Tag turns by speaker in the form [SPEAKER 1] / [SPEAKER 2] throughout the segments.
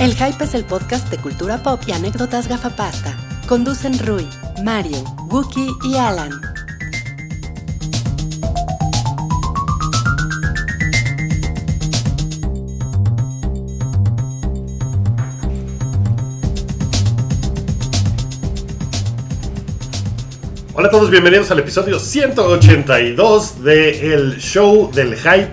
[SPEAKER 1] El Hype es el podcast de cultura pop y anécdotas gafapasta. Conducen Rui, Mario, Wookie y Alan.
[SPEAKER 2] Hola a todos, bienvenidos al episodio 182 de El Show del Hype,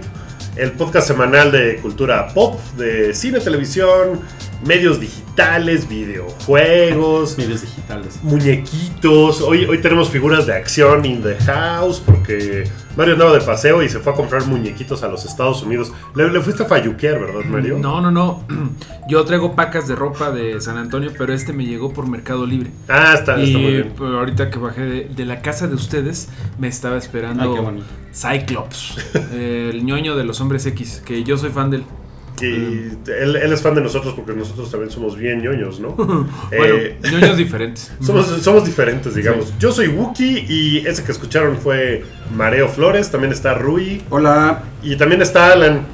[SPEAKER 2] el podcast semanal de cultura pop, de cine, televisión, medios digitales, videojuegos,
[SPEAKER 3] medios digitales.
[SPEAKER 2] muñequitos. Hoy, hoy tenemos figuras de acción in the house porque Mario andaba de paseo y se fue a comprar muñequitos a los Estados Unidos. Le, le fuiste a falluquear, ¿verdad, Mario?
[SPEAKER 3] Mm, No, no, no. Yo traigo pacas de ropa de San Antonio, pero este me llegó por Mercado Libre.
[SPEAKER 2] Ah, está, está muy
[SPEAKER 3] Y
[SPEAKER 2] bien.
[SPEAKER 3] pues, ahorita que bajé de, de la casa de ustedes, me estaba
[SPEAKER 4] Ay, Ah, qué
[SPEAKER 3] esperando
[SPEAKER 4] bonito.
[SPEAKER 3] Cyclops, el ñoño de los hombres X, que yo soy fan del.
[SPEAKER 2] Y
[SPEAKER 3] Mm.
[SPEAKER 2] él, él es fan de nosotros porque nosotros también somos bien ñoños, ¿no? Eh,
[SPEAKER 3] Bueno, ñoños diferentes.
[SPEAKER 2] Somos, somos diferentes, digamos. Yo soy Wookie y ese que escucharon fue Mareo Flores, también está Rui
[SPEAKER 4] Hola.
[SPEAKER 2] y también está Alan.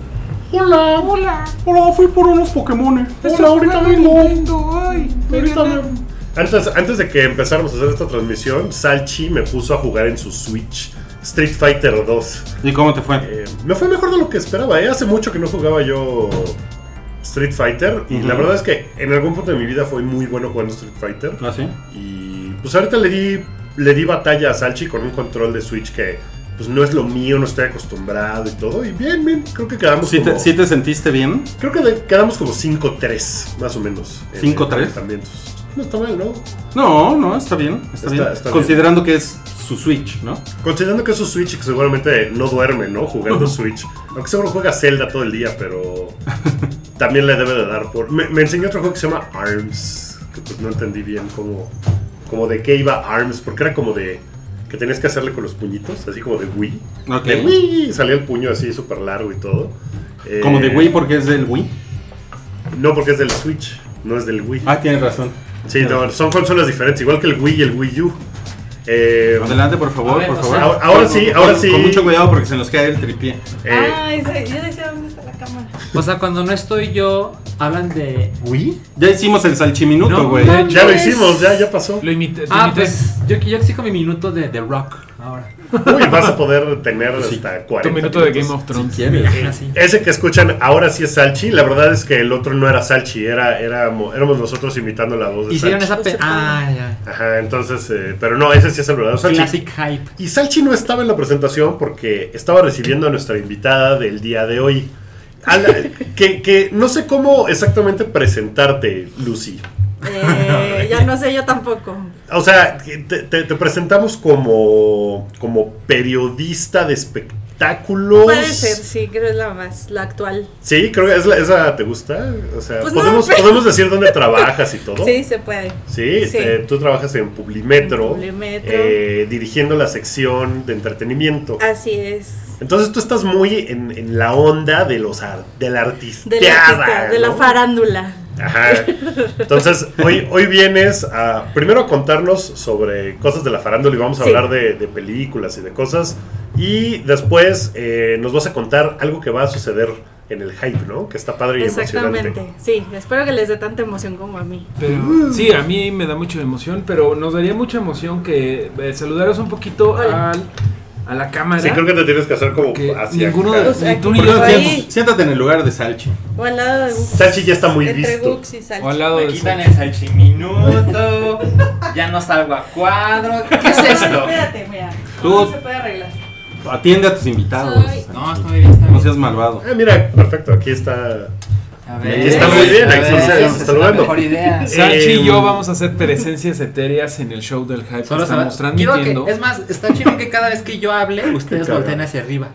[SPEAKER 4] Hola, hola. Hola, fui por unos Pokémon. Hola, ahorita vengo.
[SPEAKER 3] Ay,
[SPEAKER 4] Ahorita vengo.
[SPEAKER 2] Antes, antes de que empezáramos a hacer esta transmisión, Salchi me puso a jugar en su Switch Street Fighter 2.
[SPEAKER 4] ¿Y cómo te fue?
[SPEAKER 2] Eh, me fue mejor de lo que esperaba, ¿eh? Hace mucho que no jugaba yo Street Fighter y la
[SPEAKER 4] Ujú.
[SPEAKER 2] verdad es que en algún punto de mi vida fue muy bueno jugando Street Fighter.
[SPEAKER 4] ¿Ah, sí?
[SPEAKER 2] Y pues ahorita le di, le di batalla a Salchi con un control de Switch que pues no es lo mío, no estoy acostumbrado y todo. Y bien, bien, creo que quedamos
[SPEAKER 4] ¿Sí te,
[SPEAKER 2] como...
[SPEAKER 4] sí te sentiste bien?
[SPEAKER 2] Creo que de- quedamos como 5-3, más o menos. en-
[SPEAKER 4] 5-3?
[SPEAKER 2] en enfrentamientos. No está mal, ¿no?
[SPEAKER 4] No, no, está bien. Está,
[SPEAKER 2] Está-
[SPEAKER 4] bien.
[SPEAKER 2] está bien.
[SPEAKER 4] Considerando que es su Switch, ¿no?
[SPEAKER 2] Considerando que es un Switch y que seguramente no duerme, ¿no? Jugando Switch. Aunque seguro juega Zelda todo el día, pero también le debe de dar por... Me, me enseñó otro juego que se llama ARMS, que pues no entendí bien cómo, como de qué iba ARMS, porque era como de... Que tenías que hacerle con los puñitos, así como de Wii.
[SPEAKER 4] Ok.
[SPEAKER 2] De Wii, y salía el puño así súper largo y todo. Eh,
[SPEAKER 4] Como de Wii porque es del Wii.
[SPEAKER 2] No, porque es del Switch, no es del Wii.
[SPEAKER 4] Ah, tienes razón.
[SPEAKER 2] Sí, no, son consolas diferentes, igual que el Wii y el Wii U. Eh,
[SPEAKER 4] Adelante, por favor,
[SPEAKER 3] A ver,
[SPEAKER 4] por
[SPEAKER 3] o
[SPEAKER 4] favor.
[SPEAKER 3] sea-
[SPEAKER 2] Ahora- ahora sí, ahora
[SPEAKER 4] Con-
[SPEAKER 2] sí.
[SPEAKER 4] Con mucho cuidado porque se nos cae el tripié.
[SPEAKER 2] eh,
[SPEAKER 5] Ah, ese- yo decía dónde está la cámara.
[SPEAKER 6] O sea, cuando no estoy yo, hablan de.
[SPEAKER 4] ¿Wii? Ya hicimos el salchiminuto,
[SPEAKER 3] No,
[SPEAKER 4] güey.
[SPEAKER 3] no.
[SPEAKER 2] ya lo
[SPEAKER 7] Pues.
[SPEAKER 2] hicimos, ya, ya pasó.
[SPEAKER 3] Lo imité. lo
[SPEAKER 6] Ah,
[SPEAKER 3] imité.
[SPEAKER 6] pues yo, yo exijo mi minuto de, de rock ahora.
[SPEAKER 2] Uy, vas a poder tener
[SPEAKER 4] Sí.
[SPEAKER 2] hasta 40.
[SPEAKER 3] Tu minuto de Game
[SPEAKER 2] minutos.
[SPEAKER 3] of Thrones.
[SPEAKER 6] Así.
[SPEAKER 2] Ese que escuchan ahora sí es Salchi. La verdad es que el otro no era Salchi, era, éramos, éramos nosotros imitando la voz de
[SPEAKER 6] Hicieron
[SPEAKER 2] Salchi.
[SPEAKER 6] esa. pe- ah, ya.
[SPEAKER 2] Ajá, entonces, eh, pero no, ese sí es el verdadero Salchi.
[SPEAKER 6] Classic hype.
[SPEAKER 2] Y Salchi no estaba en la presentación porque estaba recibiendo a nuestra invitada del día de hoy. A la- que, que no sé cómo exactamente presentarte, Lucy.
[SPEAKER 5] Eh, ya no sé yo tampoco.
[SPEAKER 2] O sea, te, te- te presentamos como, como periodista de espectáculos.
[SPEAKER 5] Puede ser, sí, creo que es la más, la actual.
[SPEAKER 2] Sí, creo que es la- esa te gusta. O sea,
[SPEAKER 5] Pues no,
[SPEAKER 2] podemos,
[SPEAKER 5] pero-
[SPEAKER 2] podemos decir dónde trabajas y todo.
[SPEAKER 5] Sí, se puede.
[SPEAKER 2] Sí,
[SPEAKER 5] Sí.
[SPEAKER 2] eh, tú trabajas en Publimetro,
[SPEAKER 5] En Publimetro.
[SPEAKER 2] eh, dirigiendo la sección de entretenimiento.
[SPEAKER 5] Así es.
[SPEAKER 2] Entonces tú estás muy en, en la onda de los ar- de la artisteada.
[SPEAKER 5] De la, artista, de la
[SPEAKER 2] ¿no?
[SPEAKER 5] farándula.
[SPEAKER 2] Ajá. Entonces, hoy, hoy vienes a primero a contarnos sobre cosas de la farándula y vamos a
[SPEAKER 5] Sí.
[SPEAKER 2] hablar de, de películas y de cosas. Y después eh, nos vas a contar algo que va a suceder en el hype, ¿no? Que está padre y emocionante.
[SPEAKER 5] Exactamente. Sí, espero que les dé tanta emoción como a mí.
[SPEAKER 2] Uh.
[SPEAKER 3] Pero, sí, a mí me da mucha emoción, pero nos daría mucha emoción que eh, saludaros un poquito
[SPEAKER 5] Hola.
[SPEAKER 3] al, a la cámara.
[SPEAKER 2] Sí, creo que te tienes que hacer como
[SPEAKER 3] que
[SPEAKER 2] hacia
[SPEAKER 3] ninguno
[SPEAKER 2] acá.
[SPEAKER 3] de
[SPEAKER 5] O sea,
[SPEAKER 3] ni tú ni
[SPEAKER 5] por
[SPEAKER 3] yo
[SPEAKER 5] ahí.
[SPEAKER 3] hacíamos-
[SPEAKER 4] Siéntate en el lugar de Salchi.
[SPEAKER 5] O al lado de Gux.
[SPEAKER 2] Salchi ya está muy
[SPEAKER 5] Entre
[SPEAKER 2] visto.
[SPEAKER 5] Gux y Salchi.
[SPEAKER 3] o al lado
[SPEAKER 6] Me
[SPEAKER 3] de
[SPEAKER 6] quitan el salchiminuto. ya no salgo a cuadro. ¿Qué es
[SPEAKER 5] No,
[SPEAKER 6] esto?
[SPEAKER 5] espérate, mira.
[SPEAKER 4] Tú-
[SPEAKER 5] ¿Cómo se puede arreglar?
[SPEAKER 4] Atiende a tus invitados.
[SPEAKER 5] Soy-
[SPEAKER 4] Salchi.
[SPEAKER 6] No, está muy bien. Está
[SPEAKER 4] No
[SPEAKER 6] bien.
[SPEAKER 4] seas malvado.
[SPEAKER 2] Ah, mira, perfecto, aquí está.
[SPEAKER 6] A
[SPEAKER 2] Aquí está muy bien,
[SPEAKER 6] a
[SPEAKER 2] aquí
[SPEAKER 6] ver,
[SPEAKER 2] se-
[SPEAKER 6] esa
[SPEAKER 2] se
[SPEAKER 6] es
[SPEAKER 2] está
[SPEAKER 6] la
[SPEAKER 2] logrando.
[SPEAKER 6] mejor idea.
[SPEAKER 3] Salchi
[SPEAKER 2] Eh,
[SPEAKER 3] y yo vamos a hacer presencias etéreas en el show del hype que
[SPEAKER 6] Solo se
[SPEAKER 3] estamos
[SPEAKER 6] va- Quiero
[SPEAKER 3] transmitiendo.
[SPEAKER 6] que- es más, está chido que cada vez que yo hable, ustedes
[SPEAKER 2] cagado.
[SPEAKER 6] volteen hacia arriba.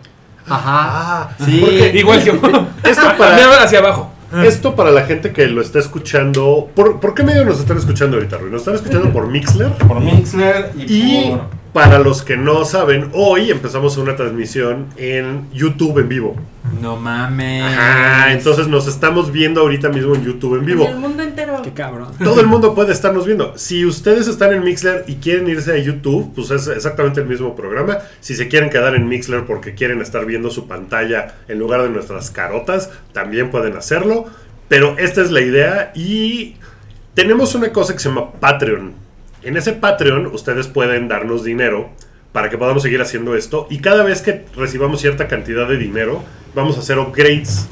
[SPEAKER 6] Ajá.
[SPEAKER 2] Ah,
[SPEAKER 4] sí.
[SPEAKER 2] porque
[SPEAKER 3] Igual yo.
[SPEAKER 2] esto
[SPEAKER 3] Me
[SPEAKER 2] para,
[SPEAKER 3] hablan hacia abajo.
[SPEAKER 2] esto para la gente que lo está escuchando. ¿Por, por qué medio nos están escuchando ahorita, Rui? Nos están escuchando por Mixler.
[SPEAKER 4] Por Mixler
[SPEAKER 2] Y para los que no saben, hoy empezamos una transmisión en YouTube en vivo.
[SPEAKER 6] No mames.
[SPEAKER 2] Ajá, entonces nos estamos viendo ahorita mismo en YouTube en
[SPEAKER 5] En el
[SPEAKER 2] vivo.
[SPEAKER 5] mundo entero.
[SPEAKER 6] Qué cabrón.
[SPEAKER 2] Todo el mundo puede estarnos viendo. Si ustedes están en Mixler y quieren irse a YouTube, pues es exactamente el mismo programa. Si se quieren quedar en Mixler porque quieren estar viendo su pantalla en lugar de nuestras carotas, también pueden hacerlo. Pero esta es la idea y tenemos una cosa que se llama Patreon. En ese Patreon ustedes pueden darnos dinero para que podamos seguir haciendo esto y cada vez que recibamos cierta cantidad de dinero vamos a hacer upgrades.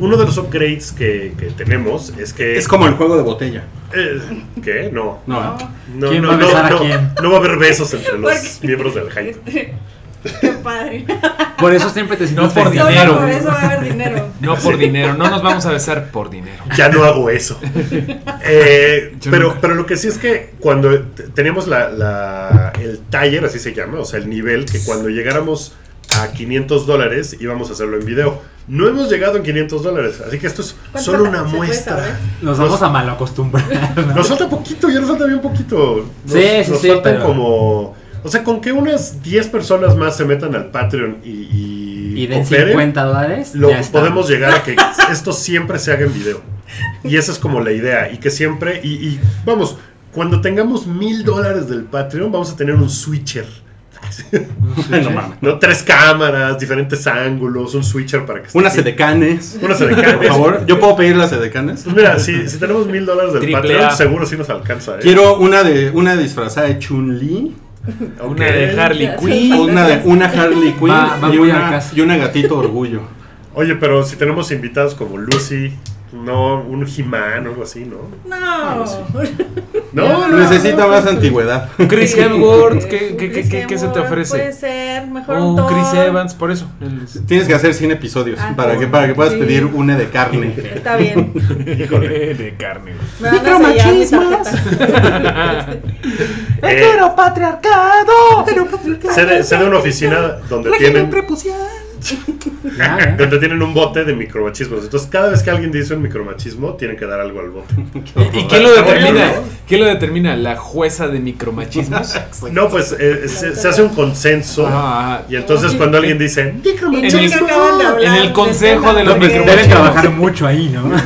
[SPEAKER 2] Uno de los upgrades que, que tenemos es que...
[SPEAKER 4] Es como el juego de botella.
[SPEAKER 2] Eh, ¿Qué? No.
[SPEAKER 6] Ah.
[SPEAKER 4] No.
[SPEAKER 2] No,
[SPEAKER 6] ¿Quién
[SPEAKER 2] no,
[SPEAKER 6] va a
[SPEAKER 2] no,
[SPEAKER 6] besar a
[SPEAKER 2] no,
[SPEAKER 6] quién?
[SPEAKER 2] no va a haber besos entre
[SPEAKER 5] ¿Por
[SPEAKER 2] los
[SPEAKER 5] qué?
[SPEAKER 2] miembros del hype.
[SPEAKER 5] Este, Qué padre.
[SPEAKER 6] Por eso siempre te sientes
[SPEAKER 3] No por
[SPEAKER 6] feliz.
[SPEAKER 3] dinero.
[SPEAKER 5] Solo por eso va a haber dinero.
[SPEAKER 3] No por dinero, no nos vamos a besar por dinero.
[SPEAKER 2] ya no hago eso. Eh,
[SPEAKER 3] Yo
[SPEAKER 2] pero,
[SPEAKER 3] nunca.
[SPEAKER 2] pero lo que sí es que cuando t- teníamos la, la- el taller, así se llama, o sea, el nivel, que cuando llegáramos a 500 dólares íbamos a hacerlo en video. No hemos llegado a 500 dólares, así que esto es
[SPEAKER 5] ¿Cuánto
[SPEAKER 2] solo
[SPEAKER 5] falta? ¿eh?
[SPEAKER 2] una
[SPEAKER 5] ¿Se puede
[SPEAKER 2] muestra.
[SPEAKER 5] saber?
[SPEAKER 6] Nos vamos a mal acostumbrar. ¿no?
[SPEAKER 2] Nos falta poquito, ya nos falta bien poquito. Nos,
[SPEAKER 6] Sí, sí,
[SPEAKER 2] nos
[SPEAKER 6] sí,
[SPEAKER 2] faltan
[SPEAKER 6] pero-
[SPEAKER 2] como... O sea, con que unas 10 personas más se metan al Patreon y... Y,
[SPEAKER 6] Y den
[SPEAKER 2] cooperen,
[SPEAKER 6] 50 dólares.
[SPEAKER 2] lo
[SPEAKER 6] ya está.
[SPEAKER 2] podemos llegar a que esto siempre se haga en video. Y esa es como la idea. Y que siempre, y, y, vamos, cuando tengamos mil dólares del Patreon, vamos a tener un switcher.
[SPEAKER 4] No mames.
[SPEAKER 2] ¿no? Tres cámaras, diferentes ángulos, un switcher para que esté
[SPEAKER 4] Unas
[SPEAKER 2] bien.
[SPEAKER 4] sedecanes.
[SPEAKER 2] Una sedecanes.
[SPEAKER 4] Por favor, ¿yo puedo pedir las sedecanes?
[SPEAKER 2] Pues mira, si, si tenemos mil dólares del
[SPEAKER 3] Triple
[SPEAKER 2] Patreon,
[SPEAKER 3] A.
[SPEAKER 2] seguro sí nos alcanza. ¿eh?
[SPEAKER 4] Quiero una de una disfrazada de Chun-Li,
[SPEAKER 2] Ok.
[SPEAKER 3] Una de Harley
[SPEAKER 5] Ya.
[SPEAKER 3] Quinn.
[SPEAKER 4] una de una Harley Quinn
[SPEAKER 6] Va- va
[SPEAKER 4] y,
[SPEAKER 6] muy al
[SPEAKER 4] una,
[SPEAKER 6] caso.
[SPEAKER 4] y una gatito orgullo.
[SPEAKER 2] Oye, pero si tenemos invitados como Lucy, no, un He-Man o algo así, ¿no?
[SPEAKER 5] No.
[SPEAKER 2] No, no.
[SPEAKER 4] Necesita más antigüedad.
[SPEAKER 3] Chris
[SPEAKER 5] Sí.
[SPEAKER 3] Hemsworth, ¿qué, qué-
[SPEAKER 5] Un
[SPEAKER 3] qué-
[SPEAKER 5] Chris
[SPEAKER 3] qué- qué se te
[SPEAKER 5] Hemsworth, Puede
[SPEAKER 3] ofrece?
[SPEAKER 5] ser, mejor un
[SPEAKER 3] Oh, Chris
[SPEAKER 5] Thor.
[SPEAKER 3] Evans, por eso. él es-
[SPEAKER 4] Tienes que hacer 100 episodios
[SPEAKER 5] Ah,
[SPEAKER 4] para,
[SPEAKER 5] sí.
[SPEAKER 4] que, para que puedas
[SPEAKER 5] Sí.
[SPEAKER 4] pedir una de carne.
[SPEAKER 5] Está bien.
[SPEAKER 3] De carne.
[SPEAKER 5] Me van a sellar mi tarjeta.
[SPEAKER 3] Ah,
[SPEAKER 2] Eh,
[SPEAKER 4] patriarcado!
[SPEAKER 2] sé, de, sé de una oficina donde tienen.
[SPEAKER 6] Ya, ya.
[SPEAKER 2] Donde tienen un bote de micromachismos. Entonces, cada vez que alguien dice un micromachismo, tienen que dar algo al bote.
[SPEAKER 3] ¿Y, y quién lo determina?
[SPEAKER 2] Bueno,
[SPEAKER 3] ¿Quién lo determina? ¿La jueza de micromachismos?
[SPEAKER 2] No, pues eh, se, se hace un consenso.
[SPEAKER 3] Ah,
[SPEAKER 2] Y entonces, cuando alguien dice
[SPEAKER 5] Y
[SPEAKER 3] En el-
[SPEAKER 5] nunca acaban de hablar
[SPEAKER 3] en el
[SPEAKER 5] del
[SPEAKER 3] consejo
[SPEAKER 5] tema,
[SPEAKER 3] de los
[SPEAKER 4] Pues,
[SPEAKER 5] porque-
[SPEAKER 6] Deben trabajar mucho ahí, ¿no?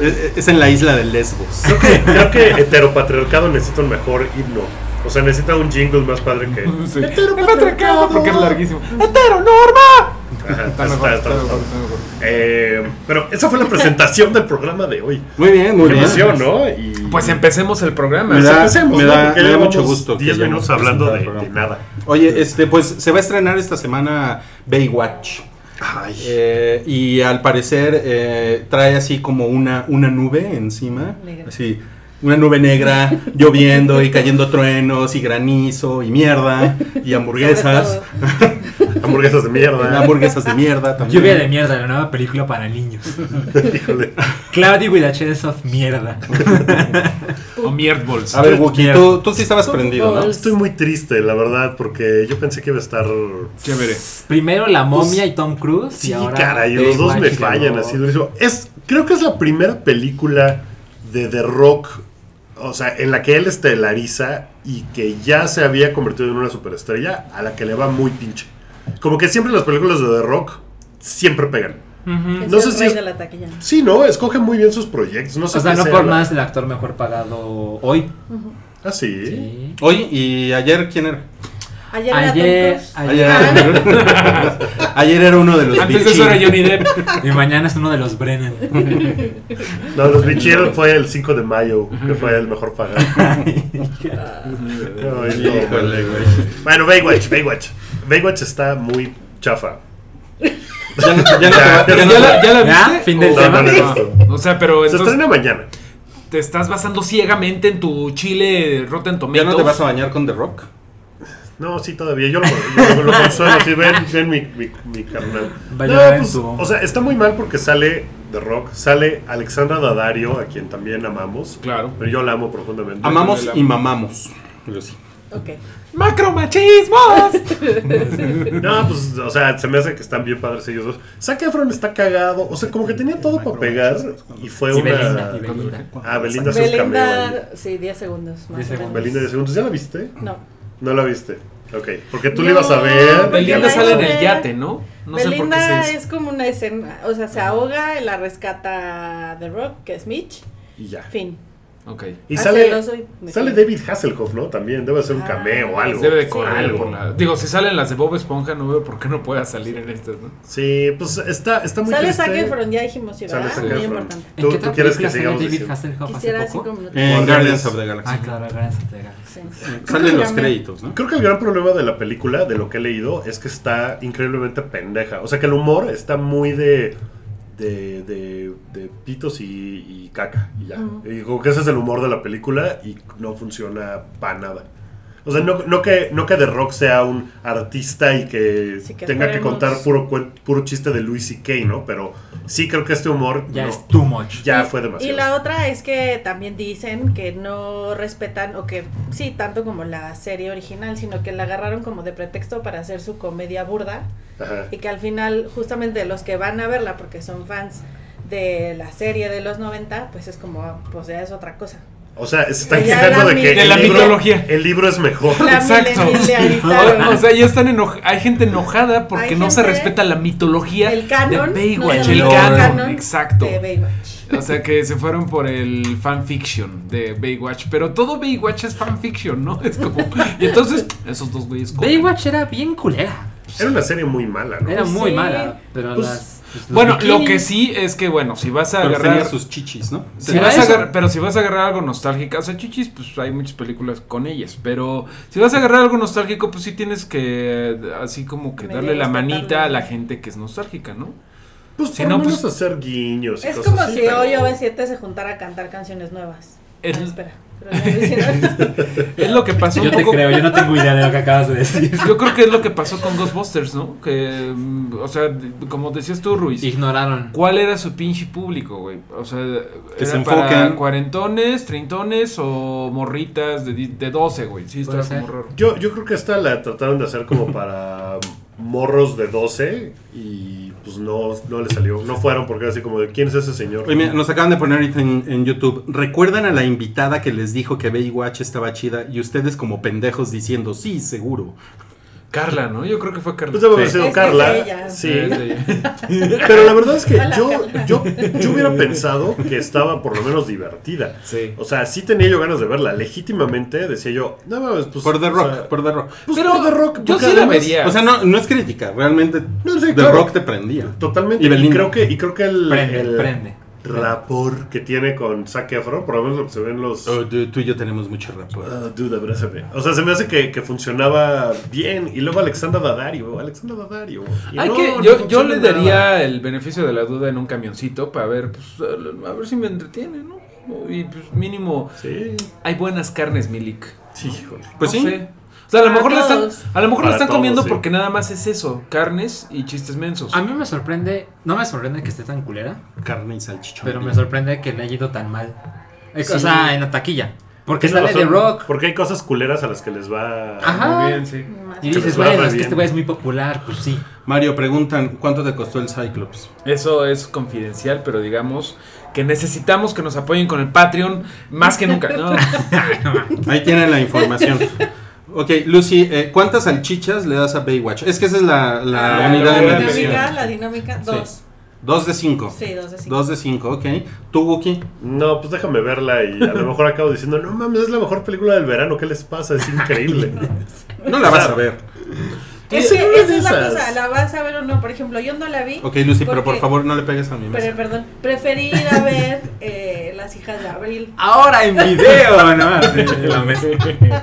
[SPEAKER 4] Es, es en la isla de Lesbos.
[SPEAKER 2] Creo que, creo que heteropatriarcado necesita un mejor himno. O sea, necesita un jingle más padre que.
[SPEAKER 3] Sí. Me atracaba porque es larguísimo. ¡Hetero,
[SPEAKER 2] Ajá,
[SPEAKER 3] Está
[SPEAKER 2] está- está-
[SPEAKER 3] mejor, está
[SPEAKER 2] está-
[SPEAKER 3] mejor, está mejor.
[SPEAKER 2] Eh, pero esa fue la presentación del programa de hoy.
[SPEAKER 4] Muy bien,
[SPEAKER 2] Qué
[SPEAKER 4] muy bien.
[SPEAKER 2] emoción, ¿no? Y-
[SPEAKER 3] Pues empecemos el programa.
[SPEAKER 4] Me da-
[SPEAKER 2] Empecemos,
[SPEAKER 4] me
[SPEAKER 2] ¿no?
[SPEAKER 4] da-
[SPEAKER 2] Porque
[SPEAKER 4] me
[SPEAKER 2] ya
[SPEAKER 4] da
[SPEAKER 2] llevamos
[SPEAKER 4] mucho gusto que
[SPEAKER 2] 10
[SPEAKER 4] ya
[SPEAKER 2] minutos
[SPEAKER 4] hemos
[SPEAKER 2] hablando de,
[SPEAKER 4] presentado el
[SPEAKER 2] de nada.
[SPEAKER 4] Oye, este, pues se va a estrenar esta semana Baywatch. Eh, y al parecer eh, trae así como una, una nube encima.
[SPEAKER 5] Negra.
[SPEAKER 4] Así, una nube negra lloviendo y cayendo truenos y granizo y mierda y hamburguesas. eh,
[SPEAKER 2] Hamburguesas de mierda.
[SPEAKER 4] hamburguesas de mierda también.
[SPEAKER 6] Lluvia de mierda, la nueva película para niños.
[SPEAKER 2] Híjole.
[SPEAKER 6] Cloudy with a Chance of Mierda.
[SPEAKER 2] Pues,
[SPEAKER 3] O mierdballs.
[SPEAKER 4] A ver, Wookie,
[SPEAKER 6] Mierda.
[SPEAKER 4] tú, tú sí estabas prendido, ¿no?
[SPEAKER 2] Estoy muy triste, la verdad, porque yo pensé que iba a estar.
[SPEAKER 3] Chévere.
[SPEAKER 6] Primero la momia y Tom Cruise.
[SPEAKER 2] pues, Sí,
[SPEAKER 6] y ahora
[SPEAKER 2] caray, los dos
[SPEAKER 6] Baywatch
[SPEAKER 2] me
[SPEAKER 6] y The
[SPEAKER 2] fallan
[SPEAKER 6] Rock.
[SPEAKER 2] así durísimo. Es, creo que es la primera película de The Rock, o sea, en la que él estelariza y que ya se había convertido en una superestrella a la que le va muy pinche. Como que siempre las películas de The Rock siempre pegan.
[SPEAKER 5] Es
[SPEAKER 2] No sé
[SPEAKER 5] el
[SPEAKER 2] si
[SPEAKER 5] rey
[SPEAKER 2] es-
[SPEAKER 5] de la taquilla.
[SPEAKER 2] Sí, ¿no? Escoge muy bien sus proyectos. No sé
[SPEAKER 6] O sea,
[SPEAKER 2] qué
[SPEAKER 6] no
[SPEAKER 2] sea
[SPEAKER 6] por
[SPEAKER 2] la-
[SPEAKER 6] más el actor mejor pagado hoy.
[SPEAKER 2] Ah, sí.
[SPEAKER 6] Sí.
[SPEAKER 4] Hoy y ayer, ¿quién era?
[SPEAKER 5] Ayer,
[SPEAKER 6] Ayer,
[SPEAKER 5] era Tom Cruise.
[SPEAKER 6] ayer,
[SPEAKER 4] Ayer, ayer era uno de los
[SPEAKER 3] Antes de eso era
[SPEAKER 4] bichín.
[SPEAKER 3] Johnny Depp.
[SPEAKER 6] y mañana es uno de los Brennan.
[SPEAKER 2] No, los bichieron fue el 5 de mayo, que fue el mejor pagado. Ay, no,
[SPEAKER 4] Híjole, güey.
[SPEAKER 2] Bueno, Baywatch, Baywatch. Baywatch está muy chafa.
[SPEAKER 4] Ya no, ya no
[SPEAKER 2] Ya,
[SPEAKER 4] te va- ya no
[SPEAKER 3] ¿Ya
[SPEAKER 4] te
[SPEAKER 3] la,
[SPEAKER 4] va-
[SPEAKER 3] ya la
[SPEAKER 6] ¿Ya?
[SPEAKER 3] viste?
[SPEAKER 6] Fin del
[SPEAKER 3] O-
[SPEAKER 2] tema.
[SPEAKER 3] O sea, pero
[SPEAKER 2] Se
[SPEAKER 3] entonces
[SPEAKER 2] estrena mañana.
[SPEAKER 3] te estás basando ciegamente en tu chile Rotten
[SPEAKER 4] ya
[SPEAKER 3] Tomatoes.
[SPEAKER 4] no te vas a bañar con The Rock.
[SPEAKER 2] No, sí, todavía. Yo lo, yo lo- lo consuelo. Sí, ven, ven mi, mi, mi carnal.
[SPEAKER 6] Vaya,
[SPEAKER 2] No,
[SPEAKER 6] ven
[SPEAKER 2] pues,
[SPEAKER 6] tú.
[SPEAKER 2] o sea, está muy mal porque sale The Rock, sale Alexandra Daddario, a quien también amamos.
[SPEAKER 3] Claro.
[SPEAKER 2] Pero yo la amo profundamente.
[SPEAKER 4] Amamos y mamamos.
[SPEAKER 5] Ok.
[SPEAKER 3] ¡Macromachismos!
[SPEAKER 2] No, pues, o sea, se me hace que están bien padres ellos dos. Zac Efron está cagado. O sea, como que tenía todo para pegar y fue
[SPEAKER 6] Y
[SPEAKER 2] una.
[SPEAKER 6] Belinda, y Belinda.
[SPEAKER 2] Ah, Belinda hace un cameo. ahí.
[SPEAKER 5] Belinda, sí, 10 segundos más.
[SPEAKER 6] Diez
[SPEAKER 5] o menos.
[SPEAKER 6] segundos.
[SPEAKER 2] Belinda de segundos. ¿Ya la viste?
[SPEAKER 5] No.
[SPEAKER 2] No la viste. Ok. Porque tú
[SPEAKER 5] No,
[SPEAKER 2] la ibas a ver.
[SPEAKER 5] Belinda
[SPEAKER 3] Belinda
[SPEAKER 2] Ya la-
[SPEAKER 3] sale en
[SPEAKER 5] Belinda-
[SPEAKER 3] el yate, ¿no? No sé por qué
[SPEAKER 5] Belinda
[SPEAKER 3] se
[SPEAKER 5] es como una escena, o sea, se ahoga, la rescata The Rock, que es Mitch,
[SPEAKER 2] Y ya.
[SPEAKER 5] fin.
[SPEAKER 3] Ok.
[SPEAKER 2] Y
[SPEAKER 5] Ah,
[SPEAKER 2] sale,
[SPEAKER 5] celoso y-
[SPEAKER 2] sale David Hasselhoff, ¿no? También debe ser un
[SPEAKER 5] Ah,
[SPEAKER 2] cameo o algo.
[SPEAKER 3] Debe de
[SPEAKER 5] Sí.
[SPEAKER 3] correr
[SPEAKER 2] algo.
[SPEAKER 3] por la- Digo, si salen las de Bob Esponja, no veo por qué no pueda salir en estas, ¿no?
[SPEAKER 2] Sí, pues está, está muy
[SPEAKER 5] Sale
[SPEAKER 2] triste.
[SPEAKER 5] Zac Efron, ya dijimos, sí,
[SPEAKER 2] Sale
[SPEAKER 5] ¿verdad?
[SPEAKER 2] Zac
[SPEAKER 5] Muy
[SPEAKER 2] Efron.
[SPEAKER 5] importante.
[SPEAKER 2] ¿Tú- tú quieres que
[SPEAKER 6] película salió
[SPEAKER 2] sigamos
[SPEAKER 6] David
[SPEAKER 2] diciendo?
[SPEAKER 6] Hasselhoff
[SPEAKER 5] Quisiera
[SPEAKER 6] hace
[SPEAKER 5] así
[SPEAKER 6] poco?
[SPEAKER 5] como lo
[SPEAKER 4] En Guardians
[SPEAKER 2] Guardianes.
[SPEAKER 4] of the Galaxy.
[SPEAKER 6] Ah, claro, gracias, te
[SPEAKER 5] sí.
[SPEAKER 4] Salen los
[SPEAKER 5] También.
[SPEAKER 4] créditos, ¿no?
[SPEAKER 2] Creo que el gran problema de la película, de lo que he leído, es que está increíblemente pendeja. O sea, que el humor está muy de. de. de, de pitos y, y caca. Y ya. Y como que ese es el humor de la película y no funciona para nada. O sea, no, no que, no que The Rock sea un artista y que,
[SPEAKER 5] Sí, que
[SPEAKER 2] tenga que
[SPEAKER 5] esperemos.
[SPEAKER 2] contar puro, cuen- puro chiste de Louis C.K., ¿no? Pero sí creo que este humor
[SPEAKER 6] Ya
[SPEAKER 2] no,
[SPEAKER 6] es too much.
[SPEAKER 2] ya
[SPEAKER 5] Y-
[SPEAKER 2] fue demasiado.
[SPEAKER 5] Y la otra es que también dicen que no respetan, o que sí, tanto como la serie original, sino que la agarraron como de pretexto para hacer su comedia burda
[SPEAKER 2] Ajá.
[SPEAKER 5] y que al final justamente los que van a verla porque son fans de la serie de los 90, pues es como, pues ya es otra cosa.
[SPEAKER 2] O sea, se están
[SPEAKER 5] Ya
[SPEAKER 2] quejando
[SPEAKER 5] la
[SPEAKER 2] de que
[SPEAKER 5] mi- De
[SPEAKER 2] el
[SPEAKER 5] la
[SPEAKER 2] libro-
[SPEAKER 3] mitología.
[SPEAKER 2] el libro es mejor.
[SPEAKER 5] La
[SPEAKER 3] Exacto.
[SPEAKER 5] milenializaron.
[SPEAKER 3] O sea, ya están enojados. Hay gente enojada porque
[SPEAKER 5] Hay
[SPEAKER 3] no se
[SPEAKER 5] gente-
[SPEAKER 3] respeta la mitología
[SPEAKER 5] El canon.
[SPEAKER 3] de Baywatch.
[SPEAKER 5] se
[SPEAKER 3] el
[SPEAKER 5] respeta
[SPEAKER 3] canon,
[SPEAKER 5] canon
[SPEAKER 3] exacto.
[SPEAKER 5] De Baywatch.
[SPEAKER 3] O sea que se fueron por el fanfiction de Baywatch. Pero todo Baywatch es fanfiction, ¿no? Es como. Y entonces, esos dos güeyes. cogen.
[SPEAKER 6] Baywatch era bien culera.
[SPEAKER 2] Era una serie muy mala, ¿no?
[SPEAKER 6] Era
[SPEAKER 5] Pues
[SPEAKER 6] muy
[SPEAKER 5] sí.
[SPEAKER 6] mala. Pero
[SPEAKER 2] Pues,
[SPEAKER 6] las. los
[SPEAKER 3] Bueno, lo
[SPEAKER 6] bikinis-
[SPEAKER 3] que sí es que, bueno, si vas a
[SPEAKER 4] Pero tenía
[SPEAKER 3] agarrar.
[SPEAKER 4] sus chichis, ¿no?
[SPEAKER 3] si
[SPEAKER 6] Era
[SPEAKER 3] vas a
[SPEAKER 6] eso.
[SPEAKER 3] agarrar- pero si vas a agarrar algo nostálgico, o sea, chichis, pues hay muchas películas con ellas, pero si vas a agarrar algo nostálgico, pues sí tienes que eh, así como que
[SPEAKER 5] Medio
[SPEAKER 3] darle la
[SPEAKER 5] respetarle.
[SPEAKER 3] manita a la gente que es nostálgica, ¿no?
[SPEAKER 2] Pues
[SPEAKER 3] Si
[SPEAKER 2] por
[SPEAKER 3] no,
[SPEAKER 2] lo menos
[SPEAKER 3] pues-
[SPEAKER 2] hacer guiños. y
[SPEAKER 5] Es
[SPEAKER 2] cosas
[SPEAKER 5] como
[SPEAKER 2] así,
[SPEAKER 5] si
[SPEAKER 2] pero-
[SPEAKER 5] hoy OV7 se juntara a cantar canciones nuevas.
[SPEAKER 3] Es-
[SPEAKER 5] Ah, espera. pero ya lo hicieron.
[SPEAKER 3] Es lo que pasó
[SPEAKER 6] Yo te
[SPEAKER 3] un poco-
[SPEAKER 6] creo, yo no tengo idea de lo que acabas de decir.
[SPEAKER 3] Yo creo que es lo que pasó con Ghostbusters, ¿no? Que, mm, o sea, d- como decías tú, Ruiz,
[SPEAKER 6] Ignoraron.
[SPEAKER 3] ¿cuál era su pinche público, güey? O sea,
[SPEAKER 4] Que
[SPEAKER 3] era
[SPEAKER 4] se
[SPEAKER 3] para
[SPEAKER 4] enfoquen.
[SPEAKER 3] cuarentones, treintones o morritas de, di- de 12, güey. Sí, está
[SPEAKER 6] Puede ser.
[SPEAKER 3] como raro.
[SPEAKER 2] Yo, yo creo que esta la trataron de hacer como para morros de 12 y pues no, no le salió. No fueron porque era así como de quién es ese señor.
[SPEAKER 4] Oye, mira, nos acaban de poner ahorita en, en YouTube. ¿Recuerdan a la invitada que les dijo que Baywatch estaba chida y ustedes como pendejos diciendo, sí, seguro?
[SPEAKER 3] Carla, ¿no? Yo creo que fue Carla.
[SPEAKER 2] Pues debe haber
[SPEAKER 4] Sí.
[SPEAKER 2] sido
[SPEAKER 5] Es que es
[SPEAKER 2] Carla.
[SPEAKER 5] ella.
[SPEAKER 2] Sí.
[SPEAKER 3] Sí, sí.
[SPEAKER 2] Pero la verdad es que
[SPEAKER 5] Hola,
[SPEAKER 2] yo,
[SPEAKER 5] Carla.
[SPEAKER 2] yo, yo hubiera pensado que estaba por lo menos divertida.
[SPEAKER 3] Sí.
[SPEAKER 2] O sea, sí tenía yo ganas de verla. Legítimamente decía yo, no mames, pues.
[SPEAKER 4] Por The
[SPEAKER 2] o
[SPEAKER 4] Rock,
[SPEAKER 2] sea,
[SPEAKER 4] por The Rock.
[SPEAKER 2] pues,
[SPEAKER 3] Pero
[SPEAKER 2] por The Rock.
[SPEAKER 3] yo
[SPEAKER 2] porque
[SPEAKER 3] sí la
[SPEAKER 2] además-
[SPEAKER 3] vería.
[SPEAKER 4] O sea, no, no es crítica, realmente
[SPEAKER 2] No, sí,
[SPEAKER 4] The
[SPEAKER 2] claro.
[SPEAKER 4] Rock te prendía.
[SPEAKER 2] Totalmente.
[SPEAKER 4] Y
[SPEAKER 2] Y,
[SPEAKER 4] Belinda.
[SPEAKER 2] creo que, y creo que el,
[SPEAKER 6] Prende,
[SPEAKER 2] el
[SPEAKER 6] prende.
[SPEAKER 2] rapor que tiene con Zac Efron, por lo menos lo que se ven los.
[SPEAKER 4] Oh, tú, tú y yo tenemos mucho rapo.
[SPEAKER 2] Ah, dude, abrázame. O sea, se me hace que, que funcionaba bien. Y luego Alexandra Daddario. Alexandra Daddario. Y
[SPEAKER 3] Hay
[SPEAKER 2] no,
[SPEAKER 3] que,
[SPEAKER 2] no
[SPEAKER 3] yo, yo
[SPEAKER 2] funciona
[SPEAKER 3] le
[SPEAKER 2] nada.
[SPEAKER 3] daría el beneficio de la duda en un camioncito para ver, pues, a ver si me entretiene, ¿no? Y pues mínimo,
[SPEAKER 2] Sí,
[SPEAKER 3] hay buenas carnes, Milik.
[SPEAKER 2] sí, híjole.
[SPEAKER 4] Pues
[SPEAKER 3] No
[SPEAKER 4] sí.
[SPEAKER 3] sé. O sea, a lo
[SPEAKER 5] Para
[SPEAKER 3] mejor la están,
[SPEAKER 5] todos.
[SPEAKER 3] a lo mejor la
[SPEAKER 2] Para
[SPEAKER 3] están
[SPEAKER 2] todos,
[SPEAKER 3] comiendo
[SPEAKER 2] sí.
[SPEAKER 3] porque nada más es eso, carnes y chistes mensos.
[SPEAKER 6] A mí me sorprende, no me sorprende que esté tan culera,
[SPEAKER 4] Carne y salchichón.
[SPEAKER 6] pero me sorprende que le haya ido tan mal. Eh,
[SPEAKER 2] Sí.
[SPEAKER 6] O sea, en la taquilla. Porque
[SPEAKER 2] Tiene
[SPEAKER 6] sale de
[SPEAKER 2] razón,
[SPEAKER 6] rock. Ah.
[SPEAKER 2] Porque hay cosas culeras a las que les va.
[SPEAKER 6] Ajá.
[SPEAKER 3] Muy bien, sí.
[SPEAKER 5] Más.
[SPEAKER 6] Y
[SPEAKER 2] Que
[SPEAKER 6] dices,
[SPEAKER 2] les va
[SPEAKER 6] bueno,
[SPEAKER 2] re
[SPEAKER 6] es que
[SPEAKER 2] bien.
[SPEAKER 6] este güey es muy popular, pues sí.
[SPEAKER 4] Mario, preguntan, ¿cuánto te costó el Cyclops?
[SPEAKER 3] Eso es confidencial, pero digamos que necesitamos que nos apoyen con el Patreon más que nunca. No,
[SPEAKER 4] Ahí tienen la información. Ok, Lucy, eh, ¿cuántas salchichas le das a Baywatch? Es que esa es la, la
[SPEAKER 5] Ah,
[SPEAKER 4] unidad de
[SPEAKER 3] la
[SPEAKER 4] medición.
[SPEAKER 5] dinámica, la dinámica, dos.
[SPEAKER 4] Dos de cinco.
[SPEAKER 5] Sí, dos de cinco.
[SPEAKER 4] Dos de cinco, ok. ¿Tú, Wookie?
[SPEAKER 2] No, pues déjame verla. Y a lo mejor acabo diciendo, no mames, es la mejor película del verano. ¿Qué les pasa? Es increíble.
[SPEAKER 4] No la vas a ver.
[SPEAKER 5] Es que
[SPEAKER 2] Sí, una
[SPEAKER 5] esa
[SPEAKER 2] de
[SPEAKER 5] es la
[SPEAKER 2] esas.
[SPEAKER 5] cosa, la vas a ver o no. Por ejemplo, yo no la vi.
[SPEAKER 4] Ok, Lucy, pero por
[SPEAKER 5] porque-
[SPEAKER 4] favor no le pegues a mi mesa.
[SPEAKER 5] Pero, perdón, preferí ir a ver eh, Las hijas de Abril.
[SPEAKER 6] Ahora en video, ¿no? Así, la mesa.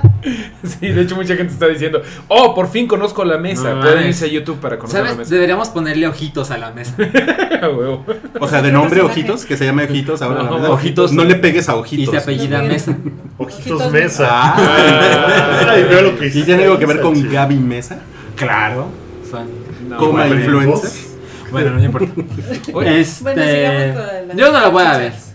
[SPEAKER 3] sí, de hecho mucha gente está diciendo, oh, por fin conozco la mesa.
[SPEAKER 6] No
[SPEAKER 3] Pueden
[SPEAKER 6] mames.
[SPEAKER 3] irse a YouTube para conocer la
[SPEAKER 6] ¿Sabes?
[SPEAKER 3] mesa.
[SPEAKER 6] Deberíamos ponerle ojitos a la mesa.
[SPEAKER 3] A huevo.
[SPEAKER 4] O sea, de nombre
[SPEAKER 5] personaje.
[SPEAKER 4] Ojitos, que se llame Ojitos, ahora la
[SPEAKER 3] No,
[SPEAKER 4] verdad.
[SPEAKER 6] Ojitos.
[SPEAKER 4] No le pegues a
[SPEAKER 6] Y
[SPEAKER 4] Ojitos.
[SPEAKER 6] se apellida
[SPEAKER 5] No,
[SPEAKER 6] Mesa.
[SPEAKER 2] Ojitos Mesa.
[SPEAKER 4] Ah.
[SPEAKER 2] Ay, veo lo que
[SPEAKER 4] ¿Y tiene algo que ver con
[SPEAKER 2] hiciste,
[SPEAKER 4] Gaby Mesa? Claro.
[SPEAKER 6] Son-
[SPEAKER 3] No,
[SPEAKER 4] Coma
[SPEAKER 3] bueno.
[SPEAKER 2] Gabriel
[SPEAKER 4] influencer.
[SPEAKER 6] Bueno, no importa.
[SPEAKER 3] Oye,
[SPEAKER 6] Este,
[SPEAKER 5] Bueno, sigamos con la-
[SPEAKER 6] yo no la voy a ver.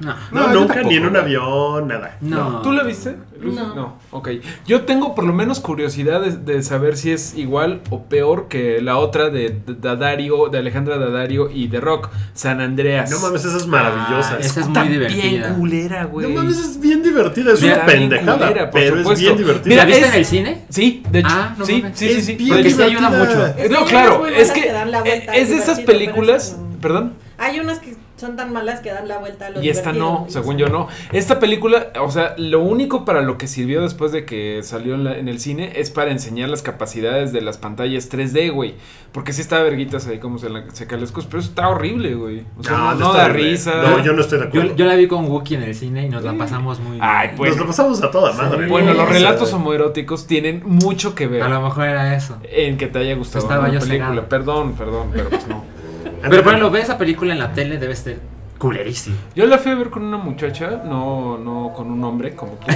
[SPEAKER 6] No.
[SPEAKER 2] No,
[SPEAKER 4] No, yo
[SPEAKER 2] nunca,
[SPEAKER 4] tampoco.
[SPEAKER 2] ni en un avión, nada.
[SPEAKER 6] No.
[SPEAKER 3] ¿Tú la viste? Luz?
[SPEAKER 5] No.
[SPEAKER 3] ok. Yo tengo por lo menos curiosidad de, de saber si es igual o peor que la otra de D- Dadario, de Alejandra Dadario y de Rock, San Andreas.
[SPEAKER 2] No mames, esa es maravillosa.
[SPEAKER 6] Ah, esa es
[SPEAKER 3] Está
[SPEAKER 6] muy
[SPEAKER 3] Bien
[SPEAKER 6] divertida.
[SPEAKER 3] culera, güey.
[SPEAKER 2] No mames, es bien divertida, es una
[SPEAKER 3] Está bien
[SPEAKER 2] pendejada,
[SPEAKER 3] culera, por
[SPEAKER 2] pero
[SPEAKER 3] supuesto.
[SPEAKER 2] es bien divertida.
[SPEAKER 3] Mira,
[SPEAKER 6] ¿La viste
[SPEAKER 3] es-
[SPEAKER 6] en el cine?
[SPEAKER 3] Sí, de hecho.
[SPEAKER 6] Ah, no
[SPEAKER 3] sí,
[SPEAKER 6] mames.
[SPEAKER 3] sí, sí,
[SPEAKER 2] Es
[SPEAKER 3] sí.
[SPEAKER 2] bien
[SPEAKER 6] Porque sí ayuda mucho.
[SPEAKER 2] divertida.
[SPEAKER 3] No,
[SPEAKER 5] que hay unas
[SPEAKER 3] claro,
[SPEAKER 5] muy
[SPEAKER 3] es
[SPEAKER 5] buenas
[SPEAKER 3] que
[SPEAKER 5] que dan la vuelta,
[SPEAKER 3] eh, es de
[SPEAKER 5] divertido,
[SPEAKER 3] esas
[SPEAKER 5] pero esas
[SPEAKER 3] películas,
[SPEAKER 5] no.
[SPEAKER 3] perdón,
[SPEAKER 5] Hay unas que son tan malas que dan la vuelta a lo
[SPEAKER 3] Y esta
[SPEAKER 5] divertido,
[SPEAKER 3] no,
[SPEAKER 5] y
[SPEAKER 3] según
[SPEAKER 5] eso.
[SPEAKER 3] yo no. Esta película, o sea, lo único para lo que sirvió después de que salió en, la- en el cine es para enseñar las capacidades de las pantallas 3D, güey. Porque sí está verguitas ahí como se, la, se caen las cosas, pero eso está horrible, güey. O sea, no, no
[SPEAKER 2] está
[SPEAKER 3] da
[SPEAKER 2] bien, güey.
[SPEAKER 3] risa.
[SPEAKER 2] No, yo no estoy de acuerdo.
[SPEAKER 7] Yo, yo la vi con Wookiee en el cine y nos la pasamos muy bien.
[SPEAKER 3] Ay, pues.
[SPEAKER 2] Nos lo pasamos a toda madre.
[SPEAKER 7] Sí.
[SPEAKER 3] Bueno,
[SPEAKER 2] O
[SPEAKER 3] los
[SPEAKER 2] sea,
[SPEAKER 3] relatos homoeróticos tienen mucho que ver
[SPEAKER 7] A lo mejor era eso.
[SPEAKER 3] en que te haya gustado
[SPEAKER 7] Estaba
[SPEAKER 3] la
[SPEAKER 7] yo
[SPEAKER 3] película.
[SPEAKER 7] cegado.
[SPEAKER 3] Perdón, perdón, pero pues no.
[SPEAKER 7] Pero por ejemplo, ver esa película en la tele debe ser culerísimo.
[SPEAKER 3] Yo la fui a ver con una muchacha, no, no con un hombre como tú.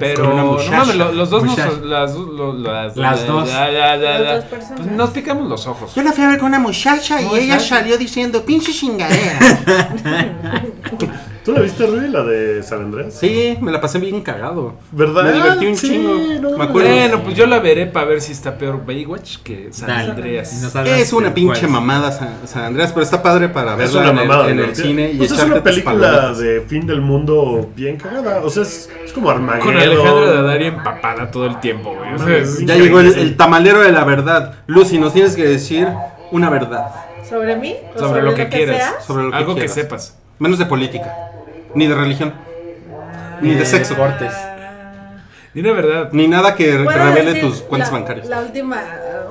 [SPEAKER 3] Pero
[SPEAKER 4] Con una
[SPEAKER 3] no
[SPEAKER 4] muchacha.
[SPEAKER 3] mames, lo- los dos nos,
[SPEAKER 7] Muchacha.
[SPEAKER 3] las, dos- lo- las,
[SPEAKER 7] Las dos.
[SPEAKER 3] la- la- la-
[SPEAKER 5] Las
[SPEAKER 3] la-
[SPEAKER 5] dos personas.
[SPEAKER 3] pues nos picamos los ojos.
[SPEAKER 4] la fui a ver con una muchacha
[SPEAKER 3] y ella salió
[SPEAKER 4] diciendo pinche chingadera.
[SPEAKER 2] ¿Tú la viste, Rui, la de San Andrés?
[SPEAKER 4] Sí, me la pasé bien cagado.
[SPEAKER 2] ¿Verdad?
[SPEAKER 4] Me divertí un
[SPEAKER 2] Sí,
[SPEAKER 4] chingo.
[SPEAKER 2] no,
[SPEAKER 4] me acuerdo.
[SPEAKER 3] Bueno, pues yo la veré para ver si está peor Baywatch que San
[SPEAKER 7] Dale. Y
[SPEAKER 3] Andreas.
[SPEAKER 7] nos hablas
[SPEAKER 4] Es una
[SPEAKER 7] de
[SPEAKER 4] pinche
[SPEAKER 7] cuál.
[SPEAKER 4] mamada San, San Andreas, pero está padre para
[SPEAKER 2] Es
[SPEAKER 4] verla
[SPEAKER 2] una
[SPEAKER 4] en el-
[SPEAKER 2] mamada.
[SPEAKER 4] en el,
[SPEAKER 2] ¿no?
[SPEAKER 4] cine y
[SPEAKER 2] Pues es
[SPEAKER 4] echarte
[SPEAKER 2] una
[SPEAKER 4] tus
[SPEAKER 2] película
[SPEAKER 4] palomitas.
[SPEAKER 2] de fin del mundo bien cagada. O sea, es, es como Armageddon.
[SPEAKER 3] Con Alejandra Daddario empapada todo el tiempo, güey. O sea, es-
[SPEAKER 2] Sí.
[SPEAKER 4] Ya llegó el, el tamalero de la verdad. Lucy, nos tienes que decir una verdad
[SPEAKER 5] ¿Sobre mí? ¿O
[SPEAKER 3] sobre lo que quieras.
[SPEAKER 4] sobre lo que
[SPEAKER 3] Algo que
[SPEAKER 4] quieras.
[SPEAKER 3] sepas.
[SPEAKER 4] Menos de política, ni de religión, ni de sexo,
[SPEAKER 5] Ah,
[SPEAKER 3] Dime la verdad.
[SPEAKER 4] ni nada que, que
[SPEAKER 5] ¿puedo
[SPEAKER 4] revele
[SPEAKER 5] decir
[SPEAKER 4] tus cuentas
[SPEAKER 5] la-
[SPEAKER 4] bancarias.
[SPEAKER 5] La última,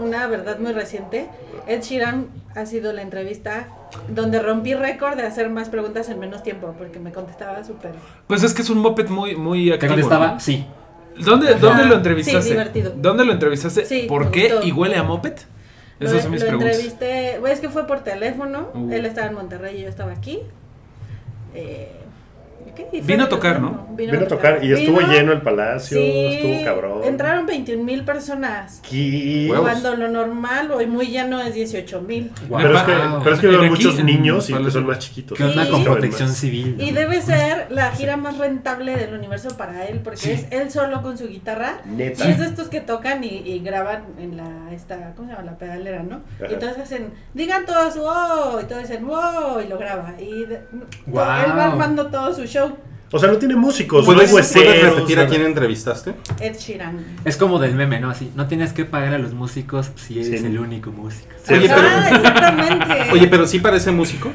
[SPEAKER 5] una verdad muy reciente. Ed Sheeran ha sido la entrevista donde rompí récord de hacer más preguntas en menos tiempo porque me contestaba súper.
[SPEAKER 3] Pues es que es un moped muy, muy
[SPEAKER 7] ¿Te
[SPEAKER 3] activo.
[SPEAKER 7] contestaba? Sí.
[SPEAKER 3] ¿no? ¿Dónde, dónde lo
[SPEAKER 5] Sí,
[SPEAKER 3] entrevistaste?
[SPEAKER 5] divertido.
[SPEAKER 3] ¿Dónde lo entrevistaste?
[SPEAKER 5] Sí,
[SPEAKER 3] ¿Por
[SPEAKER 5] me
[SPEAKER 3] qué?
[SPEAKER 5] gustó.
[SPEAKER 3] ¿Y huele a moped?
[SPEAKER 5] lo,
[SPEAKER 3] Esas son mis
[SPEAKER 5] lo
[SPEAKER 3] preguntas.
[SPEAKER 5] entrevisté, bueno, es que fue por teléfono,
[SPEAKER 3] Uh.
[SPEAKER 5] él estaba en Monterrey y yo estaba aquí. Eh, ¿qué? Y fue
[SPEAKER 3] Vino a
[SPEAKER 5] por
[SPEAKER 3] tocar, ¿no?
[SPEAKER 5] teléfono,
[SPEAKER 2] Vino a tocar y estuvo
[SPEAKER 5] Vino-
[SPEAKER 2] lleno el palacio.
[SPEAKER 5] Sí,
[SPEAKER 2] Estuvo cabrón.
[SPEAKER 5] Entraron 21 mil personas.
[SPEAKER 2] Aquí.
[SPEAKER 4] Huevos.
[SPEAKER 5] Cuando lo normal hoy muy lleno es 18 mil.
[SPEAKER 2] Pero es que,
[SPEAKER 7] Wow.
[SPEAKER 2] pero es que
[SPEAKER 3] En
[SPEAKER 2] veo
[SPEAKER 3] aquí,
[SPEAKER 2] muchos
[SPEAKER 3] en
[SPEAKER 2] niños y
[SPEAKER 3] Palacio.
[SPEAKER 2] pues son más chiquitos.
[SPEAKER 7] ¿Qué onda
[SPEAKER 5] Sí.
[SPEAKER 7] con
[SPEAKER 2] Caben
[SPEAKER 7] protección
[SPEAKER 2] más.
[SPEAKER 7] civil?
[SPEAKER 5] Y debe ser la gira más rentable del universo para él, porque es él solo con su guitarra.
[SPEAKER 2] Neta.
[SPEAKER 5] Y es de estos que tocan y, y graban en la, esta, ¿cómo se llama? La pedalera, ¿no?
[SPEAKER 2] Ajá.
[SPEAKER 5] Y entonces hacen, digan todos, wow, y todos dicen, wow, y lo graba. Y de-
[SPEAKER 7] Guau.
[SPEAKER 5] él va armando todo su show,
[SPEAKER 2] O sea, no tiene músicos, no hay
[SPEAKER 4] ¿Puedes, puedes
[SPEAKER 2] hueseros,
[SPEAKER 4] repetir a
[SPEAKER 2] nada.
[SPEAKER 4] quién entrevistaste?
[SPEAKER 5] Ed Sheeran.
[SPEAKER 7] Es como del meme, ¿no? Así, no tienes que pagar a los músicos si eres
[SPEAKER 2] Sí.
[SPEAKER 7] el único músico.
[SPEAKER 2] Sí,
[SPEAKER 4] Oye,
[SPEAKER 2] sí.
[SPEAKER 4] pero-
[SPEAKER 5] Ah, exactamente.
[SPEAKER 4] Oye, pero sí parece músico.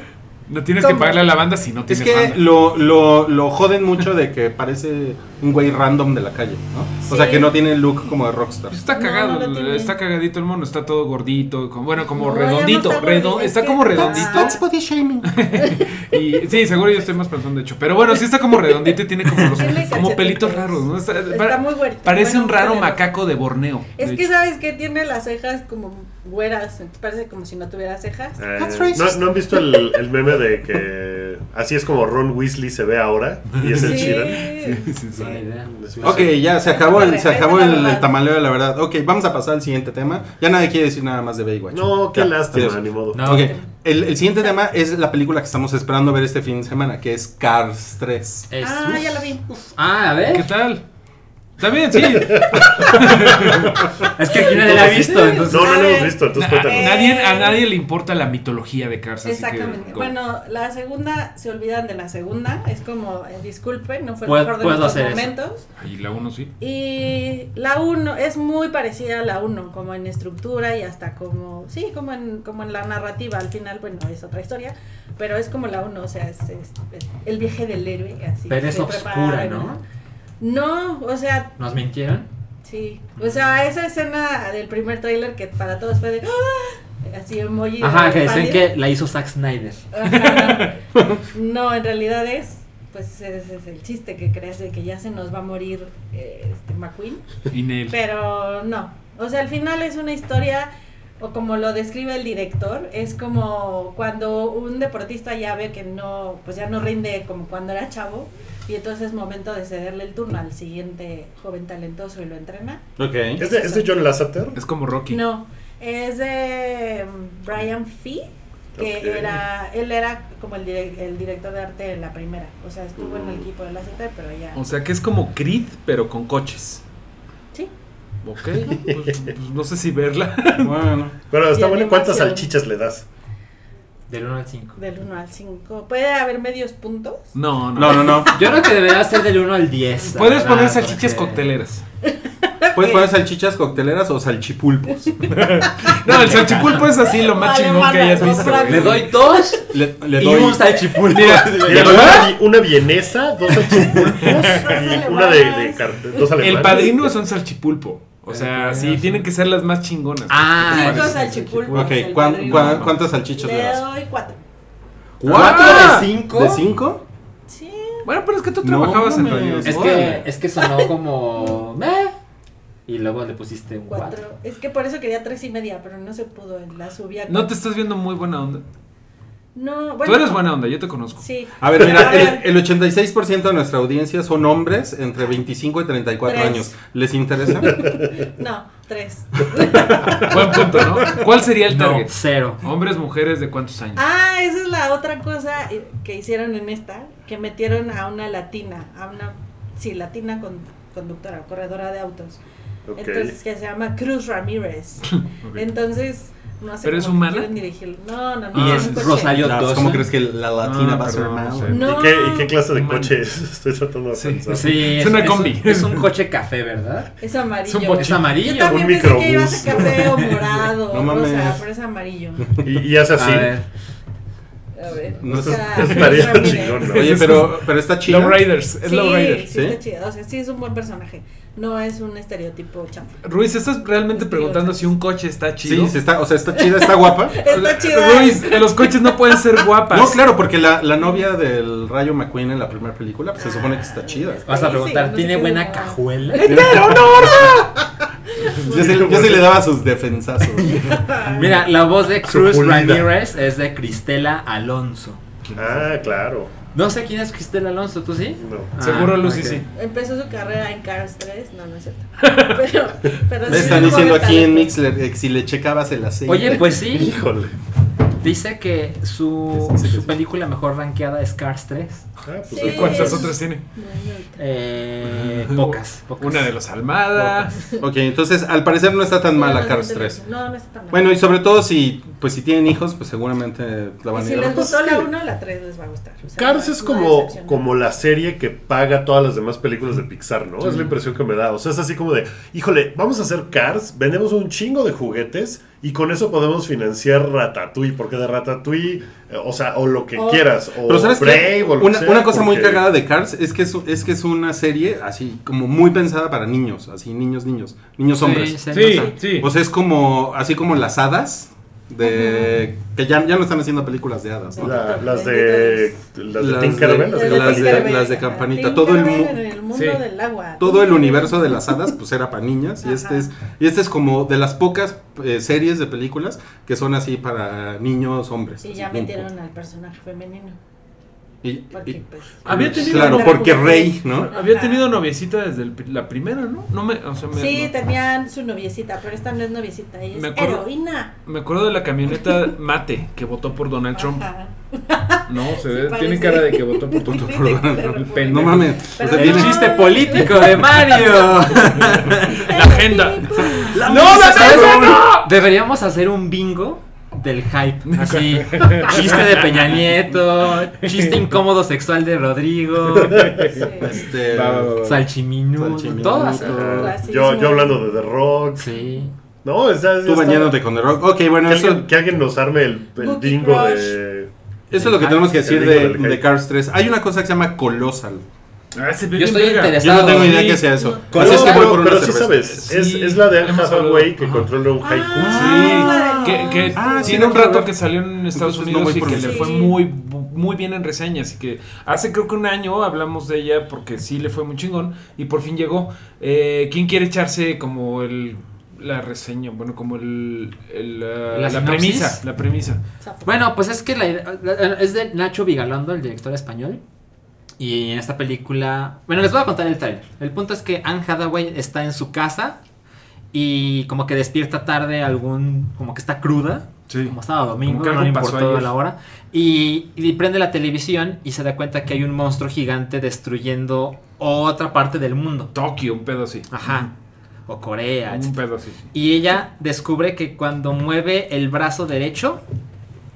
[SPEAKER 3] No tienes
[SPEAKER 5] ¿Cómo?
[SPEAKER 3] que pagarle a la banda si no
[SPEAKER 4] Es
[SPEAKER 3] tienes
[SPEAKER 4] que
[SPEAKER 3] banda.
[SPEAKER 4] lo, lo, lo joden mucho de que parece un güey random de la calle, ¿no? O sea,
[SPEAKER 5] Sí.
[SPEAKER 4] que no tiene look como de rockstar.
[SPEAKER 3] Pues Está
[SPEAKER 5] No,
[SPEAKER 3] cagado,
[SPEAKER 5] no lo tiene.
[SPEAKER 3] está cagadito el mono, está todo gordito, como- bueno, como
[SPEAKER 5] No, ya no
[SPEAKER 3] redondito,
[SPEAKER 5] está
[SPEAKER 3] redo-
[SPEAKER 5] gordito, es
[SPEAKER 3] está
[SPEAKER 5] que-
[SPEAKER 3] como
[SPEAKER 5] That's-
[SPEAKER 3] redondito.
[SPEAKER 5] that's
[SPEAKER 4] body shaming.
[SPEAKER 3] Y, sí, seguro yo estoy más pensando de hecho, pero bueno, sí está como redondito y tiene como los
[SPEAKER 5] Tiene
[SPEAKER 3] como
[SPEAKER 5] cachetitos.
[SPEAKER 3] pelitos raros, ¿no? Está-
[SPEAKER 5] Está muy güerito.
[SPEAKER 3] Parece
[SPEAKER 5] Bueno,
[SPEAKER 3] un raro
[SPEAKER 5] bueno.
[SPEAKER 3] macaco de Borneo.
[SPEAKER 5] Es
[SPEAKER 3] de
[SPEAKER 5] que
[SPEAKER 3] hecho.
[SPEAKER 5] sabes que tiene las cejas como güeras, entonces parece como si no tuviera cejas.
[SPEAKER 2] Eh,
[SPEAKER 4] That's racist.
[SPEAKER 2] ¿no, no han visto el, el meme de que así es como Ron Weasley se ve ahora? Y es el
[SPEAKER 5] Sí.
[SPEAKER 2] Sheeran.
[SPEAKER 3] Sí, sí.
[SPEAKER 7] No hay idea.
[SPEAKER 4] Ok, ya se acabó, el, se
[SPEAKER 5] Esa es
[SPEAKER 4] acabó
[SPEAKER 5] la
[SPEAKER 4] el,
[SPEAKER 5] verdad.
[SPEAKER 4] el tamaleo de la verdad. Ok, vamos a pasar al siguiente tema. Ya nadie quiere decir nada más de Baywatch.
[SPEAKER 2] No, qué
[SPEAKER 4] Ya,
[SPEAKER 2] lástima,
[SPEAKER 4] adiós.
[SPEAKER 2] ni modo.
[SPEAKER 7] No.
[SPEAKER 4] Ok, el, el siguiente tema es la película que estamos esperando ver este fin de semana, que es Cars 3.
[SPEAKER 7] Es-
[SPEAKER 5] Ah, ya la vi.
[SPEAKER 7] Ah, a
[SPEAKER 3] ¿Qué
[SPEAKER 7] ver.
[SPEAKER 3] tal? Está bien, sí.
[SPEAKER 7] Es que aquí nadie la ha visto, entonces.
[SPEAKER 2] No, no lo hemos
[SPEAKER 5] Dale.
[SPEAKER 2] visto, entonces
[SPEAKER 3] Na- a,
[SPEAKER 2] cuéntanos.
[SPEAKER 3] nadie, a nadie le importa la mitología de Cars. así que-
[SPEAKER 5] Exactamente.
[SPEAKER 3] go.
[SPEAKER 5] Bueno, la segunda, se olvidan de la segunda, es como, eh, disculpen, no fue el
[SPEAKER 7] Puedo-
[SPEAKER 5] mejor de
[SPEAKER 7] puedo
[SPEAKER 5] nuestros
[SPEAKER 7] hacer eso.
[SPEAKER 5] momentos.
[SPEAKER 3] Y la uno sí.
[SPEAKER 5] Y la 1 es muy parecida a la 1, como en estructura y hasta como, sí, como en, como en la narrativa. Al final, bueno, es otra historia, pero es como la 1, o sea, es, es- es el viaje del héroe. Así,
[SPEAKER 7] Pero
[SPEAKER 5] que
[SPEAKER 7] es
[SPEAKER 5] se
[SPEAKER 7] obscura,
[SPEAKER 5] preparan,
[SPEAKER 7] ¿no?
[SPEAKER 5] No, o sea,
[SPEAKER 7] ¿Nos mintieron?
[SPEAKER 5] sí. O sea,
[SPEAKER 7] Mm.
[SPEAKER 5] esa escena del primer tráiler que para todos fue de, ¡ah! así emoji. de
[SPEAKER 7] Ajá, que decían
[SPEAKER 5] pánico.
[SPEAKER 7] que la hizo Zack Snyder.
[SPEAKER 5] Ajá. No, en realidad es, pues ese es el chiste que crees de que ya se nos va a morir eh, este McQueen.
[SPEAKER 3] Y Nel.
[SPEAKER 5] Pero no. O sea, al final es una historia, o como lo describe el director, es como cuando un deportista ya ve que no, pues ya no rinde como cuando era chavo, y entonces es momento de cederle el turno al siguiente joven talentoso y lo entrena.
[SPEAKER 4] Ok.
[SPEAKER 2] ¿Es de, es de John Lasseter?
[SPEAKER 3] Es como Rocky.
[SPEAKER 5] No, es de mm, Brian Fee, que
[SPEAKER 2] Ok.
[SPEAKER 5] era, él era como el, direc- el director de arte en la primera. O sea, estuvo en el equipo de la CT, pero ya.
[SPEAKER 3] O sea que es como Creed, pero con coches.
[SPEAKER 5] Sí.
[SPEAKER 3] Ok, pues, pues no sé si verla.
[SPEAKER 4] Bueno.
[SPEAKER 2] Pero está
[SPEAKER 5] Y
[SPEAKER 2] bueno, ¿cuántas
[SPEAKER 5] animación.
[SPEAKER 2] salchichas le das?
[SPEAKER 7] Del 1 al 5.
[SPEAKER 5] Del 1 al 5. Puede haber medios puntos.
[SPEAKER 3] No, no.
[SPEAKER 4] No, Ah, no, no.
[SPEAKER 7] Yo creo que debería ser del 1 al 10.
[SPEAKER 3] Puedes
[SPEAKER 7] la verdad,
[SPEAKER 3] poner salchichas
[SPEAKER 7] porque-
[SPEAKER 3] cocteleras.
[SPEAKER 4] Puedes poner salchichas cocteleras o salchipulpos.
[SPEAKER 3] No, el salchipulpo es así lo más
[SPEAKER 5] Vale,
[SPEAKER 3] chingón que
[SPEAKER 5] mana,
[SPEAKER 3] hayas
[SPEAKER 5] no,
[SPEAKER 3] visto. güey.
[SPEAKER 5] Frank.
[SPEAKER 7] Le doy dos
[SPEAKER 4] Le, le
[SPEAKER 7] y
[SPEAKER 4] doy.
[SPEAKER 7] un salchipulpo.
[SPEAKER 2] Le doy una, vi- una vienesa, dos salchipulpos y una de, de car- dos alemanas.
[SPEAKER 3] El padrino es un salchipulpo. O sea, sí, tienen que ser las más chingonas.
[SPEAKER 7] Ah,
[SPEAKER 3] Porque
[SPEAKER 5] Cinco
[SPEAKER 3] parecen
[SPEAKER 5] salchipulpos.
[SPEAKER 4] Ok,
[SPEAKER 5] el
[SPEAKER 4] ¿cuán-
[SPEAKER 5] padrino.
[SPEAKER 4] cuán- ¿cuántas salchichas le
[SPEAKER 5] Le
[SPEAKER 4] das?
[SPEAKER 5] doy cuatro.
[SPEAKER 4] ¿Cuatro
[SPEAKER 3] Ah.
[SPEAKER 4] de cinco? ¿De cinco?
[SPEAKER 5] Sí.
[SPEAKER 3] Bueno, pero es que tú
[SPEAKER 4] No,
[SPEAKER 3] trabajabas en
[SPEAKER 4] mames.
[SPEAKER 3] radio.
[SPEAKER 7] Es que, es que sonó como. "Meh", Y luego le pusiste un
[SPEAKER 5] Cuatro.
[SPEAKER 7] cuatro.
[SPEAKER 5] Es que por eso quería tres y media, pero no se pudo. La subí a
[SPEAKER 3] No te estás viendo muy buena onda.
[SPEAKER 5] No, bueno.
[SPEAKER 3] Tú eres buena onda, yo te conozco.
[SPEAKER 5] Sí.
[SPEAKER 4] A ver,
[SPEAKER 5] A
[SPEAKER 4] mira,
[SPEAKER 5] ver.
[SPEAKER 4] el, el 86% de nuestra audiencia son hombres entre 25 y 34
[SPEAKER 5] Tres.
[SPEAKER 4] años. ¿Les interesa?
[SPEAKER 5] No, tres.
[SPEAKER 3] Buen punto, ¿no? ¿Cuál sería el
[SPEAKER 7] No,
[SPEAKER 3] target?
[SPEAKER 7] cero.
[SPEAKER 3] Hombres, mujeres, ¿de cuántos años?
[SPEAKER 5] Ah, esa es la otra cosa eh, que hicieron en esta, que metieron a una latina, a una, sí, latina con, conductora, corredora de autos.
[SPEAKER 2] Ok.
[SPEAKER 5] Entonces, que se llama Cruz Ramírez. Entonces, no sé
[SPEAKER 3] ¿Pero es
[SPEAKER 5] cómo
[SPEAKER 3] humana?
[SPEAKER 5] quieren dirigirlo. No, no,
[SPEAKER 7] Y
[SPEAKER 5] no.
[SPEAKER 7] es
[SPEAKER 5] un coche.
[SPEAKER 7] Rosario
[SPEAKER 4] Las-
[SPEAKER 7] dos.
[SPEAKER 4] pues, ¿Cómo crees que la latina
[SPEAKER 3] Ah,
[SPEAKER 4] va a ser
[SPEAKER 3] perdón,
[SPEAKER 4] más?
[SPEAKER 3] sí.
[SPEAKER 5] No.
[SPEAKER 2] ¿Y, qué, y qué clase de
[SPEAKER 3] Man.
[SPEAKER 2] coche es? Estoy tratando de
[SPEAKER 3] Sí,
[SPEAKER 2] pensar.
[SPEAKER 7] Sí,
[SPEAKER 3] Es una
[SPEAKER 7] un-
[SPEAKER 3] combi.
[SPEAKER 7] Es un coche café, ¿verdad?
[SPEAKER 5] Es amarillo.
[SPEAKER 3] Es un bochín.
[SPEAKER 7] Es amarillo.
[SPEAKER 5] Yo también
[SPEAKER 2] Un
[SPEAKER 5] pensé que iba a
[SPEAKER 2] microbús.
[SPEAKER 5] ser café o morado,
[SPEAKER 4] No
[SPEAKER 5] o rosa,
[SPEAKER 4] mames.
[SPEAKER 5] pero es amarillo.
[SPEAKER 2] Y, y hace así.
[SPEAKER 7] A ver.
[SPEAKER 5] A ver.
[SPEAKER 4] No,
[SPEAKER 5] o
[SPEAKER 4] eso es-
[SPEAKER 5] sea,
[SPEAKER 2] eso estaría
[SPEAKER 5] Cruz
[SPEAKER 2] chingón,
[SPEAKER 5] Ramírez.
[SPEAKER 2] ¿no?
[SPEAKER 4] Oye, pero, pero está chido.
[SPEAKER 3] Low Riders, es
[SPEAKER 5] Sí,
[SPEAKER 3] Low Riders.
[SPEAKER 5] sí, está
[SPEAKER 4] ¿sí?
[SPEAKER 5] chido. O sea, sí es un buen personaje. No es un estereotipo chafa.
[SPEAKER 3] Ruiz, ¿estás realmente
[SPEAKER 5] Sí,
[SPEAKER 3] preguntando
[SPEAKER 5] o sea.
[SPEAKER 3] si un coche está chido?
[SPEAKER 4] Sí, sí está, o sea, está chida, está guapa.
[SPEAKER 5] Está chido.
[SPEAKER 3] Ruiz, los coches no pueden ser guapas.
[SPEAKER 4] No, claro, porque la, la novia del Rayo McQueen en la primera película, pues se supone que está chida.
[SPEAKER 7] Vas a preguntar,
[SPEAKER 5] Sí,
[SPEAKER 7] ¿tiene
[SPEAKER 5] no sé
[SPEAKER 7] buena
[SPEAKER 5] qué-
[SPEAKER 7] cajuela?
[SPEAKER 4] Yo sí, yo sí le daba sus defensazos.
[SPEAKER 7] Mira, la voz de Cruz
[SPEAKER 2] pulida.
[SPEAKER 7] Ramírez es de Cristela Alonso.
[SPEAKER 2] Ah, claro.
[SPEAKER 7] No sé quién es Cristela Alonso, ¿tú sí?
[SPEAKER 2] No.
[SPEAKER 3] Seguro
[SPEAKER 7] Ah,
[SPEAKER 3] Lucy
[SPEAKER 7] ok.
[SPEAKER 3] sí.
[SPEAKER 5] Empezó su carrera en Cars 3, no, no es cierto. Pero, pero sí
[SPEAKER 4] Le
[SPEAKER 5] es
[SPEAKER 4] están
[SPEAKER 5] un
[SPEAKER 4] diciendo
[SPEAKER 5] joven
[SPEAKER 4] aquí en
[SPEAKER 5] talento.
[SPEAKER 4] Mixler que si le checabas el aceite.
[SPEAKER 7] Oye, pues sí,
[SPEAKER 2] Híjole.
[SPEAKER 7] dice que su,
[SPEAKER 4] Sí, sí, sí,
[SPEAKER 7] su
[SPEAKER 4] sí.
[SPEAKER 7] película mejor rankeada es Cars 3.
[SPEAKER 2] Ah, pues
[SPEAKER 5] Sí.
[SPEAKER 3] ¿Y cuántas otras tiene?
[SPEAKER 7] Eh, pocas, pocas.
[SPEAKER 3] Una de los Almada.
[SPEAKER 4] Ok, entonces al parecer no está tan mala
[SPEAKER 5] No,
[SPEAKER 4] Cars
[SPEAKER 5] no, no,
[SPEAKER 4] 3.
[SPEAKER 5] No, no está tan mal.
[SPEAKER 4] Bueno, y sobre todo si, pues si tienen hijos, pues seguramente la van
[SPEAKER 5] Y
[SPEAKER 4] a
[SPEAKER 5] si
[SPEAKER 4] ir a
[SPEAKER 5] les
[SPEAKER 4] ver.
[SPEAKER 5] gustó la
[SPEAKER 2] que-
[SPEAKER 5] 1, la 3 les va a gustar. o sea,
[SPEAKER 2] Cars
[SPEAKER 5] no-
[SPEAKER 2] es
[SPEAKER 5] no
[SPEAKER 2] como,
[SPEAKER 5] decepciona.
[SPEAKER 2] como la serie que paga todas las demás películas de Pixar, ¿no? Es la impresión que me da. O sea, es así como de, híjole, vamos a hacer Cars, vendemos un chingo de juguetes y con eso podemos financiar Ratatouille, porque de Ratatouille, eh, o sea, o lo que
[SPEAKER 5] O-
[SPEAKER 2] quieras, o
[SPEAKER 4] Pero sabes
[SPEAKER 2] Brave,
[SPEAKER 4] qué?
[SPEAKER 2] o lo
[SPEAKER 4] una,
[SPEAKER 2] que sea,
[SPEAKER 4] una cosa muy
[SPEAKER 2] porque-
[SPEAKER 4] cagada de Cars es que es, es que es una serie así como muy pensada para niños, así niños, niños, niños hombres.
[SPEAKER 7] Sí,
[SPEAKER 3] Sí,
[SPEAKER 7] sí.
[SPEAKER 3] sí.
[SPEAKER 4] O sea, es como así como las hadas de que ya, ya no están haciendo películas de hadas, ¿no?
[SPEAKER 2] La- las de. Las de Tinkerbell, las
[SPEAKER 4] Las
[SPEAKER 2] de
[SPEAKER 4] de-
[SPEAKER 2] Campanita.
[SPEAKER 4] las de
[SPEAKER 5] Ajá,
[SPEAKER 4] Campanita, todo el
[SPEAKER 5] Tinkerbell
[SPEAKER 4] mu-
[SPEAKER 5] en el mundo
[SPEAKER 3] Sí.
[SPEAKER 5] del agua.
[SPEAKER 4] Todo el universo de las hadas pues era para niñas y este es y este es como de las pocas eh, series de películas que son así para niños hombres.
[SPEAKER 5] Y
[SPEAKER 4] así,
[SPEAKER 5] ya
[SPEAKER 4] pum,
[SPEAKER 5] metieron
[SPEAKER 4] pum.
[SPEAKER 5] al personaje femenino.
[SPEAKER 4] Y-
[SPEAKER 5] Porque,
[SPEAKER 4] y-
[SPEAKER 5] pues.
[SPEAKER 3] Había tenido-
[SPEAKER 4] claro, porque rey, ¿no?
[SPEAKER 3] Había
[SPEAKER 5] Ajá.
[SPEAKER 3] tenido noviecita desde el pri- la primera, ¿no? No me, o sea, me,
[SPEAKER 5] Sí,
[SPEAKER 3] no-
[SPEAKER 5] tenían su noviecita, pero esta no es noviecita, ella es
[SPEAKER 3] Me acuerdo-
[SPEAKER 5] heroína.
[SPEAKER 3] me acuerdo de la camioneta Mate que votó por Donald Trump.
[SPEAKER 5] Ajá.
[SPEAKER 3] No, se
[SPEAKER 5] Sí
[SPEAKER 3] ve,
[SPEAKER 5] parece.
[SPEAKER 3] tiene cara de que votó por Donald Trump. El
[SPEAKER 4] No
[SPEAKER 3] pendejo.
[SPEAKER 4] mames. o sea,
[SPEAKER 5] Pero
[SPEAKER 7] El
[SPEAKER 4] tiene-
[SPEAKER 5] no.
[SPEAKER 7] chiste político de Mario.
[SPEAKER 3] La agenda.
[SPEAKER 7] ¡No,
[SPEAKER 3] misa esa
[SPEAKER 7] Deberíamos hacer un bingo del hype. Así, chiste de Peña Nieto, chiste incómodo sexual de Rodrigo,
[SPEAKER 5] Sí.
[SPEAKER 4] Este,
[SPEAKER 3] Va, va, va, va.
[SPEAKER 7] salchiminuto,
[SPEAKER 4] Salchiminuto.
[SPEAKER 7] todas.
[SPEAKER 2] Ajá.
[SPEAKER 5] Racismo.
[SPEAKER 2] Yo, yo hablando de The Rock.
[SPEAKER 7] Sí.
[SPEAKER 2] No, esa-
[SPEAKER 4] Tú
[SPEAKER 2] esa-
[SPEAKER 4] bañándote con The Rock. Ok, bueno,
[SPEAKER 2] Que
[SPEAKER 4] eso, eso
[SPEAKER 2] alguien, que alguien nos arme el, el
[SPEAKER 5] Cookie
[SPEAKER 2] bingo
[SPEAKER 5] Crush.
[SPEAKER 2] de.
[SPEAKER 4] es lo que tenemos que
[SPEAKER 2] El
[SPEAKER 4] decir
[SPEAKER 2] bingo
[SPEAKER 4] de,
[SPEAKER 2] del hype.
[SPEAKER 4] de Cars 3. Hay una cosa que se llama Colossal.
[SPEAKER 3] Ah, se ve
[SPEAKER 7] Yo
[SPEAKER 3] bien
[SPEAKER 7] estoy
[SPEAKER 3] verga.
[SPEAKER 7] interesado.
[SPEAKER 4] Yo no tengo
[SPEAKER 7] Sí.
[SPEAKER 4] idea que sea eso.
[SPEAKER 7] No,
[SPEAKER 4] Así es que
[SPEAKER 7] pero-
[SPEAKER 4] voy por una
[SPEAKER 2] pero sí
[SPEAKER 4] cerveza.
[SPEAKER 2] sabes, es,
[SPEAKER 3] Sí,
[SPEAKER 2] es la de Anne
[SPEAKER 3] hemos
[SPEAKER 2] Hathaway
[SPEAKER 3] hablado.
[SPEAKER 2] que
[SPEAKER 3] Ajá.
[SPEAKER 2] controla un haiku.
[SPEAKER 5] Ah,
[SPEAKER 3] Sí, que, que
[SPEAKER 4] Ah, sí,
[SPEAKER 3] tiene
[SPEAKER 4] no,
[SPEAKER 3] un
[SPEAKER 4] pero-
[SPEAKER 3] rato que salió en Estados
[SPEAKER 4] Entonces no
[SPEAKER 3] Unidos
[SPEAKER 4] voy
[SPEAKER 3] y
[SPEAKER 4] por
[SPEAKER 3] que
[SPEAKER 4] mí.
[SPEAKER 3] le fue
[SPEAKER 5] Sí.
[SPEAKER 3] muy, muy bien en reseñas. Y que hace creo que un año hablamos de ella porque sí le fue muy chingón y por fin llegó. Eh, ¿Quién quiere echarse como el la reseña? Bueno, como el, el, ah,
[SPEAKER 7] ¿La
[SPEAKER 3] la,
[SPEAKER 7] sinopsis?
[SPEAKER 3] premisa. La premisa.
[SPEAKER 5] Sapo.
[SPEAKER 7] Bueno, pues es que la idea- es de Nacho Vigalondo, el director español. Y en esta película. Bueno, les voy a contar el trailer. El punto es que Anne Hathaway está en su casa y como que despierta tarde algún. como que está cruda.
[SPEAKER 3] Sí.
[SPEAKER 7] Como sábado domingo,
[SPEAKER 3] Como que
[SPEAKER 7] no
[SPEAKER 3] algo
[SPEAKER 7] le
[SPEAKER 3] pasó
[SPEAKER 7] importó
[SPEAKER 3] ayer.
[SPEAKER 7] la hora. Y, y prende la televisión y se da cuenta que hay un monstruo gigante destruyendo otra parte del mundo.
[SPEAKER 3] Tokio, un pedo así.
[SPEAKER 7] Ajá. O Corea,
[SPEAKER 3] Un
[SPEAKER 7] etc.
[SPEAKER 3] pedo así.
[SPEAKER 7] Y ella descubre que cuando mueve el brazo derecho,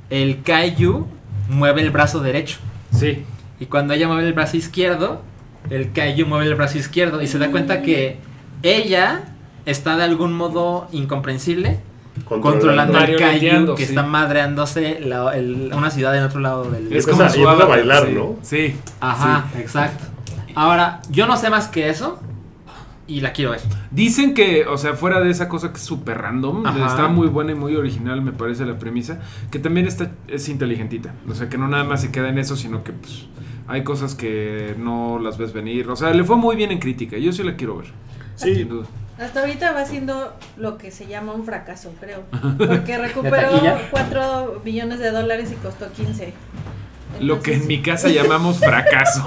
[SPEAKER 7] el Kaiju mueve el brazo derecho.
[SPEAKER 3] Sí.
[SPEAKER 7] Y cuando ella mueve el brazo izquierdo, el Kaiju mueve el brazo izquierdo. Y se da cuenta que Ella está de algún modo incomprensible
[SPEAKER 2] Controlando.
[SPEAKER 7] controlando al Kaiju
[SPEAKER 3] Marioneteando,
[SPEAKER 7] que
[SPEAKER 3] sí.
[SPEAKER 7] está madreándose la- el- una ciudad en otro lado del.
[SPEAKER 2] Es como- y van a bailar,
[SPEAKER 3] sí,
[SPEAKER 2] ¿no?
[SPEAKER 3] Sí.
[SPEAKER 7] Ajá, exacto. Ahora, yo no sé más que eso y la quiero ver.
[SPEAKER 3] Dicen que, o sea, fuera de esa cosa que es súper random,
[SPEAKER 7] Ajá.
[SPEAKER 3] está muy buena y muy original, me parece la premisa, que también está, es inteligentita. O sea, que no nada más se queda en eso, sino que pues, hay cosas que no las ves venir. O sea, le fue muy bien en crítica. Yo sí la quiero ver.
[SPEAKER 2] Sí,
[SPEAKER 3] Sin duda.
[SPEAKER 5] Hasta ahorita va siendo lo que se llama un fracaso, creo. Porque recuperó
[SPEAKER 7] taquilla?
[SPEAKER 5] 4 millones de dólares y costó 15.
[SPEAKER 3] Lo que en mi
[SPEAKER 5] Entonces,
[SPEAKER 3] casa llamamos fracaso.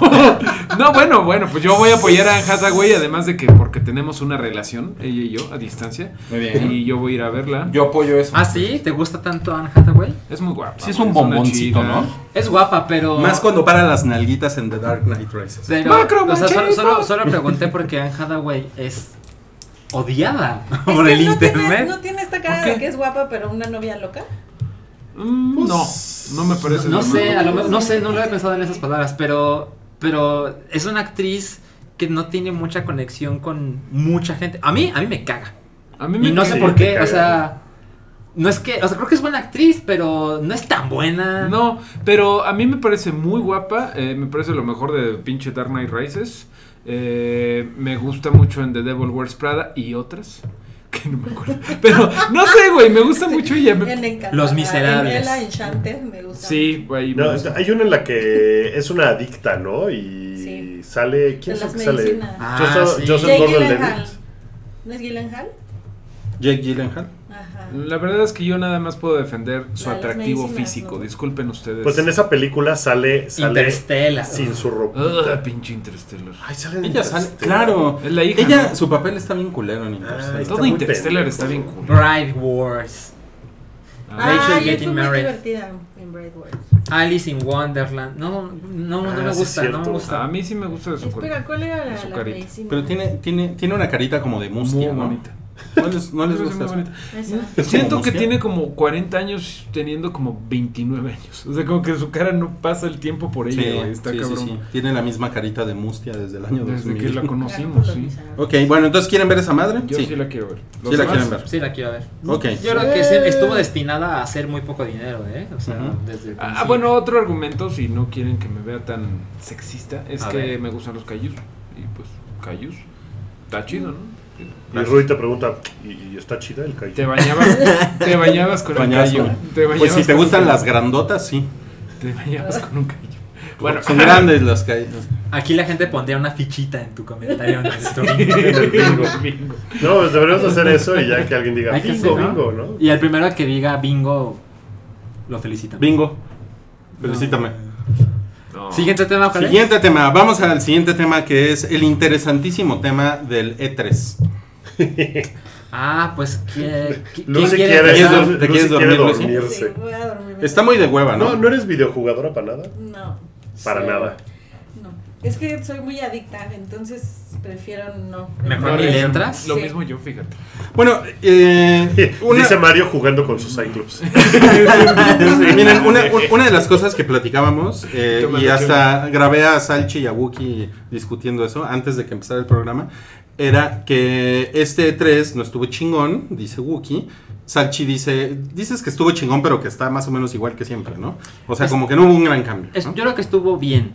[SPEAKER 3] no, bueno, bueno, pues yo voy a apoyar a Anne Hathaway, además de que porque tenemos una relación, ella y yo, a distancia.
[SPEAKER 8] Muy bien.
[SPEAKER 3] Y yo voy a ir a verla.
[SPEAKER 8] Yo apoyo eso.
[SPEAKER 7] ¿Ah, sí? ¿Te gusta tanto Anne Hathaway?
[SPEAKER 3] Es muy guapa.
[SPEAKER 8] Sí, es un
[SPEAKER 3] una
[SPEAKER 8] bomboncito,
[SPEAKER 3] chida.
[SPEAKER 8] ¿no?
[SPEAKER 7] Es guapa, pero.
[SPEAKER 4] Más cuando para las nalguitas en The Dark Knight Rises.
[SPEAKER 7] pero-
[SPEAKER 3] Macro
[SPEAKER 7] o sea, solo,
[SPEAKER 3] machismo.
[SPEAKER 7] solo, solo pregunté porque Anne Hathaway es odiada
[SPEAKER 5] es
[SPEAKER 7] por
[SPEAKER 5] que
[SPEAKER 7] el
[SPEAKER 5] no tiene-
[SPEAKER 7] internet.
[SPEAKER 5] no tiene esta cara
[SPEAKER 3] ¿Por qué?
[SPEAKER 5] de que es guapa, pero una novia loca.
[SPEAKER 3] Mm, no,
[SPEAKER 2] Pues,
[SPEAKER 3] no me parece.
[SPEAKER 7] No
[SPEAKER 3] lo
[SPEAKER 7] sé,
[SPEAKER 3] más-
[SPEAKER 7] a lo mejor- no sé, no lo he pensado en esas palabras, pero, pero es una actriz que no tiene mucha conexión con mucha gente. A mí, a mí me caga.
[SPEAKER 3] A mí me
[SPEAKER 7] Y no
[SPEAKER 3] cae-
[SPEAKER 7] sé
[SPEAKER 2] Sí,
[SPEAKER 7] por
[SPEAKER 2] te
[SPEAKER 7] qué,
[SPEAKER 2] caga.
[SPEAKER 7] o sea, no es que, o sea, creo que es buena actriz, pero no es tan buena.
[SPEAKER 3] No, pero a mí me parece muy guapa. eh, me parece lo mejor de pinche Dark Knight Rises. eh, me gusta mucho en The Devil Wears Prada y otras. Que no me acuerdo. Pero no sé, güey. Me gusta mucho ella. me-
[SPEAKER 5] Él le encanta.
[SPEAKER 7] Los Miserables.
[SPEAKER 5] En- en la Enchanted me gusta.
[SPEAKER 3] Sí, güey.
[SPEAKER 2] No,
[SPEAKER 3] me-
[SPEAKER 2] hay una en la que es una adicta, ¿no? Y
[SPEAKER 5] Sí.
[SPEAKER 2] sale.
[SPEAKER 5] De
[SPEAKER 2] ¿Quién es el
[SPEAKER 5] las
[SPEAKER 2] que sale?
[SPEAKER 5] medicinas.
[SPEAKER 7] Ah,
[SPEAKER 2] Joseph-
[SPEAKER 7] sí.
[SPEAKER 2] Joseph
[SPEAKER 5] Jake
[SPEAKER 2] Gordon
[SPEAKER 5] Gyllenhaal.
[SPEAKER 2] Levitt.
[SPEAKER 5] ¿No es Gyllenhaal?
[SPEAKER 4] Jake Gyllenhaal.
[SPEAKER 5] Ajá.
[SPEAKER 3] La verdad es que yo nada más puedo defender su
[SPEAKER 5] La de las
[SPEAKER 3] atractivo
[SPEAKER 5] medicinas,
[SPEAKER 3] físico.
[SPEAKER 5] ¿no?
[SPEAKER 3] Disculpen ustedes.
[SPEAKER 2] Pues en esa película sale. sale
[SPEAKER 7] Interstellar.
[SPEAKER 2] sin su
[SPEAKER 3] Ah,
[SPEAKER 2] ropa.
[SPEAKER 3] pinche Interstellar.
[SPEAKER 2] Ay, sale en
[SPEAKER 4] Ella sale.
[SPEAKER 2] Interstellar.
[SPEAKER 4] Claro.
[SPEAKER 3] Es la hija.
[SPEAKER 4] Ella,
[SPEAKER 3] ¿no?
[SPEAKER 4] su papel está bien culero en
[SPEAKER 2] Ah, está
[SPEAKER 4] Interstellar.
[SPEAKER 3] Todo
[SPEAKER 2] muy
[SPEAKER 3] Interstellar
[SPEAKER 2] pendejo.
[SPEAKER 3] está bien cool.
[SPEAKER 7] Bride Wars,
[SPEAKER 5] Ah,
[SPEAKER 7] Rachel
[SPEAKER 5] yo
[SPEAKER 7] Getting
[SPEAKER 5] fui muy
[SPEAKER 7] Married.
[SPEAKER 5] divertida en Bride World.
[SPEAKER 7] Alice in Wonderland. No, no, no
[SPEAKER 2] Ah,
[SPEAKER 7] me
[SPEAKER 2] sí es
[SPEAKER 7] gusta, no me
[SPEAKER 2] cierto.
[SPEAKER 3] A
[SPEAKER 7] gusta.
[SPEAKER 3] mí sí me gusta de su cuerpo.
[SPEAKER 5] Espera, ¿cuál era la,
[SPEAKER 3] Su
[SPEAKER 5] la
[SPEAKER 3] carita.
[SPEAKER 5] medicina?
[SPEAKER 4] Pero tiene, tiene, tiene una carita como de
[SPEAKER 3] Muy
[SPEAKER 4] mustia, ¿no?
[SPEAKER 3] bonita.
[SPEAKER 4] ¿No les, no les
[SPEAKER 3] Me parece
[SPEAKER 4] gusta
[SPEAKER 3] muy
[SPEAKER 4] eso?
[SPEAKER 3] bonita.
[SPEAKER 5] Esa.
[SPEAKER 4] Es
[SPEAKER 3] Siento
[SPEAKER 4] como
[SPEAKER 3] que
[SPEAKER 4] mustia.
[SPEAKER 3] tiene como 40 años teniendo como 29 años. O sea, como que su cara no pasa el tiempo por ella,
[SPEAKER 4] Sí,
[SPEAKER 3] güey. Está
[SPEAKER 4] sí, sí,
[SPEAKER 3] cabrón.
[SPEAKER 4] sí. Tiene la misma carita de mustia desde el año
[SPEAKER 3] Desde
[SPEAKER 4] 2000.
[SPEAKER 3] que la conocimos, sí.
[SPEAKER 4] Ok, bueno, entonces ¿quieren ver esa madre?
[SPEAKER 3] Yo sí. la quiero ver. ¿Los
[SPEAKER 4] Sí la
[SPEAKER 3] demás?
[SPEAKER 4] quieren ver.
[SPEAKER 7] Sí, la quiero ver.
[SPEAKER 4] Ok.
[SPEAKER 7] Yo creo que se- estuvo destinada a hacer muy poco dinero, ¿eh? O sea,
[SPEAKER 4] Ujú.
[SPEAKER 7] desde el
[SPEAKER 3] Ah,
[SPEAKER 7] principio.
[SPEAKER 3] bueno, otro argumento, si no quieren que me vea tan sexista, es
[SPEAKER 7] A
[SPEAKER 3] que
[SPEAKER 7] ver.
[SPEAKER 3] me gustan los cayús. Y pues, cayús. Está chido, ¿no?
[SPEAKER 4] Mm.
[SPEAKER 2] Y Rui te pregunta, ¿y, y está chida el
[SPEAKER 3] Te
[SPEAKER 2] calle?
[SPEAKER 3] bañabas, te bañabas con un
[SPEAKER 4] Bañadas
[SPEAKER 3] cayú.
[SPEAKER 4] con-
[SPEAKER 3] Te bañabas
[SPEAKER 4] Pues si te
[SPEAKER 3] con-
[SPEAKER 4] gustan las grandotas, sí.
[SPEAKER 3] Te bañabas con un cayú. Bueno,
[SPEAKER 4] Bueno, son grandes las que
[SPEAKER 7] Aquí la gente pondría una fichita en tu comentario. en nuestro
[SPEAKER 3] bingo, bingo.
[SPEAKER 2] No, pues deberíamos hacer eso y ya que alguien diga,
[SPEAKER 7] Hay que
[SPEAKER 2] bingo,
[SPEAKER 7] hacer,
[SPEAKER 2] bingo, ¿no?
[SPEAKER 7] y el primero que diga bingo, lo felicitamos.
[SPEAKER 4] Bingo. Felicítame.
[SPEAKER 3] No.
[SPEAKER 7] Siguiente
[SPEAKER 4] Ah,
[SPEAKER 7] tema, ¿cuál es?
[SPEAKER 4] Siguiente tema. Vamos al siguiente tema que es el interesantísimo tema del E E3.
[SPEAKER 7] Ah, pues ¿quién, ¿quién
[SPEAKER 2] Lucy
[SPEAKER 7] quiere
[SPEAKER 2] quiere,
[SPEAKER 7] empezar?
[SPEAKER 4] Lucy- ¿Te quieres
[SPEAKER 2] Lucy quiere
[SPEAKER 4] dormir, Lucy?
[SPEAKER 5] Sí,
[SPEAKER 2] dormirse.
[SPEAKER 5] voy a dormirme.
[SPEAKER 4] Está muy de hueva, Ah, ¿no?
[SPEAKER 2] No, no eres videojugadora para nada.
[SPEAKER 5] No,
[SPEAKER 2] Para
[SPEAKER 7] Sí.
[SPEAKER 2] nada.
[SPEAKER 5] no. Es que soy muy adicta, entonces prefiero no.
[SPEAKER 7] Mejor
[SPEAKER 3] No,
[SPEAKER 7] ni
[SPEAKER 3] es-
[SPEAKER 7] le entras.
[SPEAKER 3] Lo
[SPEAKER 5] Sí.
[SPEAKER 3] mismo yo, fíjate.
[SPEAKER 4] Bueno, eh, una-
[SPEAKER 2] Dice Mario jugando con sus Cyclops.
[SPEAKER 4] Miren, una, un- una de las cosas que platicábamos, eh,
[SPEAKER 3] Toma
[SPEAKER 4] y
[SPEAKER 3] la
[SPEAKER 4] hasta grabé a Salchi y a Wookie discutiendo eso antes de que empezara el programa, era que este 3 no estuvo chingón, dice Wookie. Salchi dice, dices que estuvo chingón, pero que está más o menos igual que siempre, ¿no? O sea,
[SPEAKER 7] Es-
[SPEAKER 4] como que no hubo un gran cambio.
[SPEAKER 7] Es-
[SPEAKER 4] ¿no?
[SPEAKER 7] yo creo que estuvo bien.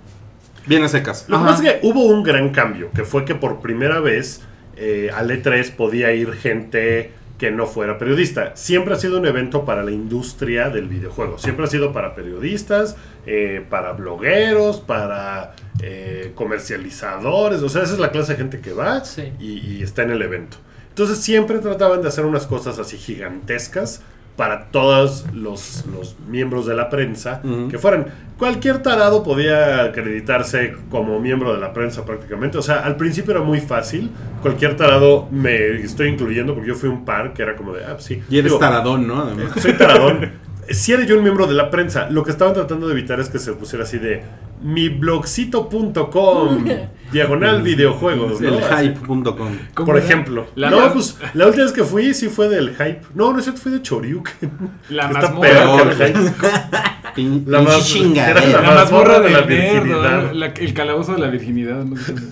[SPEAKER 4] Bien a secas.
[SPEAKER 2] Lo que
[SPEAKER 7] Ajá.
[SPEAKER 2] pasa es que hubo un gran cambio, que fue que por primera vez eh, al E3 podía ir gente que no fuera periodista. Siempre ha sido un evento para la industria del videojuego. Siempre ha sido para periodistas, eh, para blogueros, para eh, comercializadores. O sea, esa es la clase de gente que va
[SPEAKER 7] Sí.
[SPEAKER 2] y, y está en el evento. Entonces siempre trataban de hacer unas cosas así gigantescas para todos los, los miembros de la prensa
[SPEAKER 4] Ujú.
[SPEAKER 2] que fueran. Cualquier tarado podía acreditarse como miembro de la prensa prácticamente. O sea, al principio era muy fácil. Cualquier tarado me estoy incluyendo porque yo fui a un par que era como de, ah, pues sí.
[SPEAKER 4] Y eres
[SPEAKER 2] Digo,
[SPEAKER 4] taradón, ¿no? Además.
[SPEAKER 2] soy taradón. Si era yo un miembro de la prensa, lo que estaban tratando de evitar es que se pusiera así de miblogcito.com, diagonal videojuegos. ¿no?
[SPEAKER 4] Pues, El
[SPEAKER 2] Así.
[SPEAKER 4] hype.com.
[SPEAKER 3] ¿Cómo
[SPEAKER 2] Por
[SPEAKER 3] era?
[SPEAKER 2] ejemplo.
[SPEAKER 3] La-
[SPEAKER 2] no, pues la última vez que fui sí fue del hype. No, no es cierto, fue de Choriuken.
[SPEAKER 3] La
[SPEAKER 2] Está
[SPEAKER 3] mazmorra.
[SPEAKER 2] peor que el hype.
[SPEAKER 4] Pin-
[SPEAKER 2] La
[SPEAKER 4] pinche
[SPEAKER 2] más-
[SPEAKER 4] chingadera.
[SPEAKER 2] era
[SPEAKER 3] La mazmorra
[SPEAKER 2] mazmorra
[SPEAKER 3] de
[SPEAKER 2] de
[SPEAKER 3] la
[SPEAKER 2] la virginidad.
[SPEAKER 3] virginidad. el calabozo de la virginidad. no sé cómo.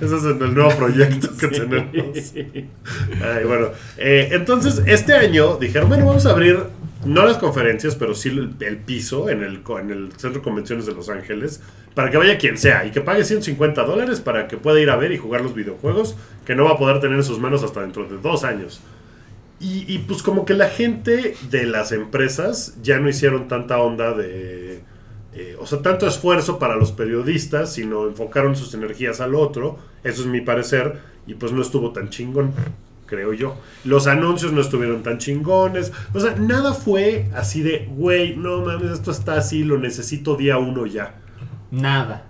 [SPEAKER 2] Ese es el nuevo proyecto que tenemos. Ay, bueno, eh, entonces este año dijeron, bueno, vamos a abrir no las conferencias, pero sí el, el piso en el, co- en el Centro de Convenciones de Los Ángeles, para que vaya quien sea y que pague 150 dólares para que pueda ir a ver y jugar los videojuegos que no va a poder tener en sus manos hasta dentro de dos años. Y, y, pues como que la gente de las empresas ya no hicieron tanta onda de... eh, o sea, tanto esfuerzo para los periodistas, sino enfocaron sus energías al otro. Eso es mi parecer. Y pues no estuvo tan chingón, creo yo. Los anuncios no estuvieron tan chingones. O sea, nada fue así de, güey, no mames, esto está así, lo necesito día uno ya.
[SPEAKER 7] Nada.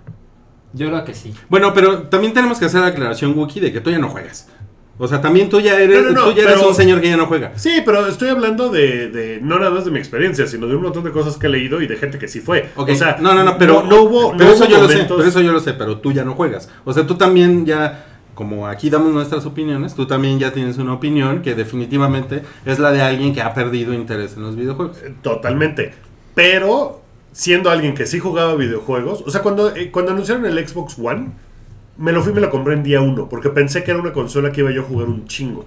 [SPEAKER 7] Yo creo que sí.
[SPEAKER 4] Bueno, pero también tenemos que hacer la aclaración, Wookie, de que tú ya no juegas. O sea, también tú ya eres,
[SPEAKER 2] No, no, no,
[SPEAKER 4] tú ya eres
[SPEAKER 2] pero-
[SPEAKER 4] un señor que ya no juega.
[SPEAKER 2] Sí, pero estoy hablando de, de- no nada más de mi experiencia, sino de un montón de cosas que he leído y de gente que sí fue.
[SPEAKER 4] Ok,
[SPEAKER 2] O sea,
[SPEAKER 4] no, no, no, pero,
[SPEAKER 2] no, no hubo, no
[SPEAKER 4] pero eso
[SPEAKER 2] hubo
[SPEAKER 4] yo lo sé,
[SPEAKER 2] momentos-
[SPEAKER 4] pero eso yo lo sé, pero tú ya no juegas. O sea, tú también ya, como aquí damos nuestras opiniones, tú también ya tienes una opinión que definitivamente es la de alguien que ha perdido interés en los videojuegos.
[SPEAKER 2] Totalmente. Pero siendo alguien que sí jugaba videojuegos, o sea, cuando, eh, cuando anunciaron el Xbox One, me lo fui y me lo compré en día uno, porque pensé que era una consola que iba yo a jugar un chingo.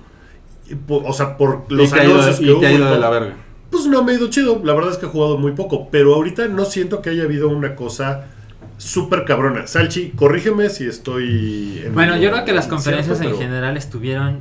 [SPEAKER 2] Y po- O sea, por los
[SPEAKER 4] y te ha ido,
[SPEAKER 2] anuncios
[SPEAKER 4] y
[SPEAKER 2] que hubo.
[SPEAKER 4] te ha
[SPEAKER 2] y
[SPEAKER 4] ido de
[SPEAKER 2] todo.
[SPEAKER 4] la verga.
[SPEAKER 2] Pues no me ha ido chido, la verdad es que he jugado muy poco, pero ahorita no siento que haya habido una cosa súper cabrona. Salchi, corrígeme si estoy... en
[SPEAKER 7] Bueno,
[SPEAKER 2] lo
[SPEAKER 7] yo creo que las conferencias en
[SPEAKER 2] cierto, pero-
[SPEAKER 7] general estuvieron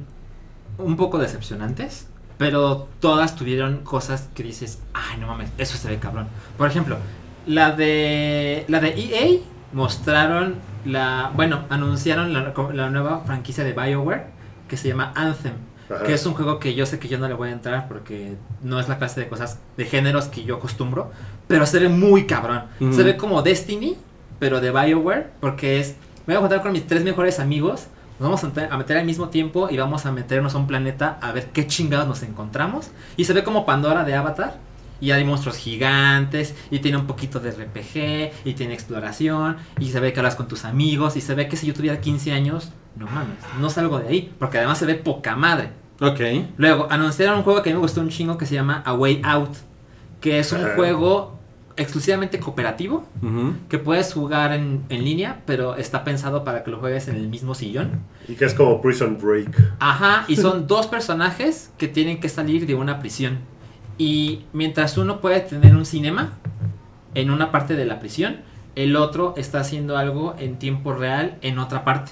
[SPEAKER 7] un poco decepcionantes, pero todas tuvieron cosas que dices, ay, no mames, eso se ve cabrón. Por ejemplo, la de la de EA mostraron la, bueno, anunciaron la, la nueva franquicia de BioWare que se llama Anthem,
[SPEAKER 2] Ajá.
[SPEAKER 7] que es un juego que yo sé que yo no le voy a entrar porque no es la clase de cosas de géneros que yo acostumbro, pero se ve muy cabrón.
[SPEAKER 4] Ujú.
[SPEAKER 7] Se ve como Destiny, pero de BioWare, porque es, me voy a juntar con mis tres mejores amigos, nos vamos a meter, a meter al mismo tiempo y vamos a meternos a un planeta a ver qué chingados nos encontramos. Y se ve como Pandora de Avatar. Y hay monstruos gigantes, y tiene un poquito de RPG, y tiene exploración, y se ve que hablas con tus amigos, y se ve que si yo tuviera 15 años, no mames, no salgo de ahí, porque además se ve poca madre.
[SPEAKER 4] Ok.
[SPEAKER 7] Luego, anunciaron un juego que a mí me gustó un chingo que se llama A Way Out, que es un
[SPEAKER 2] Ajá.
[SPEAKER 7] juego exclusivamente cooperativo,
[SPEAKER 4] ujú.
[SPEAKER 7] que puedes jugar en, en línea, pero está pensado para que lo juegues en el mismo sillón.
[SPEAKER 2] Y que es como Prison Break.
[SPEAKER 7] Ajá, y son dos personajes que tienen que salir de una prisión. Y mientras uno puede tener un cinema en una parte de la prisión, el otro está haciendo algo en tiempo real en otra parte.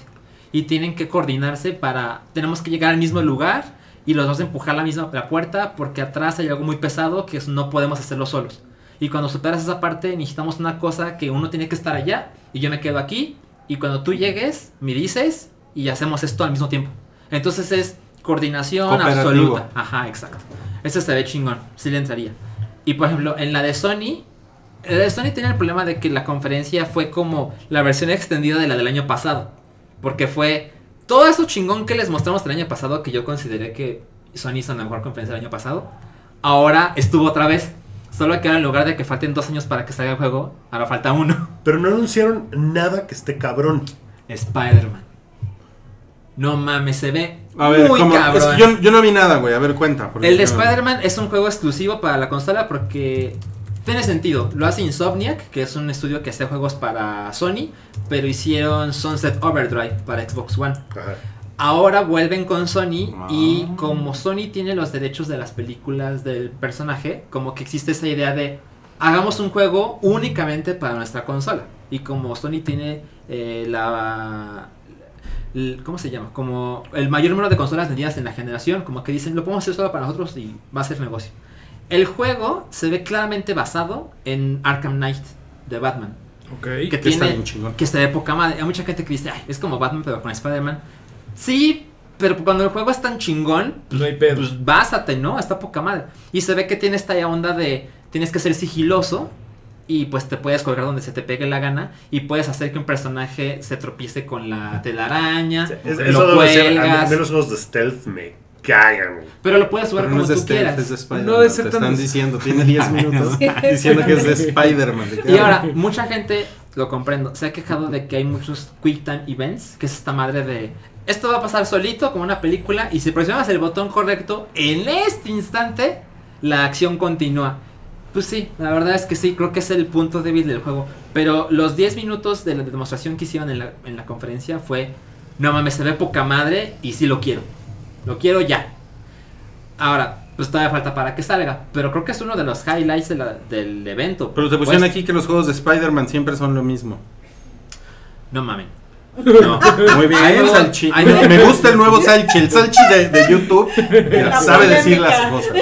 [SPEAKER 7] Y tienen que coordinarse para... Tenemos que llegar al mismo lugar y los dos empujar la misma la puerta porque atrás hay algo muy pesado que es- no podemos hacerlo solos. Y cuando superas esa parte necesitamos una cosa que uno tiene que estar allá y yo me quedo aquí. Y cuando tú llegues, me dices y hacemos esto al mismo tiempo. Entonces es coordinación
[SPEAKER 4] Cooperativo.
[SPEAKER 7] absoluta. Ajá, exacto. Ese se ve chingón, sí le entraría. Y por ejemplo, en la de Sony, la de Sony tenía el problema de que la conferencia fue como la versión extendida de la del año pasado. Porque fue todo eso chingón que les mostramos el año pasado, que yo consideré que Sony hizo la mejor conferencia del año pasado. Ahora estuvo otra vez. Solo que ahora en lugar de que falten dos años para que salga el juego, ahora falta uno.
[SPEAKER 2] Pero no anunciaron nada que esté cabrón.
[SPEAKER 7] Spider-Man. No mames, se ve
[SPEAKER 4] A ver,
[SPEAKER 7] muy
[SPEAKER 4] ¿cómo?
[SPEAKER 7] cabrón.
[SPEAKER 4] Es que yo, yo no vi nada, güey. A ver, cuenta. porque
[SPEAKER 7] El de
[SPEAKER 4] yo-
[SPEAKER 7] Spider-Man es un juego exclusivo para la consola porque tiene sentido. Lo hace Insomniac, que es un estudio que hace juegos para Sony, pero hicieron Sunset Overdrive para Xbox One.
[SPEAKER 2] Ajá.
[SPEAKER 7] Ahora vuelven con Sony y
[SPEAKER 4] Ah.
[SPEAKER 7] como Sony tiene los derechos de las películas del personaje, como que existe esa idea de hagamos un juego únicamente para nuestra consola. Y como Sony tiene eh, la... l- ¿Cómo se llama? Como el mayor número de consolas vendidas en la generación, como que dicen, lo podemos hacer solo para nosotros y va a ser negocio. El juego se ve claramente basado en Arkham Knight de Batman
[SPEAKER 3] Ok.
[SPEAKER 7] que
[SPEAKER 4] Que está
[SPEAKER 7] tiene
[SPEAKER 4] bien chingón.
[SPEAKER 7] que está de poca madre. Hay mucha gente que dice, "Ay, es como Batman pero con Spider-Man. Sí, pero cuando el juego es tan chingón,
[SPEAKER 3] No hay pedo.
[SPEAKER 7] pues básate, ¿no? Está poca madre. Y se ve que tiene esta onda de tienes que ser sigiloso y pues te puedes colgar donde se te pegue la gana y puedes hacer que un personaje se tropiece con la telaraña,
[SPEAKER 2] Es- eso
[SPEAKER 7] lo
[SPEAKER 2] debo decir, a mí, a
[SPEAKER 7] cuelgas,
[SPEAKER 2] mí los juegos de stealth me cagan. güey.
[SPEAKER 7] pero lo puedes jugar
[SPEAKER 4] Pero no
[SPEAKER 7] como
[SPEAKER 4] es de
[SPEAKER 7] tú
[SPEAKER 4] Stealth,
[SPEAKER 7] quieras.
[SPEAKER 4] es de Spider-Man.
[SPEAKER 3] No debe ser
[SPEAKER 4] te
[SPEAKER 3] tan
[SPEAKER 4] están
[SPEAKER 3] des-
[SPEAKER 4] diciendo, tiene 10 minutos diciendo que es de Spider-Man. de que-
[SPEAKER 7] Y ahora, mucha gente, lo comprendo, se ha quejado de que hay muchos Quick Time Events, que es esta madre de... Esto va a pasar solito, como una película, y si presionas el botón correcto, en este instante, la acción continúa. Pues sí, la verdad es que sí, creo que es el punto débil del juego. Pero los 10 minutos de la demostración que hicieron en la, en la conferencia fue, no mames, se ve poca madre y sí lo quiero. Lo quiero ya. Ahora, pues todavía falta para que salga, pero creo que es uno de los highlights de la- del evento.
[SPEAKER 4] Pero te
[SPEAKER 7] Pues,
[SPEAKER 4] pusieron aquí que los juegos de Spider-Man siempre son lo mismo.
[SPEAKER 7] No mames. No.
[SPEAKER 4] Muy bien,
[SPEAKER 7] Ay, no,
[SPEAKER 4] Salchi.
[SPEAKER 7] ay,
[SPEAKER 4] Me-
[SPEAKER 7] no.
[SPEAKER 4] Me gusta el nuevo Salchi. El Salchi de, de YouTube mira,
[SPEAKER 5] La
[SPEAKER 4] sabe
[SPEAKER 5] polémica.
[SPEAKER 4] decir las cosas.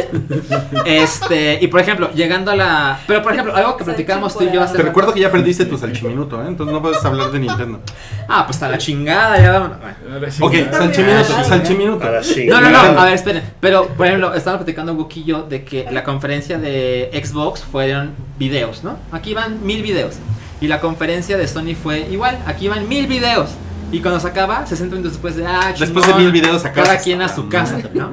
[SPEAKER 7] Este, y por ejemplo, llegando a la. Pero por ejemplo, algo que
[SPEAKER 5] Salchi
[SPEAKER 7] platicamos tú y yo hace.
[SPEAKER 4] Te
[SPEAKER 7] rato-
[SPEAKER 4] recuerdo que ya perdiste tu Salchiminuto, ¿eh? Entonces no puedes hablar de Nintendo.
[SPEAKER 7] Ah, pues a la chingada, ya vámonos. Bueno.
[SPEAKER 3] Ahora sí,
[SPEAKER 4] Ok,
[SPEAKER 3] ya.
[SPEAKER 4] Salchiminuto,
[SPEAKER 5] Ah, sí.
[SPEAKER 4] Salchiminuto.
[SPEAKER 2] Para
[SPEAKER 7] No,
[SPEAKER 2] chingar.
[SPEAKER 7] no, no, a ver, esperen. Pero, por ejemplo, estábamos platicando Wookie y yo de que la conferencia de Xbox fueron videos, ¿no? Aquí van mil videos. Y la conferencia de Sony fue igual, aquí van mil videos. Y cuando se acaba, 60 minutos después de, ah,
[SPEAKER 4] Después
[SPEAKER 7] chingón,
[SPEAKER 4] de mil videos a
[SPEAKER 7] Cada
[SPEAKER 4] casa.
[SPEAKER 7] quien a su casa, ¿no?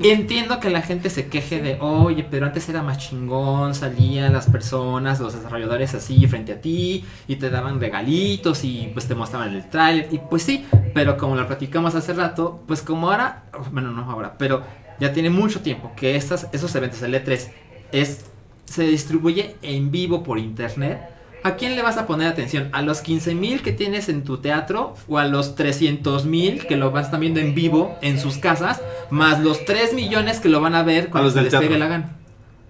[SPEAKER 7] Entiendo que la gente se queje de, oye, pero antes era más chingón, salían las personas, los desarrolladores así frente a ti y te daban regalitos y pues te mostraban el tráiler. Y pues sí, pero como lo platicamos hace rato, pues como ahora, bueno, no ahora, pero ya tiene mucho tiempo que estas, esos eventos, el E3, es, se distribuye en vivo por internet. ¿A quién le vas a poner atención? ¿A los 15.000 que tienes en tu teatro o a los 300.000 que lo van a estar viendo en vivo en sus casas, más los 3 millones que lo van a ver cuando
[SPEAKER 4] los
[SPEAKER 7] se
[SPEAKER 4] del
[SPEAKER 7] les pegue
[SPEAKER 4] teatro.
[SPEAKER 7] la gana?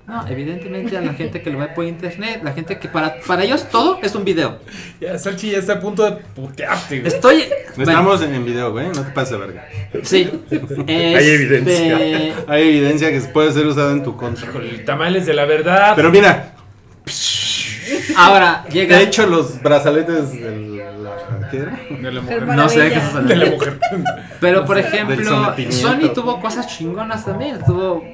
[SPEAKER 7] No, evidentemente a la gente que lo ve por internet, la gente que para, para ellos todo es un video.
[SPEAKER 3] Ya, Salchi ya está a punto de putearte, güey.
[SPEAKER 7] Estoy... bueno,
[SPEAKER 4] Estamos en video, güey. No te pases de verga.
[SPEAKER 7] sí.
[SPEAKER 2] Hay evidencia.
[SPEAKER 7] Este,
[SPEAKER 4] Hay evidencia que puede ser usada en tu contra.
[SPEAKER 3] Híjole, tamales de la verdad.
[SPEAKER 4] Pero mira,
[SPEAKER 7] Ahora, llega...
[SPEAKER 4] de hecho los brazaletes de la... ¿Qué era?
[SPEAKER 3] de la mujer.
[SPEAKER 5] Hermana.
[SPEAKER 7] no sé de qué
[SPEAKER 5] Maravilla.
[SPEAKER 7] estás hablando.
[SPEAKER 3] De la mujer.
[SPEAKER 7] Pero por
[SPEAKER 4] del
[SPEAKER 7] ejemplo,
[SPEAKER 4] sometimiento.
[SPEAKER 7] Sony tuvo cosas chingonas también. Tuvo,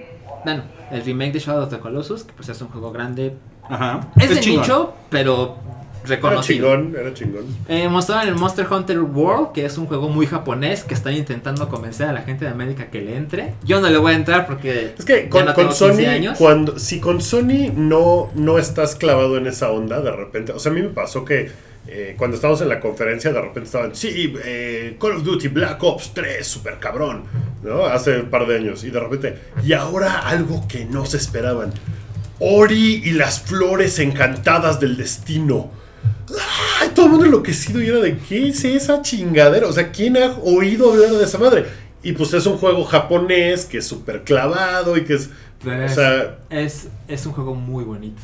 [SPEAKER 7] bueno, el remake de Shadow of the Colossus, que pues es un juego grande.
[SPEAKER 4] Ajá.
[SPEAKER 7] Es, de
[SPEAKER 4] chingón.
[SPEAKER 7] nicho, pero
[SPEAKER 2] Era
[SPEAKER 7] reconocido.
[SPEAKER 2] chingón, era chingón.
[SPEAKER 7] Eh, mostraron el Monster Hunter World, que es un juego muy japonés que están intentando convencer a la gente de América que le entre. Yo no le voy a entrar porque
[SPEAKER 2] Es que
[SPEAKER 7] ya
[SPEAKER 2] con,
[SPEAKER 7] no
[SPEAKER 2] con
[SPEAKER 7] tengo 15
[SPEAKER 2] Sony,
[SPEAKER 7] años.
[SPEAKER 2] cuando, si con Sony no, no estás clavado en esa onda, de repente, o sea, a mí me pasó que eh, cuando estábamos en la conferencia, de repente estaban, sí, eh, Call of Duty, Black Ops 3, super cabrón, ¿no? Hace un par de años, y de repente, y ahora algo que no se esperaban, Ori y las flores encantadas del destino. ¡Ay! Todo el mundo enloquecido y era de ¿qué es esa chingadera? O sea, ¿quién ha oído hablar de esa madre? Y pues es un juego japonés que es súper clavado y que es.
[SPEAKER 7] Pero
[SPEAKER 2] o sea,
[SPEAKER 7] Es, es un juego muy bonito.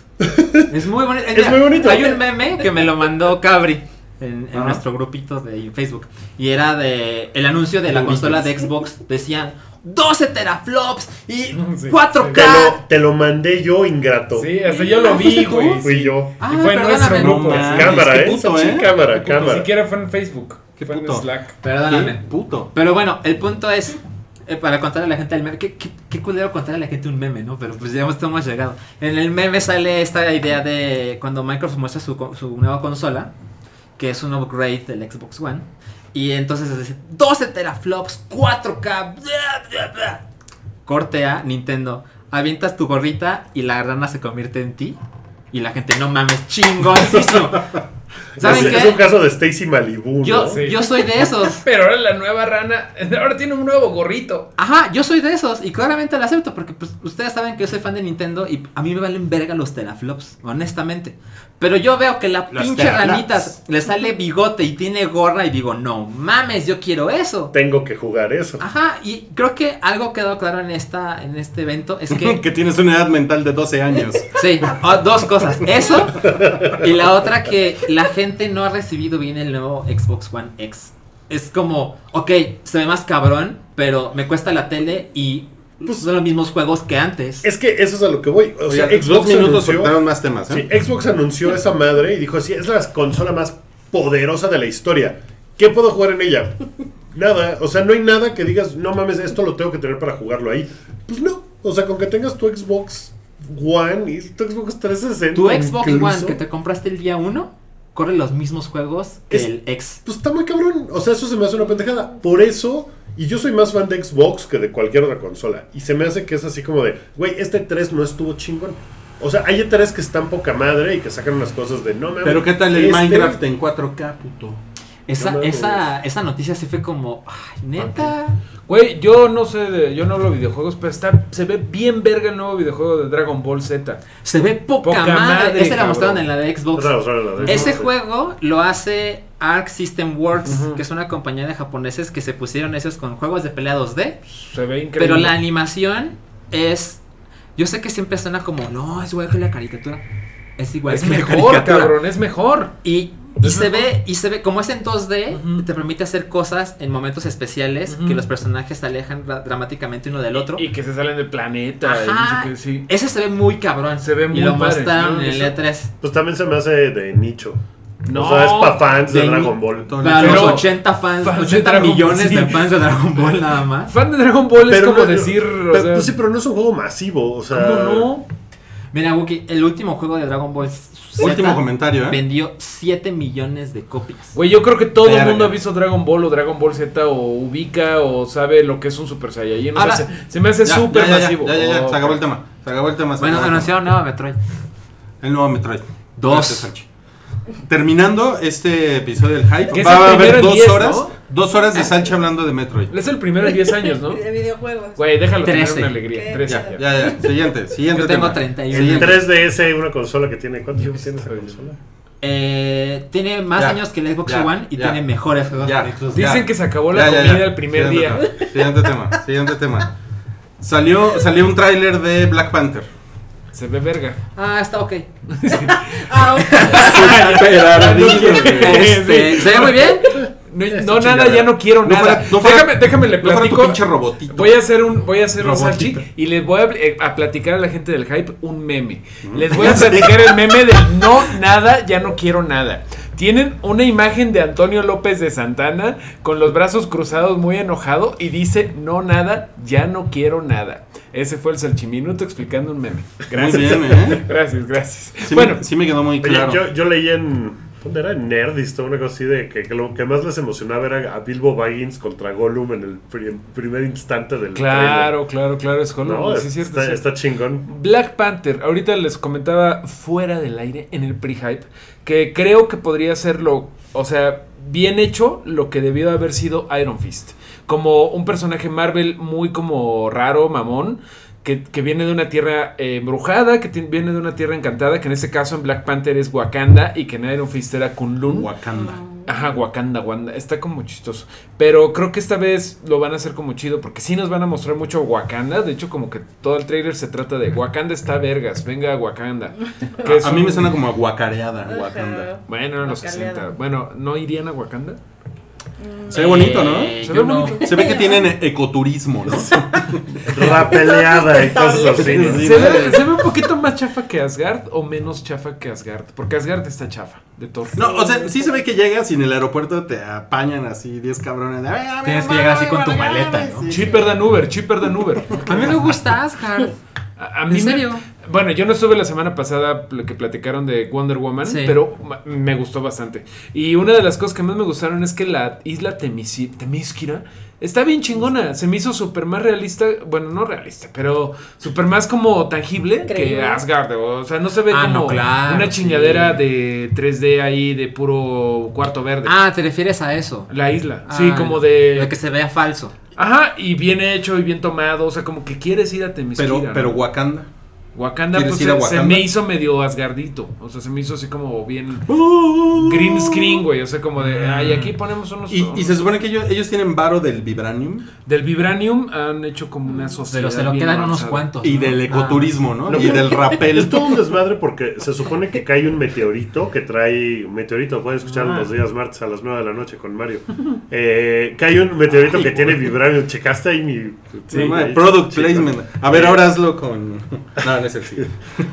[SPEAKER 7] es muy bonito. Eh,
[SPEAKER 2] Es
[SPEAKER 7] mira,
[SPEAKER 2] muy bonito.
[SPEAKER 7] Hay un meme que me lo mandó Cabri en, en
[SPEAKER 4] Ajá.
[SPEAKER 7] nuestro grupito de Facebook. Y era de el anuncio de la
[SPEAKER 4] Grupitos.
[SPEAKER 7] consola de Xbox. Decían 12 teraflops y
[SPEAKER 3] sí,
[SPEAKER 7] 4K.
[SPEAKER 2] te lo, te lo mandé yo, ingrato.
[SPEAKER 3] Sí, hasta yo lo vi, güey.
[SPEAKER 2] Fui yo.
[SPEAKER 7] Ah,
[SPEAKER 3] Y fue en nuestro
[SPEAKER 7] perdóname.
[SPEAKER 3] grupo.
[SPEAKER 4] No,
[SPEAKER 3] Ni
[SPEAKER 2] cámara,
[SPEAKER 4] qué
[SPEAKER 2] ¿eh?
[SPEAKER 4] puto,
[SPEAKER 2] Sí,
[SPEAKER 4] ¿eh?
[SPEAKER 2] Cámara, cámara.
[SPEAKER 3] siquiera fue en Facebook.
[SPEAKER 4] Qué
[SPEAKER 3] fue en
[SPEAKER 4] puto.
[SPEAKER 3] Slack.
[SPEAKER 7] Perdóname.
[SPEAKER 4] Qué puto.
[SPEAKER 7] Pero bueno, el punto es eh, para contarle a la gente el meme. Qué, qué, qué culero contarle a la gente un meme, ¿no? Pero pues ya estamos llegado. En el meme sale esta idea de cuando Microsoft muestra su, co- su nueva consola, que es un upgrade del Xbox One. Y entonces dice 12 teraflops, 4K, bla, bla, bla. Corte a Nintendo. Avientas tu gorrita y la rana se convierte en ti. Y la gente, no mames, chingoncísimo. ¿Saben
[SPEAKER 2] es,
[SPEAKER 7] qué?
[SPEAKER 2] es un caso de Stacy Malibu,
[SPEAKER 7] Yo,
[SPEAKER 2] ¿no?
[SPEAKER 3] Sí.
[SPEAKER 7] yo soy de esos.
[SPEAKER 3] Pero ahora la nueva rana. Ahora tiene un nuevo gorrito.
[SPEAKER 7] Ajá, yo soy de esos y claramente lo acepto porque pues, ustedes saben que yo soy fan de Nintendo y a mí me valen verga los teraflops, honestamente. Pero yo veo que la
[SPEAKER 4] Los
[SPEAKER 7] pinche
[SPEAKER 4] teraflops.
[SPEAKER 7] ranitas le sale bigote y tiene gorra y digo, no mames, yo quiero eso.
[SPEAKER 2] Tengo que jugar eso.
[SPEAKER 7] Ajá, y creo que algo quedó claro en, esta, en este evento es que...
[SPEAKER 4] que tienes una edad mental de 12 años.
[SPEAKER 7] Sí, o- dos cosas, eso y la otra que la gente no ha recibido bien el nuevo Xbox One X. Es como, ok, se ve más cabrón, pero me cuesta la tele y
[SPEAKER 2] Pues-
[SPEAKER 7] son los mismos juegos que antes.
[SPEAKER 2] Es que eso es a lo que voy. O sea,
[SPEAKER 4] Oigan,
[SPEAKER 2] Xbox
[SPEAKER 4] dos minutos
[SPEAKER 2] anunció-
[SPEAKER 4] soltaron más temas,
[SPEAKER 2] Sí,
[SPEAKER 4] ¿eh?
[SPEAKER 2] Xbox anunció esa madre y dijo así, es la consola más poderosa de la historia. ¿Qué puedo jugar en ella? Nada, o sea, no hay nada que digas, no mames, esto lo tengo que tener para jugarlo ahí. Pues no, o sea, con que tengas tu Xbox One y tu Xbox 360.
[SPEAKER 7] Tu Xbox One
[SPEAKER 2] incluso,
[SPEAKER 7] que te compraste el día 1 corre los mismos juegos que
[SPEAKER 2] Es-
[SPEAKER 7] el X.
[SPEAKER 2] Pues está muy cabrón, o sea, eso se me hace una pendejada. Por eso, y yo soy más fan de Xbox que de cualquier otra consola. Y se me hace que es así como de, güey, este 3 no estuvo chingón. O sea, hay E 3 que están poca madre y que sacan unas cosas de no mames.
[SPEAKER 4] Pero qué tal el
[SPEAKER 2] este-
[SPEAKER 4] Minecraft en 4K, puto.
[SPEAKER 7] Esa,
[SPEAKER 2] No mames.
[SPEAKER 7] esa, esa noticia sí fue como, ay, neta.
[SPEAKER 3] Güey, yo no sé, de- yo no hablo de videojuegos, pero está, se ve bien verga el nuevo videojuego de Dragon Ball Z.
[SPEAKER 7] Se ve poca,
[SPEAKER 3] Poca
[SPEAKER 7] madre.
[SPEAKER 3] madre,
[SPEAKER 7] Ese la
[SPEAKER 3] cabrón.
[SPEAKER 7] mostraron en la de Xbox.
[SPEAKER 2] Otra vez, otra vez, otra vez.
[SPEAKER 7] Ese
[SPEAKER 2] Sí.
[SPEAKER 7] juego lo hace Arc System Works,
[SPEAKER 3] Ujú.
[SPEAKER 7] que es una compañía de japoneses que se pusieron esos con juegos de pelea 2D.
[SPEAKER 3] Se ve increíble.
[SPEAKER 7] Pero la animación es. Yo sé que siempre suena como, no, es igual que la caricatura. Es igual
[SPEAKER 3] es
[SPEAKER 7] que la
[SPEAKER 3] mejor,
[SPEAKER 7] caricatura.
[SPEAKER 3] cabrón, es mejor.
[SPEAKER 7] Y, y
[SPEAKER 3] Es
[SPEAKER 7] se
[SPEAKER 3] mejor.
[SPEAKER 7] ve, y se ve, como es en 2D,
[SPEAKER 3] Ujú.
[SPEAKER 7] te permite hacer cosas en momentos especiales
[SPEAKER 3] Ujú.
[SPEAKER 7] que los personajes se alejan dra- dramáticamente uno del otro.
[SPEAKER 3] Y, y que se salen del planeta. y no
[SPEAKER 7] Ajá.
[SPEAKER 3] sé qué, sí.
[SPEAKER 7] Ese se ve muy cabrón.
[SPEAKER 3] Se ve muy
[SPEAKER 7] Y lo
[SPEAKER 3] padre,
[SPEAKER 7] mostraron
[SPEAKER 3] ¿no?
[SPEAKER 7] en el E
[SPEAKER 3] Eso-
[SPEAKER 7] E3.
[SPEAKER 2] Pues también se me hace de nicho.
[SPEAKER 3] No,
[SPEAKER 2] o sea, es para fans de,
[SPEAKER 4] de
[SPEAKER 2] Dragon Ball.
[SPEAKER 4] Todo
[SPEAKER 7] Para
[SPEAKER 3] Pero-
[SPEAKER 7] los 80 fans,
[SPEAKER 3] fans de
[SPEAKER 7] 80
[SPEAKER 3] Dragon Ball,
[SPEAKER 7] millones
[SPEAKER 3] sí.
[SPEAKER 7] de fans de Dragon Ball nada más.
[SPEAKER 3] Fan de Dragon Ball es como
[SPEAKER 2] no-
[SPEAKER 3] decir. o
[SPEAKER 2] pero-
[SPEAKER 3] sea,
[SPEAKER 2] pues sí, pero no es un juego masivo. O sea,
[SPEAKER 3] ¿Cómo no?
[SPEAKER 7] Mira, Wookie, el último juego de Dragon Ball Z
[SPEAKER 4] Último comentario, ¿eh?
[SPEAKER 7] vendió 7 millones de copias.
[SPEAKER 3] Güey, yo creo que todo el
[SPEAKER 4] Verga.
[SPEAKER 3] mundo ha visto Dragon Ball o Dragon Ball Z o ubica o sabe lo que es un Super Saiyajin. O sea,
[SPEAKER 7] Ahora-
[SPEAKER 3] se, se me hace
[SPEAKER 4] Ya,
[SPEAKER 3] súper
[SPEAKER 4] ya, ya,
[SPEAKER 3] masivo.
[SPEAKER 4] Ya, ya, ya,
[SPEAKER 3] Oh,
[SPEAKER 4] se acabó el tema. Se acabó el tema. se
[SPEAKER 7] Bueno,
[SPEAKER 4] acabó el tema.
[SPEAKER 7] anunciaron nueva Metroid.
[SPEAKER 4] El nuevo Metroid.
[SPEAKER 7] Dos.
[SPEAKER 4] Gracias, Sanchi. Terminando este episodio del
[SPEAKER 3] Que
[SPEAKER 4] hype,
[SPEAKER 3] es
[SPEAKER 4] va
[SPEAKER 3] el
[SPEAKER 4] a haber
[SPEAKER 3] primero en
[SPEAKER 4] dos
[SPEAKER 3] 10,
[SPEAKER 4] horas,
[SPEAKER 3] ¿no?
[SPEAKER 4] dos horas de Sanchi hablando de Metroid.
[SPEAKER 3] Es el primero en 10 años, ¿no?
[SPEAKER 5] De videojuegos.
[SPEAKER 3] Güey, déjalo tener
[SPEAKER 7] Trece.
[SPEAKER 3] una alegría.
[SPEAKER 5] Ya,
[SPEAKER 3] 13.
[SPEAKER 4] Ya, ya, ya. Siguiente, siguiente.
[SPEAKER 7] Yo tengo
[SPEAKER 4] tema.
[SPEAKER 7] 31.
[SPEAKER 4] Siguiente.
[SPEAKER 2] 3DS, una consola que tiene. ¿Cuánto
[SPEAKER 3] Dios,
[SPEAKER 2] tiene esa
[SPEAKER 3] güey.
[SPEAKER 2] consola?
[SPEAKER 7] Eh, tiene más
[SPEAKER 4] Ya,
[SPEAKER 7] años que el Xbox
[SPEAKER 4] ya,
[SPEAKER 7] One y
[SPEAKER 4] ya.
[SPEAKER 7] tiene mejores juegos.
[SPEAKER 4] Ya.
[SPEAKER 7] que Xbox.
[SPEAKER 3] Dicen
[SPEAKER 4] Ya.
[SPEAKER 3] que se acabó la
[SPEAKER 4] Ya, ya,
[SPEAKER 3] comida
[SPEAKER 4] ya.
[SPEAKER 3] el primer
[SPEAKER 4] Siguiente
[SPEAKER 3] día.
[SPEAKER 4] tema, siguiente tema, siguiente tema. Salió, salió un tráiler de Black Panther.
[SPEAKER 3] Se ve verga.
[SPEAKER 7] Ah, está ok.
[SPEAKER 5] Ah, ok.
[SPEAKER 7] Este,
[SPEAKER 3] Sí.
[SPEAKER 7] se ve muy bien.
[SPEAKER 3] No,
[SPEAKER 4] Esa
[SPEAKER 3] no, nada,
[SPEAKER 4] chingadera.
[SPEAKER 3] ya no quiero
[SPEAKER 4] No
[SPEAKER 3] nada.
[SPEAKER 4] fuera- no fuera-
[SPEAKER 3] déjame, déjame le
[SPEAKER 4] no fuera tu
[SPEAKER 3] platico.
[SPEAKER 4] pinche robotito.
[SPEAKER 3] Voy a hacer un, voy a hacer un
[SPEAKER 4] Robotito.
[SPEAKER 3] Sanchi y les voy a, eh, a platicar a la gente del hype un meme. Les voy a platicar el meme del no nada, ya no quiero nada. Tienen una imagen de Antonio López de Santana con los brazos cruzados muy enojado y dice no nada, ya no quiero nada. Ese fue el salchiminuto explicando un meme. Gracias.
[SPEAKER 4] Muy bien, ¿eh?
[SPEAKER 3] Gracias, gracias.
[SPEAKER 4] Sí,
[SPEAKER 3] bueno,
[SPEAKER 4] me, sí me quedó muy
[SPEAKER 2] Oye,
[SPEAKER 4] claro.
[SPEAKER 2] yo, yo leí en. ¿Dónde era? En Nerdist o una cosa así de que, que lo que más les emocionaba era a Bilbo Baggins contra Gollum en el pri- primer instante del
[SPEAKER 3] claro, claro, claro, es
[SPEAKER 2] trailer.
[SPEAKER 3] Hollow.
[SPEAKER 2] No,
[SPEAKER 3] sí, es cierto,
[SPEAKER 2] está,
[SPEAKER 3] es cierto.
[SPEAKER 2] está chingón.
[SPEAKER 3] Black Panther, ahorita les comentaba fuera del aire en el pre-hype, que creo que podría ser lo, o sea, bien hecho lo que debió haber sido Iron Fist. Como un personaje Marvel muy como raro, mamón, que, que viene de una tierra eh, embrujada, que ti- viene de una tierra encantada, que en este caso en Black Panther es Wakanda y que en Iron Fist era Kunlun.
[SPEAKER 4] Wakanda.
[SPEAKER 5] Mm.
[SPEAKER 3] Ajá, Wakanda, Wanda. Está como chistoso. Pero creo que esta vez lo van a hacer como chido. Porque sí nos van a mostrar mucho Wakanda. De hecho, como que todo el trailer se trata de Wakanda está vergas. Venga, Wakanda. Que es
[SPEAKER 4] A mí
[SPEAKER 3] un-
[SPEAKER 4] me suena como a guacareada.
[SPEAKER 5] Ajá.
[SPEAKER 4] Wakanda.
[SPEAKER 3] Bueno, en los
[SPEAKER 5] Guacareada.
[SPEAKER 3] 60. Bueno, ¿no irían a Wakanda?
[SPEAKER 4] Se ve bonito, ¿no?
[SPEAKER 7] Eh,
[SPEAKER 3] Se
[SPEAKER 7] yo
[SPEAKER 3] ve
[SPEAKER 7] no.
[SPEAKER 3] bonito.
[SPEAKER 4] Se ve que tienen ecoturismo, ¿no?
[SPEAKER 2] Rapeleada y cosas así. ¿no?
[SPEAKER 4] Sí,
[SPEAKER 3] se,
[SPEAKER 4] vale.
[SPEAKER 3] ve, se ve un poquito más chafa que Asgard o menos chafa que Asgard. Porque Asgard está chafa de Thor.
[SPEAKER 4] No, o sea, sí se ve que llegas y en el aeropuerto te apañan así 10 cabrones. A ver, a ver,
[SPEAKER 7] Tienes que
[SPEAKER 4] a ver,
[SPEAKER 7] llegar así
[SPEAKER 4] a
[SPEAKER 7] con
[SPEAKER 4] ver,
[SPEAKER 7] tu
[SPEAKER 4] a ver,
[SPEAKER 7] maleta,
[SPEAKER 4] a ver,
[SPEAKER 7] ¿no?
[SPEAKER 4] sí.
[SPEAKER 3] Cheaper than Uber, cheaper than Uber.
[SPEAKER 7] A mí me gusta Asgard.
[SPEAKER 3] A, a mí
[SPEAKER 7] ¿En
[SPEAKER 3] me-
[SPEAKER 7] serio?
[SPEAKER 3] bueno, yo no estuve la semana pasada pl- que platicaron de Wonder Woman,
[SPEAKER 7] Sí.
[SPEAKER 3] pero ma- me gustó bastante. Y una de las cosas que más me gustaron es que la isla Temisi- Temísquira está bien chingona. Se me hizo súper más realista, bueno, no realista, pero súper más como tangible que
[SPEAKER 5] Creíble.
[SPEAKER 3] Asgard. O sea, no se ve
[SPEAKER 7] Ah,
[SPEAKER 3] como
[SPEAKER 7] no, claro,
[SPEAKER 3] una chingadera
[SPEAKER 7] sí.
[SPEAKER 3] de 3D ahí de puro cuarto verde.
[SPEAKER 7] Ah, ¿te refieres a eso?
[SPEAKER 3] La isla, sí,
[SPEAKER 7] Ah,
[SPEAKER 3] como
[SPEAKER 7] Lo
[SPEAKER 3] de...
[SPEAKER 7] que se vea falso.
[SPEAKER 3] Ajá, y bien hecho y bien tomado, o sea, como que quieres ir a Temísquira.
[SPEAKER 4] Pero,
[SPEAKER 3] ¿no?
[SPEAKER 4] pero Wakanda.
[SPEAKER 3] Wakanda,
[SPEAKER 4] ¿Quieres
[SPEAKER 3] pues
[SPEAKER 4] ir a
[SPEAKER 3] se, se
[SPEAKER 4] Wakanda?
[SPEAKER 3] me hizo medio asgardito. O sea, se me hizo así como bien green screen, güey. O sea, como de, ay, aquí ponemos unos.
[SPEAKER 4] Mm. Y, y
[SPEAKER 3] unos-
[SPEAKER 4] se supone que ellos, ellos tienen varo del vibranium
[SPEAKER 3] Del Vibranium han hecho como una sociedad.
[SPEAKER 7] Pero se lo
[SPEAKER 3] bien
[SPEAKER 7] quedan unos
[SPEAKER 3] avanzada.
[SPEAKER 7] cuantos.
[SPEAKER 4] y
[SPEAKER 7] ¿no? Ah.
[SPEAKER 4] del ecoturismo, ¿no?
[SPEAKER 2] No,
[SPEAKER 4] Y del
[SPEAKER 2] Es
[SPEAKER 4] rapel.
[SPEAKER 2] todo un desmadre porque se supone que cae un meteorito que trae. Meteorito, puedes
[SPEAKER 4] Ah.
[SPEAKER 2] escucharlo los días martes a las 9 de la noche con Mario. Eh, cae un meteorito que tiene vibranio. Checaste ahí mi.
[SPEAKER 4] Sí,
[SPEAKER 2] mi-
[SPEAKER 4] madre, product
[SPEAKER 2] Sí,
[SPEAKER 4] placement. A ver, ahora hazlo con. No, no es el sí.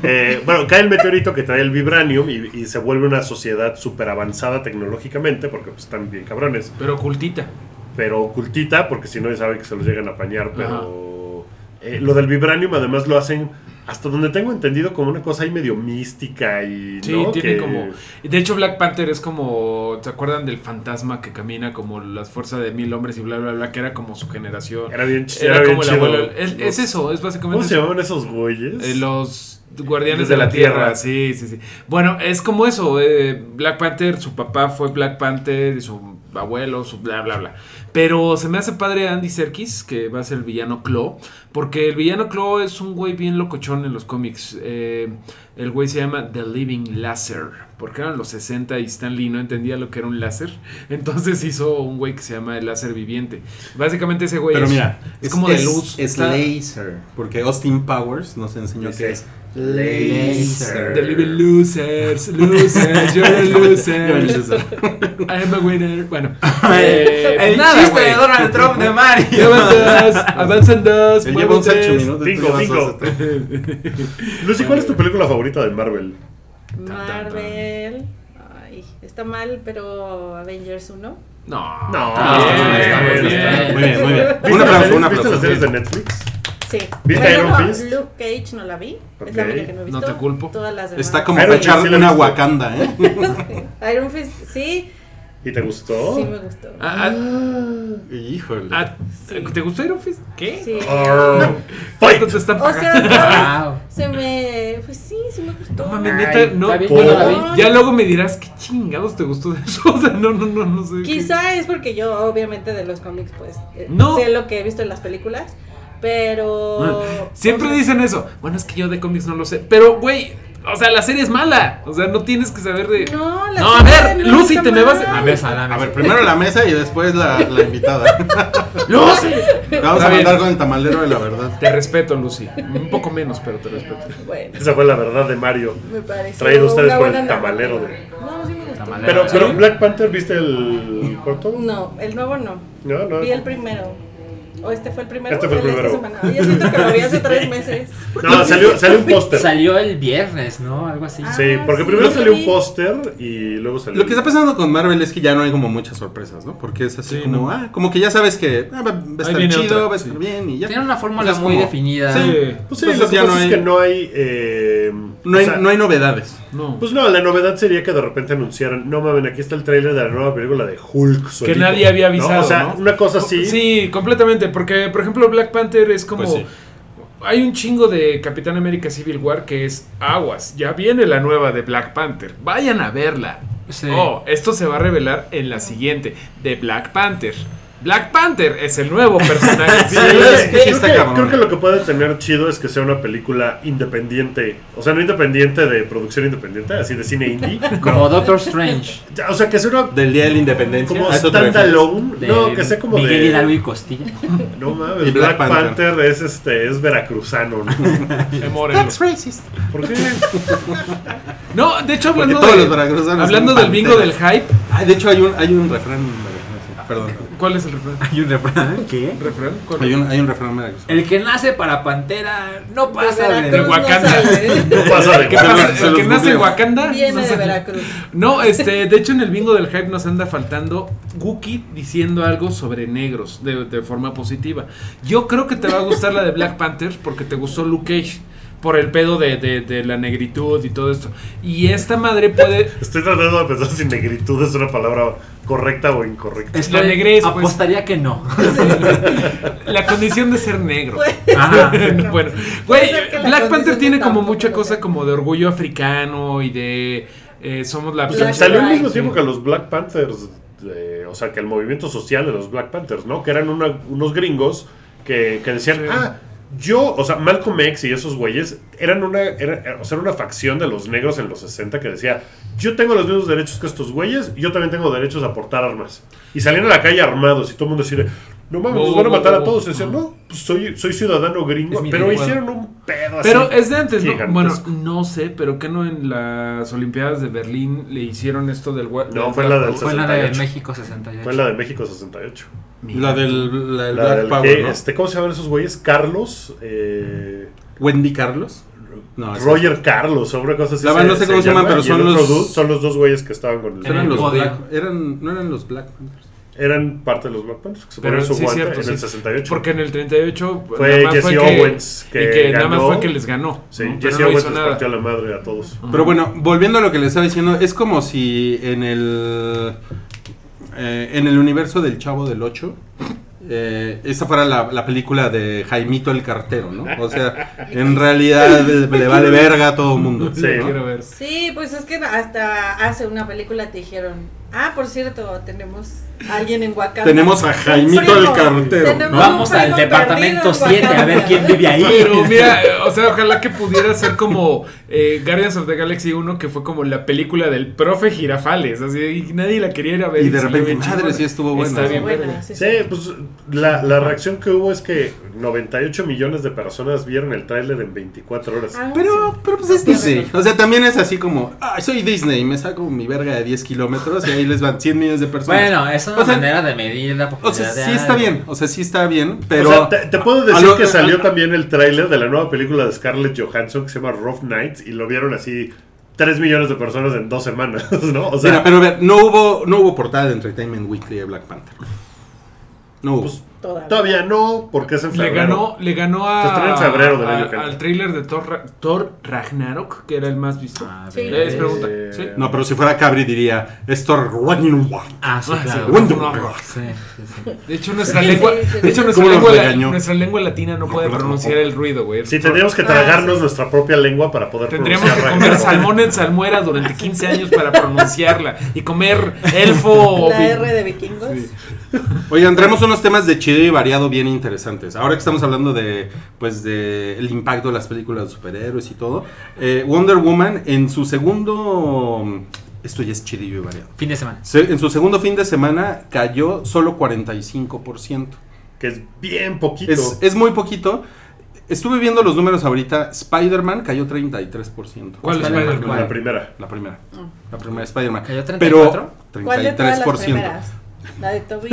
[SPEAKER 2] Eh, bueno, cae el meteorito que trae el vibranium y, y se vuelve una sociedad súper avanzada tecnológicamente porque pues, están bien cabrones.
[SPEAKER 3] Pero ocultita.
[SPEAKER 2] Pero
[SPEAKER 3] Eh.
[SPEAKER 2] ocultita porque si no ya saben que se los llegan a apañar. Pero eh, lo del vibranium además lo hacen hasta donde tengo entendido, como una cosa ahí medio mística y.
[SPEAKER 3] Sí,
[SPEAKER 2] ¿no?
[SPEAKER 3] tiene
[SPEAKER 2] Que-
[SPEAKER 3] como. De hecho, Black Panther es como. ¿Se acuerdan del fantasma que camina como la fuerza de mil hombres y bla, bla, bla? Que era como su generación.
[SPEAKER 2] Era bien ch-
[SPEAKER 3] Era
[SPEAKER 2] era bien
[SPEAKER 3] como el
[SPEAKER 2] chido.
[SPEAKER 3] abuelo. Es,
[SPEAKER 2] Los-
[SPEAKER 3] es eso, es básicamente.
[SPEAKER 2] ¿Cómo se
[SPEAKER 3] eso.
[SPEAKER 2] llamaban esos güeyes?
[SPEAKER 3] Eh, los guardianes
[SPEAKER 2] Desde
[SPEAKER 3] de la,
[SPEAKER 2] la
[SPEAKER 3] tierra.
[SPEAKER 2] Tierra.
[SPEAKER 3] sí, sí, sí. Bueno, es como eso, eh, Black Panther, su papá fue Black Panther, y su abuelo, su bla, bla, bla. Pero se me hace padre Andy Serkis, que va a ser el villano Claw, porque el villano Claw es un güey bien locochón en los cómics. Eh, el güey se llama The Living Laser. Porque eran los 60 y Stan Lee no entendía lo que era un láser. Entonces hizo un güey que se llama el láser viviente. Básicamente ese güey
[SPEAKER 4] Pero
[SPEAKER 3] es,
[SPEAKER 4] mira,
[SPEAKER 3] Pues, es como de luz.
[SPEAKER 4] Es
[SPEAKER 3] Está-
[SPEAKER 4] laser. Porque Austin Powers nos enseñó que es
[SPEAKER 6] Laser.
[SPEAKER 3] The living losers, losers, you're a loser.
[SPEAKER 4] laser.
[SPEAKER 3] I am a winner. Bueno, eh,
[SPEAKER 7] El
[SPEAKER 3] nada,
[SPEAKER 7] chiste
[SPEAKER 3] güey.
[SPEAKER 7] de Donald Trump de Mario.
[SPEAKER 3] Llevan dos, avanzan dos,
[SPEAKER 4] Él lleva un
[SPEAKER 3] muévete.
[SPEAKER 4] salcho minuto.
[SPEAKER 2] Bingo, bingo. Lucy, ¿cuál es
[SPEAKER 3] Eh.
[SPEAKER 2] tu película favorita de Marvel?
[SPEAKER 3] tan, tan.
[SPEAKER 5] Marvel. Ay, está mal, pero Avengers 1.
[SPEAKER 3] No,
[SPEAKER 2] No,
[SPEAKER 3] Ah, está
[SPEAKER 6] está
[SPEAKER 3] bien,
[SPEAKER 6] bien, está bien,
[SPEAKER 3] bien.
[SPEAKER 6] está bien.
[SPEAKER 4] Muy bien, muy bien.
[SPEAKER 2] ¿Viste
[SPEAKER 4] Un
[SPEAKER 2] las
[SPEAKER 4] aplauso,
[SPEAKER 2] series-
[SPEAKER 4] un
[SPEAKER 2] ¿Viste las
[SPEAKER 4] aplauso.
[SPEAKER 2] series de Netflix?
[SPEAKER 5] Sí.
[SPEAKER 2] ¿Viste
[SPEAKER 5] Bueno,
[SPEAKER 2] Iron Fist?
[SPEAKER 5] Luke Cage no la vi. Es la
[SPEAKER 2] Ok.
[SPEAKER 5] única que no he
[SPEAKER 3] No te
[SPEAKER 5] visto.
[SPEAKER 3] culpo.
[SPEAKER 5] Todas las demás.
[SPEAKER 4] Está como
[SPEAKER 2] Iron
[SPEAKER 4] para
[SPEAKER 2] Fist sí
[SPEAKER 4] echar
[SPEAKER 2] la
[SPEAKER 4] una
[SPEAKER 2] viste.
[SPEAKER 4] Wakanda, ¿eh?
[SPEAKER 5] Iron Fist, sí.
[SPEAKER 2] ¿Y te gustó?
[SPEAKER 5] Sí, me gustó.
[SPEAKER 3] Ah,
[SPEAKER 4] Híjole.
[SPEAKER 3] ah, ah,
[SPEAKER 5] Sí.
[SPEAKER 3] ¿Te gustó Iron Fist? ¿Qué?
[SPEAKER 5] Sí.
[SPEAKER 2] Arr, fight.
[SPEAKER 3] ¿Cuánto te están
[SPEAKER 5] O sea,
[SPEAKER 3] pagando?
[SPEAKER 5] todas
[SPEAKER 7] Wow.
[SPEAKER 5] se me. Pues sí, sí me gustó.
[SPEAKER 3] No mames, neta, no.
[SPEAKER 7] Está bien, yo no la vi.
[SPEAKER 3] Ya luego me dirás qué chingados te gustó de eso. O sea, no, no, no, no sé.
[SPEAKER 5] Quizá es porque yo, obviamente, de los cómics, pues eh,
[SPEAKER 3] No.
[SPEAKER 5] sé lo que he visto en las películas, pero.
[SPEAKER 3] Siempre dicen eso. Bueno, es que yo de cómics no lo sé. Pero, güey, o sea, la serie es mala. O sea, no tienes que saber de.
[SPEAKER 5] No, la
[SPEAKER 3] No, a
[SPEAKER 5] serie
[SPEAKER 3] ver,
[SPEAKER 5] no
[SPEAKER 3] Lucy,
[SPEAKER 5] está
[SPEAKER 3] te me vas-
[SPEAKER 5] mal.
[SPEAKER 7] A ver, salame.
[SPEAKER 4] A ver, primero la mesa y después la, la invitada.
[SPEAKER 3] ¡Lucy!
[SPEAKER 4] Vamos
[SPEAKER 3] Está
[SPEAKER 4] a
[SPEAKER 3] bien.
[SPEAKER 4] mandar con el tamalero de la verdad.
[SPEAKER 3] Te respeto, Lucy. Un poco menos, pero te respeto.
[SPEAKER 5] Bueno,
[SPEAKER 2] Esa fue la verdad de Mario.
[SPEAKER 5] me parece.
[SPEAKER 2] Traído ustedes por el tamalero de-
[SPEAKER 5] No, sí me gustó.
[SPEAKER 7] Tamalero.
[SPEAKER 2] Pero,
[SPEAKER 7] ¿Sí?
[SPEAKER 2] pero Black Panther, ¿viste el corto?
[SPEAKER 5] No, el nuevo no.
[SPEAKER 2] No, no.
[SPEAKER 5] Vi el primero. ¿O este fue el primero?
[SPEAKER 2] Este fue el
[SPEAKER 5] de esta
[SPEAKER 2] primero.
[SPEAKER 5] semana. Yo siento que lo vi hace tres meses.
[SPEAKER 2] No, salió, salió un póster.
[SPEAKER 7] Salió el viernes, ¿no? Algo así.
[SPEAKER 5] Ah,
[SPEAKER 2] Sí, porque
[SPEAKER 5] sí,
[SPEAKER 2] primero
[SPEAKER 5] sí.
[SPEAKER 2] salió un póster y luego salió.
[SPEAKER 4] Lo que está pasando con Marvel es que ya no hay como muchas sorpresas, ¿no? Porque es así
[SPEAKER 3] Sí,
[SPEAKER 4] como,
[SPEAKER 3] ¿no?
[SPEAKER 4] ah, como que ya sabes que ah, va va a
[SPEAKER 3] Ahí
[SPEAKER 4] estar
[SPEAKER 3] viene
[SPEAKER 4] chido,
[SPEAKER 3] otra,
[SPEAKER 4] va a estar
[SPEAKER 3] sí.
[SPEAKER 4] bien y ya.
[SPEAKER 7] Tiene una fórmula
[SPEAKER 4] Entonces,
[SPEAKER 7] muy
[SPEAKER 4] pues como-
[SPEAKER 7] definida.
[SPEAKER 3] Sí.
[SPEAKER 2] Pues sí,
[SPEAKER 4] Entonces
[SPEAKER 2] lo que
[SPEAKER 4] ya
[SPEAKER 2] pasa
[SPEAKER 4] no
[SPEAKER 2] es
[SPEAKER 4] hay-
[SPEAKER 2] que no hay. eh,
[SPEAKER 4] No
[SPEAKER 2] o
[SPEAKER 4] hay,
[SPEAKER 2] sea,
[SPEAKER 4] no hay novedades.
[SPEAKER 3] No.
[SPEAKER 2] Pues no, la novedad sería que de repente anunciaran, no mamen, aquí está el tráiler de la nueva película de Hulk. solito",
[SPEAKER 3] que nadie había
[SPEAKER 2] ¿no?
[SPEAKER 3] avisado.
[SPEAKER 2] O sea,
[SPEAKER 3] ¿no?
[SPEAKER 2] una cosa así.
[SPEAKER 3] Sí, completamente. Porque, por ejemplo, Black Panther es como.
[SPEAKER 4] Pues sí.
[SPEAKER 3] Hay un chingo de Capitán América Civil War que es aguas. Ya viene la nueva de Black Panther. Vayan a verla.
[SPEAKER 7] Sí.
[SPEAKER 3] Oh, esto se va a revelar en la siguiente: de Black Panther. Black Panther es el nuevo
[SPEAKER 2] Sí,
[SPEAKER 3] personaje.
[SPEAKER 4] Sí,
[SPEAKER 2] creo
[SPEAKER 4] es
[SPEAKER 2] que-
[SPEAKER 4] que sí
[SPEAKER 2] creo
[SPEAKER 4] está
[SPEAKER 2] que-
[SPEAKER 4] cabrón.
[SPEAKER 2] creo que lo que puede tener chido es que sea una película independiente. O sea, no independiente de producción independiente, así de cine indie.
[SPEAKER 7] Como Doctor Strange.
[SPEAKER 2] O sea, que sea una
[SPEAKER 4] Del Día de la Independencia.
[SPEAKER 2] como
[SPEAKER 4] ¿a eso te refieres?
[SPEAKER 2] standalone.
[SPEAKER 7] de
[SPEAKER 2] No, que sea como
[SPEAKER 7] Miguel
[SPEAKER 2] de.
[SPEAKER 7] Hidalgo y Costilla.
[SPEAKER 2] No
[SPEAKER 4] Y
[SPEAKER 2] mames, Black,
[SPEAKER 4] Black Panther.
[SPEAKER 2] Panther, es este, es veracruzano, ¿no?
[SPEAKER 3] de Morelos.
[SPEAKER 2] ¿Por qué?
[SPEAKER 3] No, de hecho, hablando,
[SPEAKER 4] todos
[SPEAKER 3] de-
[SPEAKER 4] los veracruzanos
[SPEAKER 3] hablando
[SPEAKER 4] son
[SPEAKER 3] del bingo del
[SPEAKER 4] panteras.
[SPEAKER 3] hype,
[SPEAKER 4] Ah, de hecho, hay un, hay un refrán. veracruzano, Perdón.
[SPEAKER 3] ¿cuál es el refrán?
[SPEAKER 7] ¿Hay un refrán? ¿Qué? Eh,
[SPEAKER 3] ¿Refrán? ¿Cuál?
[SPEAKER 4] Hay un, hay un refrán veracruzano.
[SPEAKER 7] El que nace para pantera no pasa de,
[SPEAKER 5] Veracruz no
[SPEAKER 3] Wakanda.
[SPEAKER 5] sale.
[SPEAKER 2] No pasa de
[SPEAKER 3] ¿Qué
[SPEAKER 4] Se los-
[SPEAKER 3] pasa?
[SPEAKER 4] se
[SPEAKER 3] ¿El
[SPEAKER 4] los
[SPEAKER 3] que nace en
[SPEAKER 4] googleo.
[SPEAKER 3] Wakanda?
[SPEAKER 5] Viene de
[SPEAKER 3] Entonces-
[SPEAKER 5] Veracruz.
[SPEAKER 3] No, este, de hecho en el bingo del hype nos anda faltando Wookie diciendo algo sobre negros de, de forma positiva. Yo creo que te va a gustar la de Black Panther porque te gustó Luke Cage por el pedo de, de- de la negritud y todo esto. Y esta madre puede...
[SPEAKER 2] Estoy tratando de pensar si negritud es una palabra correcta o incorrecta.
[SPEAKER 3] La negrez, pues.
[SPEAKER 7] Apostaría que no.
[SPEAKER 3] La condición de ser negro. Ah,
[SPEAKER 7] Ajá.
[SPEAKER 3] bueno, güey,
[SPEAKER 5] ser que la
[SPEAKER 3] Black Panther
[SPEAKER 5] condición
[SPEAKER 3] tiene
[SPEAKER 5] no
[SPEAKER 3] como
[SPEAKER 5] tampoco
[SPEAKER 3] mucha
[SPEAKER 5] lo
[SPEAKER 3] cosa
[SPEAKER 5] sea.
[SPEAKER 3] como de orgullo africano y de... eh, somos la...
[SPEAKER 2] Pues,
[SPEAKER 5] Black
[SPEAKER 2] salió al
[SPEAKER 5] Lives,
[SPEAKER 2] mismo
[SPEAKER 5] sí.
[SPEAKER 2] tiempo que los Black Panthers, eh, o sea, que el movimiento social de los Black Panthers, ¿no? Que eran una- unos gringos que, que decían,
[SPEAKER 3] Sí.
[SPEAKER 2] ah, yo, o sea, Malcolm X y esos güeyes eran una, era- o sea, era una facción de los negros en los 60 que decía, yo tengo los mismos derechos que estos güeyes, y yo también tengo derechos a portar armas. Y salían a la calle armados y todo el mundo decía, no mames,
[SPEAKER 3] No,
[SPEAKER 2] nos van a
[SPEAKER 3] no,
[SPEAKER 2] matar
[SPEAKER 3] no,
[SPEAKER 2] a todos. Y
[SPEAKER 3] no.
[SPEAKER 2] decían, no, pues soy, soy ciudadano gringo,
[SPEAKER 3] Es mi
[SPEAKER 2] pero
[SPEAKER 3] derecho.
[SPEAKER 2] hicieron un pedo así.
[SPEAKER 3] Pero es de antes, ¿no? Bueno,
[SPEAKER 2] gigantesco.
[SPEAKER 3] no sé, pero que no en las Olimpiadas de Berlín le hicieron esto del... wa-
[SPEAKER 2] No,
[SPEAKER 3] del
[SPEAKER 2] fue la del
[SPEAKER 3] Black
[SPEAKER 7] Fue la de
[SPEAKER 2] 68.
[SPEAKER 7] México 68.
[SPEAKER 2] Fue la de México 68.
[SPEAKER 4] La del, la del
[SPEAKER 2] La
[SPEAKER 4] Black
[SPEAKER 2] del
[SPEAKER 4] Power,
[SPEAKER 2] que,
[SPEAKER 4] ¿no?
[SPEAKER 2] este, ¿Cómo se llaman esos güeyes? Carlos. eh,
[SPEAKER 4] Wendy Carlos. No, esa-
[SPEAKER 2] Roger Carlos, o una cosa así.
[SPEAKER 4] La verdad, no sé cómo se llaman,
[SPEAKER 2] llama,
[SPEAKER 4] pero
[SPEAKER 2] y el
[SPEAKER 4] son
[SPEAKER 2] otro
[SPEAKER 4] los-
[SPEAKER 2] dude son los dos güeyes que estaban con el.
[SPEAKER 4] eran
[SPEAKER 7] el
[SPEAKER 4] los
[SPEAKER 7] podio.
[SPEAKER 4] Black- eran, no eran los Black Panthers.
[SPEAKER 2] eran parte de los Black Panthers, que se
[SPEAKER 3] Pero
[SPEAKER 2] ponían su
[SPEAKER 3] sí es
[SPEAKER 2] guante
[SPEAKER 3] cierto.
[SPEAKER 2] en
[SPEAKER 3] sí.
[SPEAKER 2] el 68.
[SPEAKER 3] Porque en el 38
[SPEAKER 2] Fue
[SPEAKER 3] pues, nada más
[SPEAKER 2] Jesse
[SPEAKER 3] que-
[SPEAKER 2] Owens que
[SPEAKER 3] y que nada más
[SPEAKER 2] ganó.
[SPEAKER 3] fue que les ganó.
[SPEAKER 2] Sí,
[SPEAKER 3] ¿no? Pero
[SPEAKER 2] Jesse
[SPEAKER 3] no
[SPEAKER 2] Owens
[SPEAKER 3] hizo
[SPEAKER 2] les
[SPEAKER 3] nada.
[SPEAKER 2] partió la madre a todos.
[SPEAKER 4] Pero bueno, volviendo a lo que les estaba diciendo, es como si en el eh, en el universo del Chavo del 8 esa fuera la, la película de Jaimito el Cartero, ¿no? O sea, en realidad le vale verga a todo mundo.
[SPEAKER 2] Sí.
[SPEAKER 4] ¿no?
[SPEAKER 3] Quiero ver.
[SPEAKER 5] Sí, pues es que hasta hace una película te dijeron, ah, por cierto, tenemos a alguien en Wakanda.
[SPEAKER 4] Tenemos a
[SPEAKER 5] Un
[SPEAKER 4] Jaimito
[SPEAKER 5] primo.
[SPEAKER 4] el cartero,
[SPEAKER 5] Tenemos
[SPEAKER 4] ¿no?
[SPEAKER 5] un
[SPEAKER 6] Vamos al
[SPEAKER 5] primo
[SPEAKER 6] departamento
[SPEAKER 5] perdido en
[SPEAKER 6] 7 a ver
[SPEAKER 5] Wakanda.
[SPEAKER 6] quién vive ahí.
[SPEAKER 3] Pero mira, eh, o sea, ojalá que pudiera ser como eh, Guardians of the Galaxy 1, que fue como la película del profe Girafales. Así, y nadie la quería ir a ver.
[SPEAKER 4] Y de
[SPEAKER 3] se la
[SPEAKER 4] repente,
[SPEAKER 3] ve
[SPEAKER 4] madre,
[SPEAKER 3] chingona.
[SPEAKER 4] sí estuvo buena.
[SPEAKER 3] Está bien,
[SPEAKER 5] Buena,
[SPEAKER 3] verga.
[SPEAKER 5] sí, sí.
[SPEAKER 2] Sí, pues la, la reacción que hubo es que 98 millones de personas vieron el tráiler en 24 horas.
[SPEAKER 5] Ah,
[SPEAKER 4] Pero,
[SPEAKER 5] sí.
[SPEAKER 4] pero pues es Disney. O sea, también es así como, ah, soy Disney, me saco mi verga de 10 kilómetros y ahí les van 100 millones de personas.
[SPEAKER 7] Bueno, es una
[SPEAKER 4] O sea,
[SPEAKER 7] manera de medir la
[SPEAKER 4] o
[SPEAKER 7] popularidad.
[SPEAKER 4] sea,
[SPEAKER 7] de
[SPEAKER 4] sí está
[SPEAKER 7] algo.
[SPEAKER 4] bien, o sea, sí está bien, pero...
[SPEAKER 2] o sea, te, te puedo
[SPEAKER 4] a
[SPEAKER 2] decir
[SPEAKER 4] lo-
[SPEAKER 2] que
[SPEAKER 4] a-
[SPEAKER 2] salió
[SPEAKER 4] a-
[SPEAKER 2] también el tráiler de la nueva película de Scarlett Johansson que se llama Rough Nights y lo vieron así 3 millones de personas en dos semanas, ¿no? O sea,
[SPEAKER 4] Mira, pero a ver, no hubo, no hubo portada de Entertainment Weekly de Black Panther. No hubo.
[SPEAKER 2] pues,
[SPEAKER 5] Todavía.
[SPEAKER 2] todavía no, porque es en
[SPEAKER 3] Le
[SPEAKER 2] febrero.
[SPEAKER 3] ganó, le ganó a,
[SPEAKER 2] Se estrena en febrero del
[SPEAKER 3] a-
[SPEAKER 2] año que entra.
[SPEAKER 3] al trailer de Thor, Ra- Thor Ragnarok, que era el más visto.
[SPEAKER 7] A
[SPEAKER 5] Sí.
[SPEAKER 7] ver.
[SPEAKER 3] Es pregunta.
[SPEAKER 2] Eh,
[SPEAKER 3] ¿sí?
[SPEAKER 4] no, pero si fuera Cabri diría, Thor Ragnarok.
[SPEAKER 7] Ah, sí,
[SPEAKER 3] Ah, sí,
[SPEAKER 7] claro.
[SPEAKER 4] Wonder Woman.
[SPEAKER 7] Sí, sí, sí.
[SPEAKER 3] De hecho, nuestra
[SPEAKER 5] Sí, sí,
[SPEAKER 3] lengua,
[SPEAKER 5] sí, sí.
[SPEAKER 3] de hecho, nuestra
[SPEAKER 4] ¿Cómo los
[SPEAKER 3] lengua, la-
[SPEAKER 4] regañó?
[SPEAKER 3] nuestra lengua latina no puede pronunciar el ruido, güey.
[SPEAKER 2] Sí, tendríamos que
[SPEAKER 5] Ah,
[SPEAKER 2] tragarnos
[SPEAKER 5] sí.
[SPEAKER 2] nuestra propia lengua para poder
[SPEAKER 3] Tendríamos que
[SPEAKER 2] pronunciar
[SPEAKER 3] comer
[SPEAKER 2] Ragnarok.
[SPEAKER 3] salmón en salmuera durante 15 años para pronunciarla. Y comer elfo.
[SPEAKER 5] La R de vikingos.
[SPEAKER 3] Sí.
[SPEAKER 4] Oigan, traemos unos temas de chido y variado bien interesantes. Ahora que estamos hablando de, pues, de el impacto de las películas de superhéroes y todo, eh, Wonder Woman en su segundo, esto ya es chidillo y variado.
[SPEAKER 7] Fin de semana.
[SPEAKER 4] Se- En su segundo fin de semana cayó solo 45%.
[SPEAKER 2] Que es bien poquito.
[SPEAKER 4] Es, es muy poquito. Estuve viendo los números ahorita. Spider-Man cayó 33%.
[SPEAKER 3] ¿Cuál
[SPEAKER 7] Spider-Man?
[SPEAKER 3] Spider-Man?
[SPEAKER 2] la
[SPEAKER 7] ¿cuál?
[SPEAKER 2] primera.
[SPEAKER 4] La primera. La primera de Spider-Man.
[SPEAKER 7] ¿Cayó 34?
[SPEAKER 4] Pero
[SPEAKER 5] Ah. ¿Cuál de todas las
[SPEAKER 4] 33%.
[SPEAKER 5] primeras? La de Toby.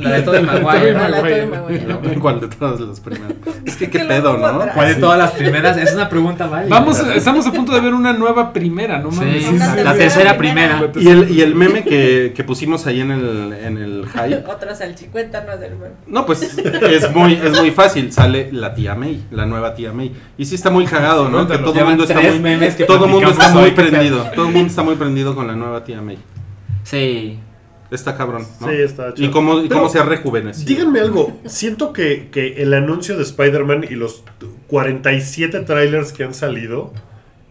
[SPEAKER 7] La de Tobey Maguire.
[SPEAKER 5] Ah, la de Tobey Maguire.
[SPEAKER 4] ¿Cuál de todas las primeras? Es que
[SPEAKER 5] que
[SPEAKER 4] qué
[SPEAKER 5] lo
[SPEAKER 4] pedo,
[SPEAKER 5] pongo
[SPEAKER 4] ¿no?
[SPEAKER 5] atrás.
[SPEAKER 7] ¿Cuál de todas las primeras? Es una pregunta válida.
[SPEAKER 3] Vamos, a- estamos a punto de ver una nueva primera, ¿no mames?
[SPEAKER 7] Sí,
[SPEAKER 5] Una
[SPEAKER 7] la,
[SPEAKER 5] tercera
[SPEAKER 7] tercera
[SPEAKER 5] primera.
[SPEAKER 7] primera.
[SPEAKER 4] Y el, y el meme que, que pusimos ahí en el, en el hype.
[SPEAKER 5] Otros al 50 no es del bueno.
[SPEAKER 4] No, pues es muy, es muy fácil. Sale la tía May, la nueva tía May. Y sí está muy cagado, ¿no? Que
[SPEAKER 3] Cuéntalo.
[SPEAKER 4] todo el
[SPEAKER 7] Llevan
[SPEAKER 4] mundo está
[SPEAKER 7] tres
[SPEAKER 4] muy,
[SPEAKER 7] memes que
[SPEAKER 4] todo mundo está
[SPEAKER 7] platicamos
[SPEAKER 4] muy
[SPEAKER 7] hoy, qué pedo.
[SPEAKER 4] prendido. Todo el mundo está muy prendido con la nueva tía May.
[SPEAKER 7] Sí.
[SPEAKER 4] Está cabrón, ¿no?
[SPEAKER 2] Sí, está chido.
[SPEAKER 4] ¿Y cómo, y
[SPEAKER 2] Pero-
[SPEAKER 4] cómo se ha rejuvenecido?
[SPEAKER 2] Díganme algo, siento que, que el anuncio de Spider-Man y los 47 trailers que han salido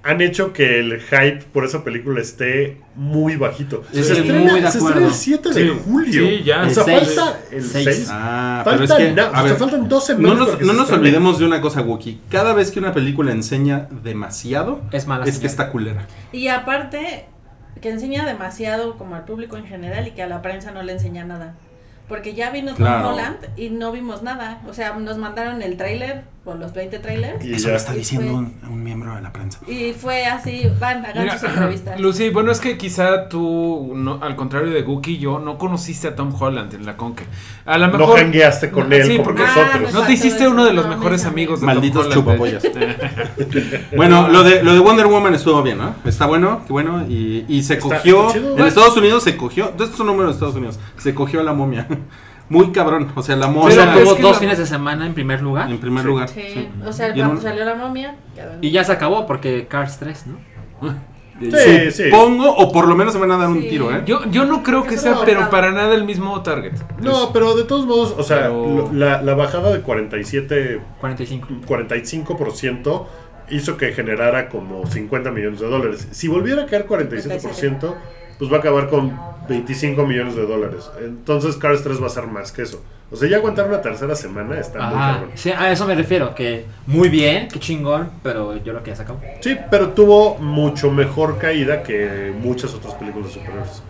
[SPEAKER 2] han hecho que el hype por esa película esté muy bajito.
[SPEAKER 7] Sí,
[SPEAKER 2] se, estrena,
[SPEAKER 7] muy de
[SPEAKER 2] se estrena
[SPEAKER 7] acuerdo.
[SPEAKER 2] el 7
[SPEAKER 3] Sí,
[SPEAKER 2] de julio.
[SPEAKER 3] sí, ya.
[SPEAKER 2] O sea,
[SPEAKER 7] El seis.
[SPEAKER 2] falta el
[SPEAKER 7] Seis.
[SPEAKER 2] 6.
[SPEAKER 4] Ah, pero
[SPEAKER 2] faltan,
[SPEAKER 4] es que,
[SPEAKER 2] na-
[SPEAKER 4] a
[SPEAKER 2] o sea,
[SPEAKER 4] ver,
[SPEAKER 2] faltan 12
[SPEAKER 4] no
[SPEAKER 2] meses. para
[SPEAKER 4] nos,
[SPEAKER 2] que
[SPEAKER 4] no
[SPEAKER 2] se
[SPEAKER 4] nos
[SPEAKER 2] estrene.
[SPEAKER 4] olvidemos de una cosa, Wookie. Cada vez que una película enseña demasiado,
[SPEAKER 7] Es mala
[SPEAKER 4] es que
[SPEAKER 7] señal.
[SPEAKER 4] está culera.
[SPEAKER 5] Y aparte, que enseña demasiado como al público en general y que a la prensa no le enseña nada. Porque ya vino Tom
[SPEAKER 4] Claro.
[SPEAKER 5] Holland y no vimos nada. O sea, nos mandaron el tráiler, o los 20 trailers,
[SPEAKER 2] Y ya.
[SPEAKER 5] está diciendo un-
[SPEAKER 4] miembro de la prensa.
[SPEAKER 5] y fue así, van, hagan
[SPEAKER 3] Mira,
[SPEAKER 5] sus entrevistas.
[SPEAKER 3] Lucy, bueno, es que quizá tú, no- al contrario de Guki, yo no conociste a Tom Holland en la conque. A lo
[SPEAKER 2] No
[SPEAKER 3] mejor.
[SPEAKER 2] jangueaste con
[SPEAKER 3] No,
[SPEAKER 2] él
[SPEAKER 3] sí,
[SPEAKER 2] como
[SPEAKER 3] porque-
[SPEAKER 2] nosotros.
[SPEAKER 5] Ah,
[SPEAKER 3] no te hiciste uno de los mejores
[SPEAKER 5] No,
[SPEAKER 3] amigos de
[SPEAKER 4] Malditos
[SPEAKER 3] Tom Holland.
[SPEAKER 4] chupapollas. Bueno, lo de, lo de Wonder Woman estuvo bien, ¿no? Está bueno, qué bueno. Y, y se
[SPEAKER 2] Está-
[SPEAKER 4] cogió.
[SPEAKER 2] está chido.
[SPEAKER 4] en Estados Unidos se cogió. Entonces es un número de Estados Unidos. Se cogió a la momia. Muy cabrón. O sea, la
[SPEAKER 7] O
[SPEAKER 3] Pero
[SPEAKER 4] momia
[SPEAKER 7] sea,
[SPEAKER 3] es
[SPEAKER 7] tuvo
[SPEAKER 3] que
[SPEAKER 7] dos
[SPEAKER 3] la-
[SPEAKER 7] fines de semana en primer lugar.
[SPEAKER 4] en primer lugar.
[SPEAKER 5] Sí,
[SPEAKER 4] sí.
[SPEAKER 5] o sea,
[SPEAKER 4] Y en
[SPEAKER 5] cuando
[SPEAKER 4] un-
[SPEAKER 5] salió la momia, quedó en-
[SPEAKER 7] Y ya se acabó porque Cars 3, ¿no?
[SPEAKER 2] Sí, sí.
[SPEAKER 4] Pongo, o por lo menos se van a dar un
[SPEAKER 5] Sí.
[SPEAKER 4] tiro, ¿eh?
[SPEAKER 3] Yo, yo no creo que
[SPEAKER 5] Eso
[SPEAKER 3] sea,
[SPEAKER 5] no,
[SPEAKER 3] pero
[SPEAKER 5] nada.
[SPEAKER 3] para nada el mismo target.
[SPEAKER 2] No, pero de todos modos, o sea,
[SPEAKER 3] Pero-
[SPEAKER 2] lo- la, la bajada de 47
[SPEAKER 7] 45.
[SPEAKER 3] Mm,
[SPEAKER 2] 45% hizo que generara como 50 millones de dólares. Si volviera a caer 47%, pues va a acabar con 25 millones de dólares. Entonces Cars 3 va a ser más que eso. O sea, ya aguantar una tercera semana está muy
[SPEAKER 7] Ajá.
[SPEAKER 2] cabrón.
[SPEAKER 7] Sí, a eso me refiero. Que muy bien, qué chingón, pero yo creo que ya se acabó.
[SPEAKER 2] Sí, pero tuvo mucho mejor caída que muchas otras películas de superhéroes.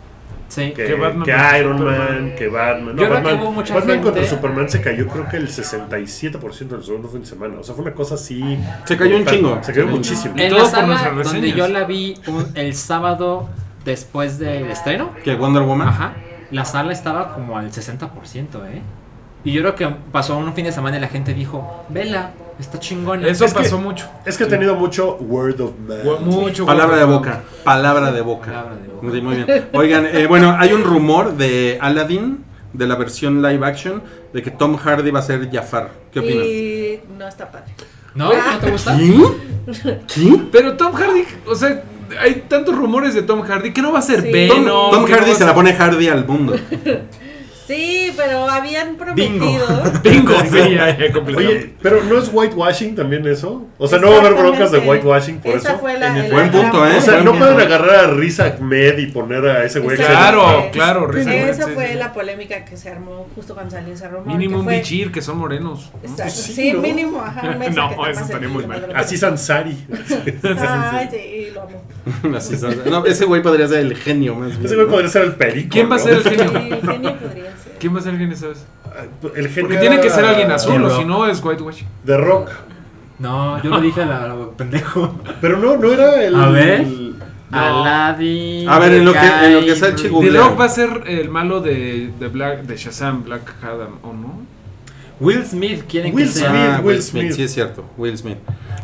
[SPEAKER 7] Sí.
[SPEAKER 2] Que,
[SPEAKER 3] Que Batman
[SPEAKER 2] que
[SPEAKER 3] versus
[SPEAKER 2] Iron
[SPEAKER 3] Superman.
[SPEAKER 2] Man, que Batman.
[SPEAKER 7] Yo
[SPEAKER 2] No,
[SPEAKER 7] creo que
[SPEAKER 2] Batman,
[SPEAKER 7] hubo mucha
[SPEAKER 2] Batman
[SPEAKER 7] gente-
[SPEAKER 2] contra Superman se cayó creo que el 67% en el segundo fin de semana. O sea, fue una cosa así...
[SPEAKER 4] Se cayó un
[SPEAKER 2] brutal.
[SPEAKER 4] chingo.
[SPEAKER 2] Se cayó muchísimo.
[SPEAKER 3] Y
[SPEAKER 7] En
[SPEAKER 3] todo
[SPEAKER 7] la
[SPEAKER 3] por
[SPEAKER 7] sala
[SPEAKER 3] nuestras
[SPEAKER 7] donde
[SPEAKER 3] reseñas.
[SPEAKER 7] yo la vi un- el sábado después del estreno,
[SPEAKER 4] Que Wonder Woman.
[SPEAKER 7] ajá, la sala estaba como al 60%, ¿eh? Y yo creo que pasó un fin de semana y la gente dijo, vela, está chingona.
[SPEAKER 3] Eso
[SPEAKER 2] Es que-
[SPEAKER 3] pasó mucho.
[SPEAKER 2] Es que he tenido mucho word of mouth.
[SPEAKER 3] Mucho.
[SPEAKER 4] Palabra de
[SPEAKER 3] güey.
[SPEAKER 4] boca. Palabra de boca.
[SPEAKER 7] Palabra de boca.
[SPEAKER 4] Sí, muy bien. Oigan, eh, bueno, hay un rumor de Aladdin, de la versión live action, de que Tom Hardy va a ser Jafar. ¿Qué opinas?
[SPEAKER 5] Y no está padre.
[SPEAKER 7] ¿No? ¿No te gusta?
[SPEAKER 4] ¿Qué? ¿Qué?
[SPEAKER 3] Pero Tom Hardy, o sea, hay tantos rumores de Tom Hardy que no va a ser
[SPEAKER 5] Sí.
[SPEAKER 3] Venom.
[SPEAKER 4] Tom, Tom
[SPEAKER 3] que no
[SPEAKER 4] Hardy
[SPEAKER 3] va a
[SPEAKER 4] se
[SPEAKER 3] ser-
[SPEAKER 4] la pone Hardy al mundo.
[SPEAKER 5] Sí, pero habían prometido.
[SPEAKER 3] Bingo, sí, ya, ya, completamente.
[SPEAKER 2] Oye, pero ¿no es whitewashing también eso? O sea, ¿no va a haber broncas de whitewashing por
[SPEAKER 5] Esa
[SPEAKER 2] eso?
[SPEAKER 5] Fue la,
[SPEAKER 4] En el-
[SPEAKER 5] la
[SPEAKER 4] Buen
[SPEAKER 5] gran-
[SPEAKER 4] punto, ¿eh?
[SPEAKER 2] O sea, ¿no
[SPEAKER 4] Buen
[SPEAKER 2] pueden
[SPEAKER 4] punto.
[SPEAKER 2] agarrar a Riz Ahmed y poner a ese güey? que se-
[SPEAKER 3] Claro,
[SPEAKER 5] Exacto.
[SPEAKER 3] claro,
[SPEAKER 5] Esa
[SPEAKER 3] Riz Ahmed, sí,
[SPEAKER 5] fue
[SPEAKER 3] sí.
[SPEAKER 5] la polémica que se armó justo cuando salió ese rumor.
[SPEAKER 3] Mínimo
[SPEAKER 5] que
[SPEAKER 3] un
[SPEAKER 5] fue-
[SPEAKER 3] bichir, que son morenos.
[SPEAKER 5] Exacto,
[SPEAKER 2] Pues Sí,
[SPEAKER 5] Sí,
[SPEAKER 2] ¿no?
[SPEAKER 5] mínimo. Ajá, un beso
[SPEAKER 3] No,
[SPEAKER 5] que
[SPEAKER 3] eso
[SPEAKER 5] te pase
[SPEAKER 3] estaría
[SPEAKER 5] el
[SPEAKER 3] muy
[SPEAKER 5] niño
[SPEAKER 3] mal.
[SPEAKER 5] cuando lo-
[SPEAKER 2] Así Sansari.
[SPEAKER 5] Ay, sí, lo amo.
[SPEAKER 4] Así son. No, ese güey podría ser el genio más bien.
[SPEAKER 2] Ese güey
[SPEAKER 4] ¿no?
[SPEAKER 2] podría ser el perico.
[SPEAKER 3] ¿Quién va a
[SPEAKER 2] ¿no?
[SPEAKER 3] ser el
[SPEAKER 5] Sí,
[SPEAKER 3] genio?
[SPEAKER 5] genio podría ser.
[SPEAKER 3] ¿Quién va a ser el genio, sabes?
[SPEAKER 2] El genio
[SPEAKER 3] Porque tiene que ser alguien azul,
[SPEAKER 4] The
[SPEAKER 3] o
[SPEAKER 4] Rock.
[SPEAKER 3] si no es whitewash.
[SPEAKER 2] De rock.
[SPEAKER 7] No, yo lo dije a la, la pendejo.
[SPEAKER 2] Pero no, no era el.
[SPEAKER 7] A ver.
[SPEAKER 2] el-
[SPEAKER 3] Ah.
[SPEAKER 7] Aladdin.
[SPEAKER 4] A ver, en lo que- en lo que
[SPEAKER 7] Guy
[SPEAKER 4] Salchi
[SPEAKER 3] The
[SPEAKER 7] Ru-
[SPEAKER 4] Googlea.
[SPEAKER 3] Rock va a ser el malo de, de Black, de Shazam, Black Adam, ¿o no?
[SPEAKER 7] Will Smith quieren
[SPEAKER 2] Will
[SPEAKER 7] que sea.
[SPEAKER 2] Smith.
[SPEAKER 4] Ah, Will
[SPEAKER 2] Will
[SPEAKER 4] Smith.
[SPEAKER 2] Smith.
[SPEAKER 4] Sí, es cierto. Will Smith.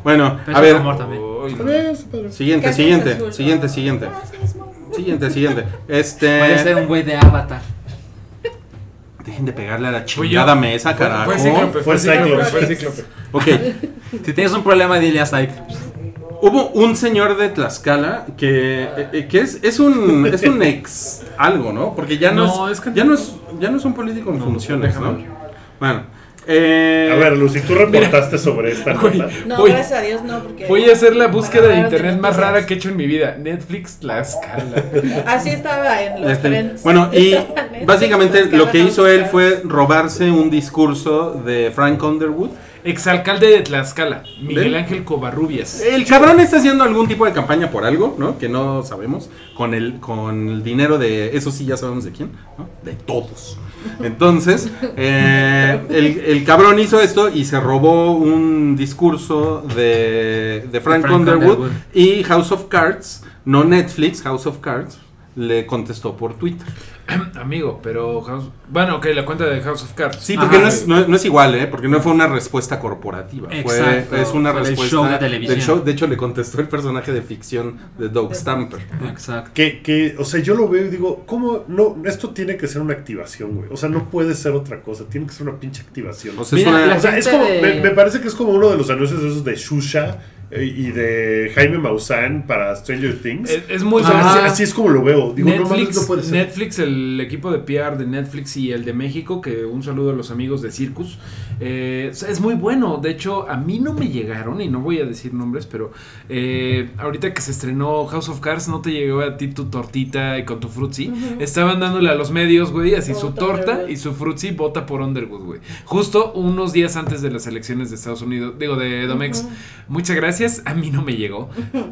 [SPEAKER 4] Bueno,
[SPEAKER 7] Pero
[SPEAKER 4] a
[SPEAKER 7] es
[SPEAKER 4] ver.
[SPEAKER 7] un rumor también.
[SPEAKER 3] Uy,
[SPEAKER 2] Está
[SPEAKER 3] no.
[SPEAKER 2] bien, está bien.
[SPEAKER 4] Siguiente,
[SPEAKER 5] Casi
[SPEAKER 4] siguiente,
[SPEAKER 5] azul, ¿no?
[SPEAKER 4] siguiente, siguiente.
[SPEAKER 5] Ah, sí, es muy-
[SPEAKER 4] Siguiente, siguiente.
[SPEAKER 7] Puede ser
[SPEAKER 4] Este.
[SPEAKER 7] un güey de Avatar.
[SPEAKER 4] Dejen de pegarle a la chingada mesa, carajo.
[SPEAKER 3] Fue Cíclope,
[SPEAKER 2] Fue
[SPEAKER 3] fue Cíclope,
[SPEAKER 2] Cyclops.
[SPEAKER 3] fue Cíclope.
[SPEAKER 4] Ok,
[SPEAKER 7] Si tienes un problema, dile a Psych.
[SPEAKER 4] Hubo un señor de Tlaxcala que, eh, eh, que es, es un es un ex algo, ¿no? Porque ya no,
[SPEAKER 3] No,
[SPEAKER 4] es,
[SPEAKER 3] es que-
[SPEAKER 4] ya no es ya no es un político en funciones,
[SPEAKER 3] déjame
[SPEAKER 4] ¿no? Bueno, eh,
[SPEAKER 2] A ver, Lucy, tú reportaste sobre esta
[SPEAKER 3] Güey.
[SPEAKER 2] nota.
[SPEAKER 5] No,
[SPEAKER 3] Voy-
[SPEAKER 5] gracias a Dios no, porque.
[SPEAKER 3] Voy a hacer la búsqueda de
[SPEAKER 5] Bueno,
[SPEAKER 3] internet más
[SPEAKER 5] noticias.
[SPEAKER 3] rara que he hecho en mi vida. Netflix Tlaxcala.
[SPEAKER 5] Así estaba en los
[SPEAKER 4] este,
[SPEAKER 5] trends.
[SPEAKER 4] bueno y
[SPEAKER 5] Estaban en
[SPEAKER 4] básicamente
[SPEAKER 5] los
[SPEAKER 4] lo que
[SPEAKER 5] canales
[SPEAKER 4] hizo él fue
[SPEAKER 5] trends.
[SPEAKER 4] robarse un discurso de Frank Underwood.
[SPEAKER 3] Exalcalde de Tlaxcala, Miguel
[SPEAKER 4] ¿Ven?
[SPEAKER 3] Ángel Covarrubias.
[SPEAKER 4] El cabrón está haciendo algún tipo de campaña por algo, ¿no? Que no sabemos. Con el, con el dinero de. Eso sí, ya sabemos de quién, ¿no? De todos. Entonces, eh, el, el cabrón hizo esto y se robó un discurso de, de Frank,
[SPEAKER 7] De Frank
[SPEAKER 4] Underwood,
[SPEAKER 7] Underwood.
[SPEAKER 4] y House of Cards, no Netflix, House of Cards, le contestó por Twitter.
[SPEAKER 3] Amigo, pero House... Bueno, ok, la cuenta de House of Cards.
[SPEAKER 4] Sí, porque
[SPEAKER 7] Ajá.
[SPEAKER 4] no es, no- no es igual, ¿eh? Porque no fue una respuesta corporativa. fue-
[SPEAKER 7] Exacto.
[SPEAKER 4] es una
[SPEAKER 7] Fue del
[SPEAKER 4] respuesta
[SPEAKER 7] show de televisión.
[SPEAKER 4] del show. De hecho, le contestó el personaje de ficción de Doug Stamper.
[SPEAKER 7] Exacto.
[SPEAKER 2] Que, que, o sea, yo lo veo y digo, ¿cómo? No, esto tiene que ser una activación, güey. O sea, no puede ser otra cosa. Tiene que ser una pinche activación.
[SPEAKER 4] O sea,
[SPEAKER 7] Mira,
[SPEAKER 4] es una-
[SPEAKER 7] la-
[SPEAKER 2] O sea, es
[SPEAKER 7] gente
[SPEAKER 2] como,
[SPEAKER 7] de-
[SPEAKER 2] me, me parece que es como uno de los anuncios esos de Shusha eh, y de Jaime Maussan para Stranger Things.
[SPEAKER 3] Es, es muy...
[SPEAKER 2] O sea,
[SPEAKER 7] Ah.
[SPEAKER 2] así, así es como lo veo. Digo, no mames,
[SPEAKER 3] Netflix,
[SPEAKER 2] no puede ser.
[SPEAKER 3] Netflix, el equipo de PR de Netflix y el de México, que un saludo a los amigos de Circus, eh, es muy bueno. De hecho, a mí no me llegaron, y no voy a decir nombres, pero eh, ahorita que se estrenó House of Cards, no te llegó a ti tu tortita y con tu frutzi. Estaban dándole a los medios, güey, así su
[SPEAKER 5] Voto
[SPEAKER 3] torta
[SPEAKER 5] Underwood.
[SPEAKER 3] y su frutzi vota por Underwood, güey. Justo unos días antes de las elecciones de Estados Unidos, digo, de Domex. Muchas gracias, a mí no me llegó.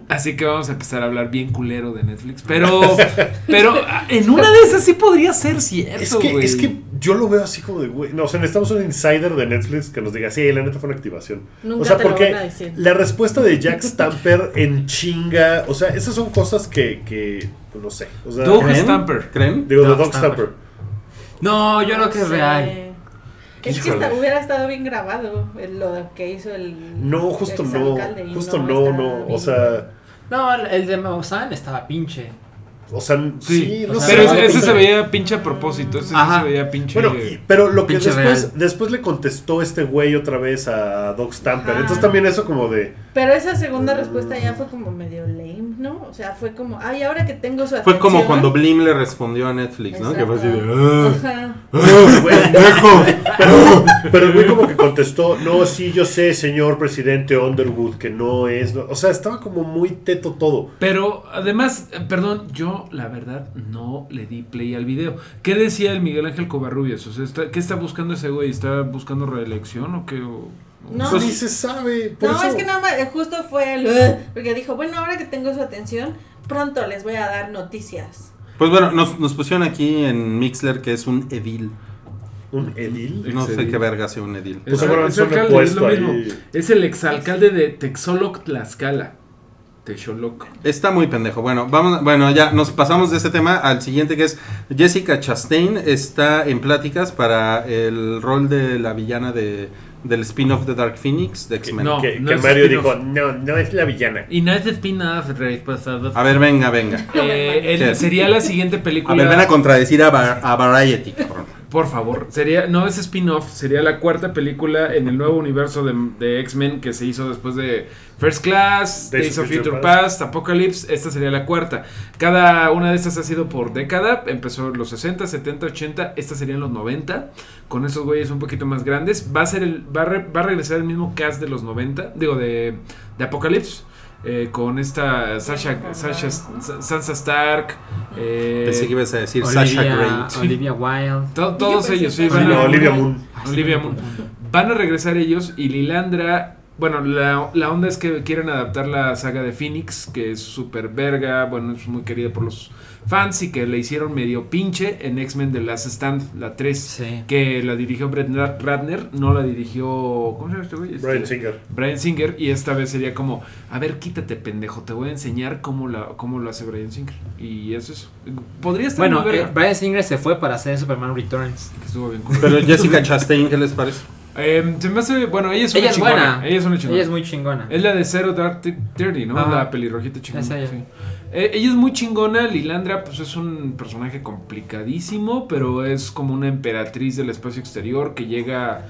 [SPEAKER 3] Así que vamos a empezar a hablar bien culero de Netflix. Pero, pero ah, en una de esas sí podría ser cierto.
[SPEAKER 2] Es que,
[SPEAKER 3] güey.
[SPEAKER 2] es que yo lo veo así como de, güey. No, o sea, necesitamos un insider de Netflix que nos diga, sí, la neta fue una activación.
[SPEAKER 5] Nunca
[SPEAKER 2] o sea,
[SPEAKER 5] te lo
[SPEAKER 2] porque
[SPEAKER 5] van a decir.
[SPEAKER 2] la respuesta de Jack Stamper en chinga, o sea, esas son cosas que, que pues, no sé. O sea,
[SPEAKER 3] Doug
[SPEAKER 4] ¿Creen?
[SPEAKER 3] Stamper.
[SPEAKER 4] ¿Creen?
[SPEAKER 2] digo, de
[SPEAKER 7] Doug
[SPEAKER 2] Doug
[SPEAKER 7] Stamper.
[SPEAKER 2] Stamper.
[SPEAKER 7] No, yo creo que es
[SPEAKER 5] Sí.
[SPEAKER 7] real.
[SPEAKER 5] Es que
[SPEAKER 4] Híjole.
[SPEAKER 5] esta- hubiera estado bien grabado el- lo que hizo el.
[SPEAKER 2] No, justo no.
[SPEAKER 5] exalcalde y
[SPEAKER 2] Justo no,
[SPEAKER 5] está
[SPEAKER 2] no. O
[SPEAKER 5] bien.
[SPEAKER 2] sea,
[SPEAKER 7] No, el- el de Maussan estaba pinche.
[SPEAKER 2] o sea,
[SPEAKER 3] Sí,
[SPEAKER 2] sí, no
[SPEAKER 7] o
[SPEAKER 2] sé.
[SPEAKER 3] pero
[SPEAKER 7] sí,
[SPEAKER 3] ese, ese
[SPEAKER 7] sí.
[SPEAKER 3] se veía pinche a propósito. Ese sí
[SPEAKER 7] Ajá.
[SPEAKER 3] se veía pinche.
[SPEAKER 2] Bueno, y- pero lo que
[SPEAKER 7] Pinche
[SPEAKER 2] después,
[SPEAKER 7] real.
[SPEAKER 2] después le contestó este güey otra vez a Doc Stamper.
[SPEAKER 5] Ajá.
[SPEAKER 2] Entonces también eso como de...
[SPEAKER 5] Pero esa segunda respuesta ya fue como medio lame, ¿no? O sea, fue como, ay, ahora que tengo su atención.
[SPEAKER 4] Fue como cuando Blim le respondió a Netflix, ¿no? Que fue así de.
[SPEAKER 5] Ajá.
[SPEAKER 2] Güey, Pero, pero el güey como que contestó, no, sí, yo sé, señor presidente Underwood, que no es... no". O sea, estaba como muy teto todo.
[SPEAKER 3] Pero además, eh, perdón, yo la verdad no le di play al video. ¿Qué decía el Miguel Ángel Covarrubias? O sea, está- ¿qué está buscando ese güey? ¿Está buscando reelección o qué? O-
[SPEAKER 5] No.
[SPEAKER 2] Pues ni se sabe. Por
[SPEAKER 5] No,
[SPEAKER 2] eso-
[SPEAKER 5] es que nada más, eh, justo fue el. "Ugh", Porque dijo, bueno, ahora que tengo su atención, pronto les voy a dar noticias.
[SPEAKER 4] Pues bueno, nos, nos pusieron aquí en Mixler que es un edil.
[SPEAKER 2] Un edil.
[SPEAKER 4] No sé
[SPEAKER 3] Ex-edil.
[SPEAKER 4] qué verga sea un edil.
[SPEAKER 2] Pues
[SPEAKER 3] Es-
[SPEAKER 2] seguramente
[SPEAKER 3] es
[SPEAKER 2] son
[SPEAKER 3] alcalde,
[SPEAKER 2] impuesto
[SPEAKER 3] es lo mismo.
[SPEAKER 2] ahí.
[SPEAKER 3] Es el exalcalde de Texoloc Tlaxcala. Techoloc.
[SPEAKER 4] Está muy pendejo. Bueno, vamos, bueno, ya nos pasamos de este tema al siguiente que es Jessica Chastain está en pláticas para el rol de la villana de, del spin-off de Dark Phoenix de X-Men.
[SPEAKER 3] No,
[SPEAKER 2] que
[SPEAKER 3] no
[SPEAKER 2] que
[SPEAKER 3] es
[SPEAKER 2] Mario dijo,
[SPEAKER 3] spin-off.
[SPEAKER 2] no, no es la villana.
[SPEAKER 8] Y no es spin-off, Rey, pues, a dos-
[SPEAKER 4] A ver, venga, venga.
[SPEAKER 3] Eh, el-
[SPEAKER 4] ¿Qué?
[SPEAKER 3] sería la siguiente película.
[SPEAKER 4] A ver, ven a contradecir a, Var- a Variety, cabrón.
[SPEAKER 3] Por favor, sería, no es spin-off, sería la cuarta película en el nuevo universo de, de X-Men que se hizo después de First Class,
[SPEAKER 2] Days
[SPEAKER 3] Days
[SPEAKER 2] of
[SPEAKER 3] of
[SPEAKER 2] Future
[SPEAKER 3] Future Past, Apocalypse, esta sería la cuarta. Cada una de estas ha sido por década, empezó en los 60, 70, 80, esta serían los 90, con esos güeyes un poquito más grandes. Va a, ser el, va a, re- va a regresar el mismo cast de los 90, digo, de, de Apocalypse. eh, con esta Sasha, Sasha Sansa Stark, eh,
[SPEAKER 4] Pensé que ibas a decir Sasha
[SPEAKER 7] Olivia,
[SPEAKER 4] Grey.
[SPEAKER 7] Olivia Wilde.
[SPEAKER 3] to- todos
[SPEAKER 5] Yo pensé
[SPEAKER 3] ellos.
[SPEAKER 5] que
[SPEAKER 3] sí, van
[SPEAKER 2] No,
[SPEAKER 3] a-
[SPEAKER 2] Olivia Moon.
[SPEAKER 7] Ay, Ah, sí,
[SPEAKER 3] Olivia
[SPEAKER 7] me
[SPEAKER 3] Moon.
[SPEAKER 7] confundo.
[SPEAKER 3] Van a regresar ellos y Lilandra. Bueno, la, la onda es que quieren adaptar la saga de Phoenix, que es súper verga, bueno, es muy querida por los fans y que le hicieron medio pinche en X-Men The Last Stand, la 3,
[SPEAKER 7] Sí.
[SPEAKER 3] que la dirigió Brett Ra- Ratner, no la dirigió... ¿Cómo se llama este güey? Este,
[SPEAKER 2] Brian Singer.
[SPEAKER 3] Bryan Singer, y esta vez sería como, a ver, quítate pendejo, te voy a enseñar cómo, la, cómo lo hace Bryan Singer. Y eso es... Podría estar...
[SPEAKER 7] Bueno,
[SPEAKER 3] muy
[SPEAKER 7] eh,
[SPEAKER 3] verga,
[SPEAKER 7] Brian Singer se fue para hacer Superman Returns.
[SPEAKER 3] que estuvo bien cool.
[SPEAKER 4] Pero Jessica Chastain, ¿qué les parece?
[SPEAKER 3] Em, se me hace... Bueno, ella es una
[SPEAKER 7] Ella es
[SPEAKER 3] chingona,
[SPEAKER 7] buena.
[SPEAKER 3] Ella es una chingona.
[SPEAKER 7] Ella es muy chingona. Em,
[SPEAKER 3] Es la de Zero Dark Thi- Thirty, ¿no?
[SPEAKER 7] Ajá.
[SPEAKER 3] La pelirrojita chingona.
[SPEAKER 7] Esa ella.
[SPEAKER 3] sí. Eh, ella es muy chingona, Lilandra pues es un personaje complicadísimo, pero es como una emperatriz del espacio exterior que llega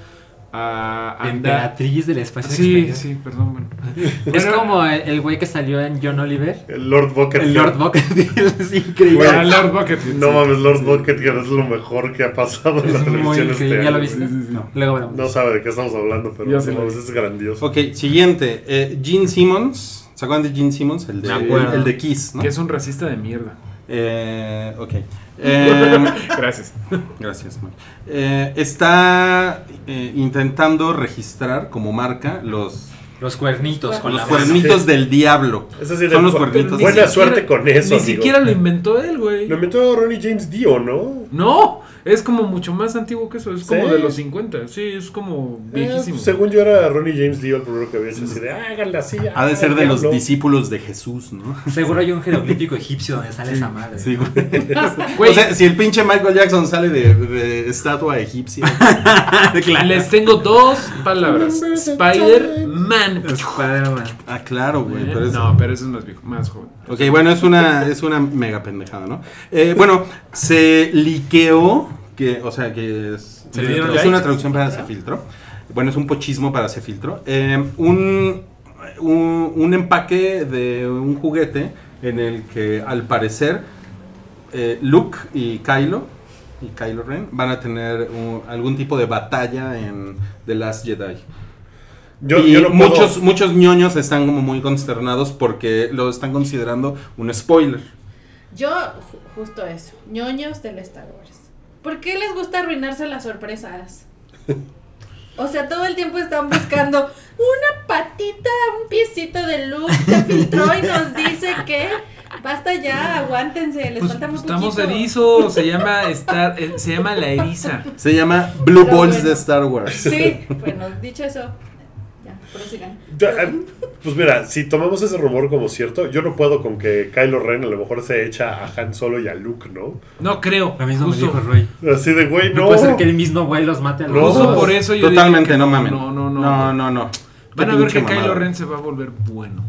[SPEAKER 3] a andar...
[SPEAKER 7] Emperatriz del espacio
[SPEAKER 3] Sí,
[SPEAKER 7] exterior.
[SPEAKER 3] sí, perdón, bueno.
[SPEAKER 7] Es
[SPEAKER 3] Bueno,
[SPEAKER 7] como el el güey que salió en John Oliver.
[SPEAKER 2] El Lord Bucket.
[SPEAKER 7] El Lord Buckethead es increíble.
[SPEAKER 2] Güey,
[SPEAKER 3] Ah, Lord Bucket.
[SPEAKER 2] No
[SPEAKER 3] sí.
[SPEAKER 2] mames, Lord Bucket que es lo mejor que ha pasado en la
[SPEAKER 7] Es muy
[SPEAKER 2] televisión este
[SPEAKER 7] increíble.
[SPEAKER 2] año.
[SPEAKER 7] ¿Ya lo viste?
[SPEAKER 2] güey.
[SPEAKER 7] No. Luego hablamos.
[SPEAKER 2] No sabe de qué estamos hablando, pero
[SPEAKER 3] Ya
[SPEAKER 2] no
[SPEAKER 3] sé lo
[SPEAKER 2] mames,
[SPEAKER 3] vi.
[SPEAKER 2] es grandioso.
[SPEAKER 4] Ok, siguiente. eh, Gene Simmons. ¿Se acuerdan de Gene Simmons? El de,
[SPEAKER 7] Me acuerdo.
[SPEAKER 4] el de Kiss, ¿no?
[SPEAKER 3] Que es un racista de mierda.
[SPEAKER 4] Eh, ok. Em,
[SPEAKER 3] Gracias.
[SPEAKER 4] Gracias, Mike. Eh, está eh, intentando registrar como marca los,
[SPEAKER 7] Los cuernitos con
[SPEAKER 4] los
[SPEAKER 7] la mano.
[SPEAKER 4] cuernitos del diablo.
[SPEAKER 2] Es decir,
[SPEAKER 4] Son
[SPEAKER 2] el-
[SPEAKER 4] los cuernitos.
[SPEAKER 2] Buena
[SPEAKER 4] del-
[SPEAKER 3] Ni
[SPEAKER 2] suerte
[SPEAKER 3] siquiera-
[SPEAKER 2] con eso,
[SPEAKER 3] Ni
[SPEAKER 2] amigo.
[SPEAKER 3] siquiera lo inventó él, güey.
[SPEAKER 2] Lo inventó Ronnie James Dio, ¿no?
[SPEAKER 3] No, es como mucho más antiguo que eso. Es como
[SPEAKER 2] Sí.
[SPEAKER 3] de los 50. Sí, es como viejísimo.
[SPEAKER 2] Eh, según yo era Ronnie James Dio el primero que había hecho así de "Ah, háganla así.
[SPEAKER 4] Ha de ser de los
[SPEAKER 2] háganlo".
[SPEAKER 4] discípulos de Jesús, ¿no?
[SPEAKER 7] Seguro hay un jeroglífico egipcio donde sale esa madre.
[SPEAKER 4] Sí, güey.
[SPEAKER 3] Güey,
[SPEAKER 4] O sea, si el pinche Michael Jackson sale de, de estatua egipcia.
[SPEAKER 7] claro.
[SPEAKER 3] Les tengo dos palabras. Spider-Man.
[SPEAKER 7] Spider-Man.
[SPEAKER 4] Ah, claro, güey. pero es-
[SPEAKER 3] No, pero eso es más viejo, más joven.
[SPEAKER 4] Ok, bueno, es una, es una mega pendejada, ¿no? Eh, bueno, se liqueó, que, o sea, que es,
[SPEAKER 3] ¿Se le dieron
[SPEAKER 4] es
[SPEAKER 3] like?
[SPEAKER 4] una traducción para se filtró. Bueno, es un pochismo para se filtró. Eh, un, un, un empaque de un juguete en el que, al parecer, eh, Luke y Kylo y Kylo Ren van a tener un- algún tipo de batalla en The Last Jedi
[SPEAKER 2] Yo,
[SPEAKER 4] y
[SPEAKER 2] yo no puedo-
[SPEAKER 4] muchos, muchos ñoños están como muy consternados porque lo están considerando un spoiler.
[SPEAKER 5] Yo, ju- justo eso, ñoños del Star Wars. ¿Por qué les gusta arruinarse las sorpresas? O sea, todo el tiempo están buscando una patita, un piecito de luz se filtró y nos dice que basta ya, aguántense, les
[SPEAKER 3] Pues,
[SPEAKER 5] falta muy
[SPEAKER 3] pues, estamos
[SPEAKER 5] poquito.
[SPEAKER 3] erizo, se llama estar, eh, se llama la eriza.
[SPEAKER 4] Se llama Blue
[SPEAKER 5] Pero
[SPEAKER 4] Balls
[SPEAKER 5] bueno.
[SPEAKER 4] de Star Wars.
[SPEAKER 5] Sí, bueno, dicho eso, ya, prosigan.
[SPEAKER 2] Ya, eh, Pues mira, si tomamos ese rumor como cierto, yo no puedo con que Kylo Ren a lo mejor se echa a Han Solo y a Luke, ¿no?
[SPEAKER 3] No creo.
[SPEAKER 7] Lo mismo me
[SPEAKER 3] Justo-
[SPEAKER 7] dijo Roy.
[SPEAKER 2] Así de güey,
[SPEAKER 7] No,
[SPEAKER 2] no.
[SPEAKER 7] puede ser que el mismo güey los mate a los
[SPEAKER 2] No,
[SPEAKER 3] Justo
[SPEAKER 7] dos.
[SPEAKER 3] por eso yo digo
[SPEAKER 4] Totalmente,
[SPEAKER 3] que
[SPEAKER 4] no mamen.
[SPEAKER 3] No, no, no.
[SPEAKER 4] No, no, no.
[SPEAKER 3] Van a
[SPEAKER 4] Qué
[SPEAKER 3] ver
[SPEAKER 4] pinche
[SPEAKER 3] que Kylo
[SPEAKER 4] mamada.
[SPEAKER 3] Ren se va a volver bueno.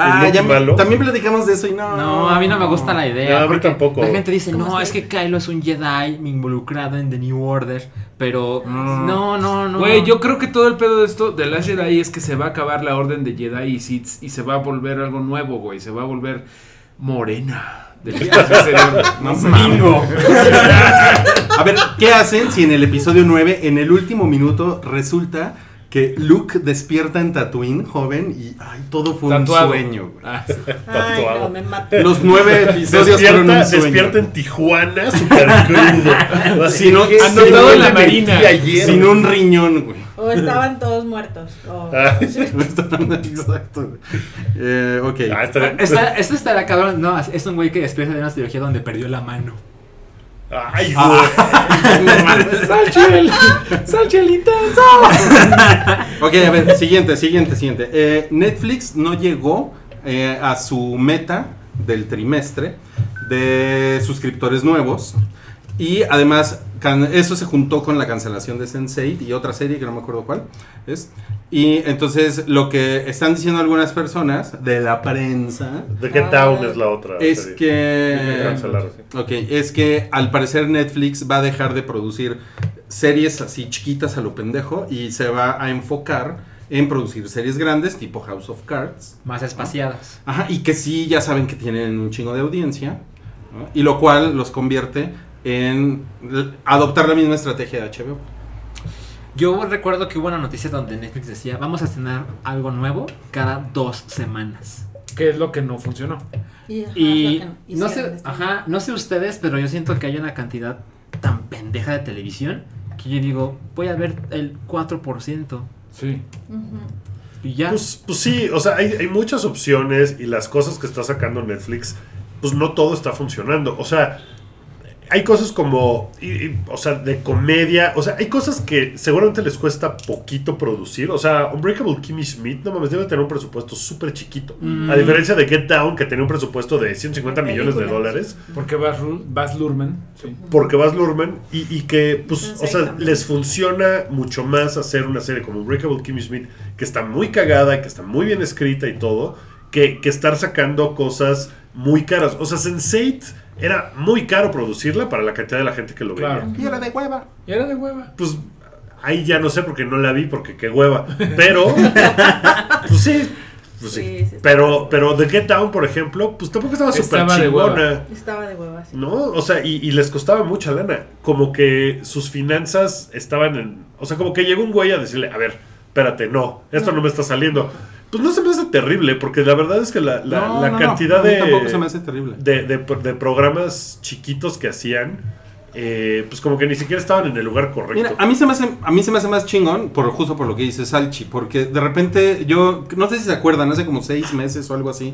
[SPEAKER 4] Ah,
[SPEAKER 2] El
[SPEAKER 4] ya
[SPEAKER 2] look malo.
[SPEAKER 4] me- también platicamos de eso y no.
[SPEAKER 7] No, a mí no me gusta la idea.
[SPEAKER 2] No, a mí
[SPEAKER 7] porque
[SPEAKER 2] tampoco.
[SPEAKER 7] La gente dice, no,
[SPEAKER 5] ¿Cómo
[SPEAKER 7] es
[SPEAKER 5] así?
[SPEAKER 7] que Kylo es un Jedi involucrado en The New Order. Pero no, no, no.
[SPEAKER 3] Güey, yo creo que todo el pedo de esto de Last Jedi es que se va a acabar la orden de Jedi y Sith y se va a volver algo nuevo, güey. Se va a volver morena. Del espacio exterior.
[SPEAKER 4] No A ver, ¿qué hacen si en el episodio 9, en el último minuto, resulta que Luke despierta en Tatooine, joven, y ay, todo fue
[SPEAKER 3] Tatuado.
[SPEAKER 4] un sueño? güey?
[SPEAKER 3] Ah,
[SPEAKER 5] Ay,
[SPEAKER 2] Tatuado.
[SPEAKER 5] no, me mato.
[SPEAKER 4] Los nueve episodios fueron
[SPEAKER 2] Despierta,
[SPEAKER 4] un sueño.
[SPEAKER 2] despierta en Tijuana, super crudo. Así,
[SPEAKER 4] Sin un-
[SPEAKER 2] ¿qué
[SPEAKER 4] anotado
[SPEAKER 2] se-
[SPEAKER 3] en la
[SPEAKER 2] me
[SPEAKER 3] marina.
[SPEAKER 2] metí ayer?
[SPEAKER 4] Sin un riñón, güey.
[SPEAKER 5] O estaban todos muertos. o-
[SPEAKER 2] Ah.
[SPEAKER 4] Exacto. Eh, ok.
[SPEAKER 2] Ah, estaría-
[SPEAKER 7] Esta, esto este estará cabrón. No, es un güey que despierta de una cirugía donde perdió la mano.
[SPEAKER 2] Ay, güey.
[SPEAKER 4] Ah,
[SPEAKER 2] pues,
[SPEAKER 3] ¡Salchel! ¡Salchel intenso!
[SPEAKER 4] Ok, a ver, siguiente, siguiente, siguiente. Eh, Netflix no llegó eh, a su meta del trimestre de suscriptores nuevos. Y además, can- eso se juntó con la cancelación de Sense8 y otra serie que no me acuerdo cuál es. Y entonces, lo que están diciendo algunas personas de la prensa
[SPEAKER 2] The Get Down es la otra.
[SPEAKER 4] es
[SPEAKER 2] serie.
[SPEAKER 4] que.
[SPEAKER 2] Que cancelaron.
[SPEAKER 4] Ok, es que al parecer Netflix va a dejar de producir series así chiquitas a lo pendejo y se va a enfocar en producir series grandes tipo House of Cards.
[SPEAKER 7] Más espaciadas.
[SPEAKER 4] Ajá, y que sí, ya saben que tienen un chingo de audiencia, ¿no? y lo cual los convierte en l- adoptar la misma estrategia de HBO.
[SPEAKER 7] Yo recuerdo que hubo una noticia donde Netflix decía, vamos a estrenar algo nuevo cada dos semanas.
[SPEAKER 3] ¿Qué es lo que no funcionó?
[SPEAKER 5] Y, ajá,
[SPEAKER 7] Y
[SPEAKER 5] es lo que
[SPEAKER 7] no
[SPEAKER 5] hicieron
[SPEAKER 7] sé,
[SPEAKER 5] este año.
[SPEAKER 7] ajá, no sé ustedes, pero yo siento que hay una cantidad tan pendeja de televisión que yo digo, voy a ver el 4%
[SPEAKER 3] Sí.
[SPEAKER 5] Ujú.
[SPEAKER 7] y ya.
[SPEAKER 2] Pues, pues sí, o sea, hay, hay muchas opciones y las cosas que está sacando Netflix, pues no todo está funcionando. O sea, hay cosas como, y- y, o sea, de comedia, o sea, hay cosas que seguramente les cuesta poquito producir. O sea, Unbreakable Kimmy Schmidt, no mames, debe tener un presupuesto súper chiquito. A diferencia de Get Down, que tenía un presupuesto de 150 millones de
[SPEAKER 5] Película.
[SPEAKER 2] dólares.
[SPEAKER 3] Porque Baz, Ru- Baz Luhrmann. Sí.
[SPEAKER 2] porque vas Lurman y, y que, pues,
[SPEAKER 5] Entonces,
[SPEAKER 2] o sea,
[SPEAKER 5] también.
[SPEAKER 2] les funciona mucho más hacer una serie como Breakable Kimmy Schmidt, que está muy cagada, que está muy bien escrita y todo, que, que estar sacando cosas muy caras. O sea, Sense8 era muy caro producirla para la cantidad de la gente que lo veía.
[SPEAKER 3] Claro.
[SPEAKER 4] Y era de hueva.
[SPEAKER 3] Y era de hueva.
[SPEAKER 2] Pues ahí ya no sé porque no la vi, porque qué hueva. Pero, pues sí. Pues sí.
[SPEAKER 5] Sí, sí, está
[SPEAKER 2] pero, pero The Get Down, por ejemplo, pues tampoco estaba súper
[SPEAKER 3] Estaba de hueva.
[SPEAKER 2] chingona.
[SPEAKER 5] Estaba de huevas.
[SPEAKER 2] ¿No? O sea, y, y les costaba mucha lana. Como que sus finanzas estaban en. O sea, como que llegó un güey a decirle, a ver, espérate, no, esto no, me está saliendo. Pues no se me hace terrible, porque la verdad es que la, la-
[SPEAKER 4] No,
[SPEAKER 2] la
[SPEAKER 4] no, no,
[SPEAKER 2] cantidad
[SPEAKER 4] a mí
[SPEAKER 2] de,
[SPEAKER 4] tampoco se me hace terrible.
[SPEAKER 2] de, de- de programas chiquitos que hacían, eh, pues como que ni siquiera estaban en el lugar correcto.
[SPEAKER 4] Mira, a mí se me hace, a mí se me hace más chingón, por, justo por lo que dice Salchi, porque de repente yo, no sé si se acuerdan, hace como seis meses o algo así,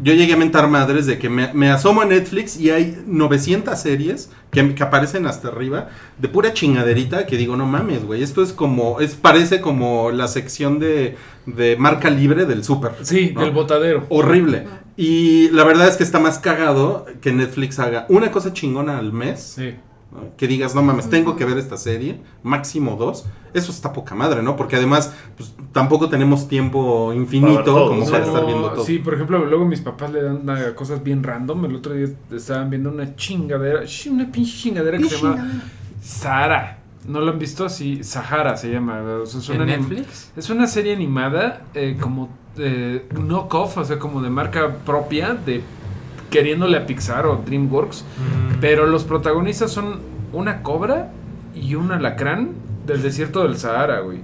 [SPEAKER 4] yo llegué a mentar madres de que me, me asomo a Netflix y hay 900 series que, que aparecen hasta arriba de pura chingaderita que digo, no mames, güey, esto es como, es parece como la sección de, de marca libre del súper.
[SPEAKER 3] Sí,
[SPEAKER 4] ¿no?
[SPEAKER 3] del botadero.
[SPEAKER 4] Oh. Horrible. Y la verdad es que está más cagado que Netflix haga una cosa chingona al mes.
[SPEAKER 3] Sí.
[SPEAKER 4] ¿no? Que digas, no mames, tengo que ver esta serie, máximo dos. Eso está poca madre, ¿no? Porque además, pues, tampoco tenemos tiempo infinito
[SPEAKER 2] Para ver todo,
[SPEAKER 4] como
[SPEAKER 2] ¿no?
[SPEAKER 4] para
[SPEAKER 2] No,
[SPEAKER 4] estar viendo todo.
[SPEAKER 3] Sí, por ejemplo, luego mis papás le dan a cosas bien random. El otro día estaban viendo una chingadera, shi- una pinche chingadera que se llama Sahara. ¿No lo han visto? Sí, Sahara se llama. O sea, es
[SPEAKER 7] ¿En
[SPEAKER 3] una anim-
[SPEAKER 7] Netflix?
[SPEAKER 3] Es una serie animada eh, como eh, knock-off, o sea, como de marca propia, de queriéndole a Pixar o DreamWorks.
[SPEAKER 2] Mm.
[SPEAKER 3] Pero los protagonistas son una cobra y un alacrán del desierto del Sahara, güey.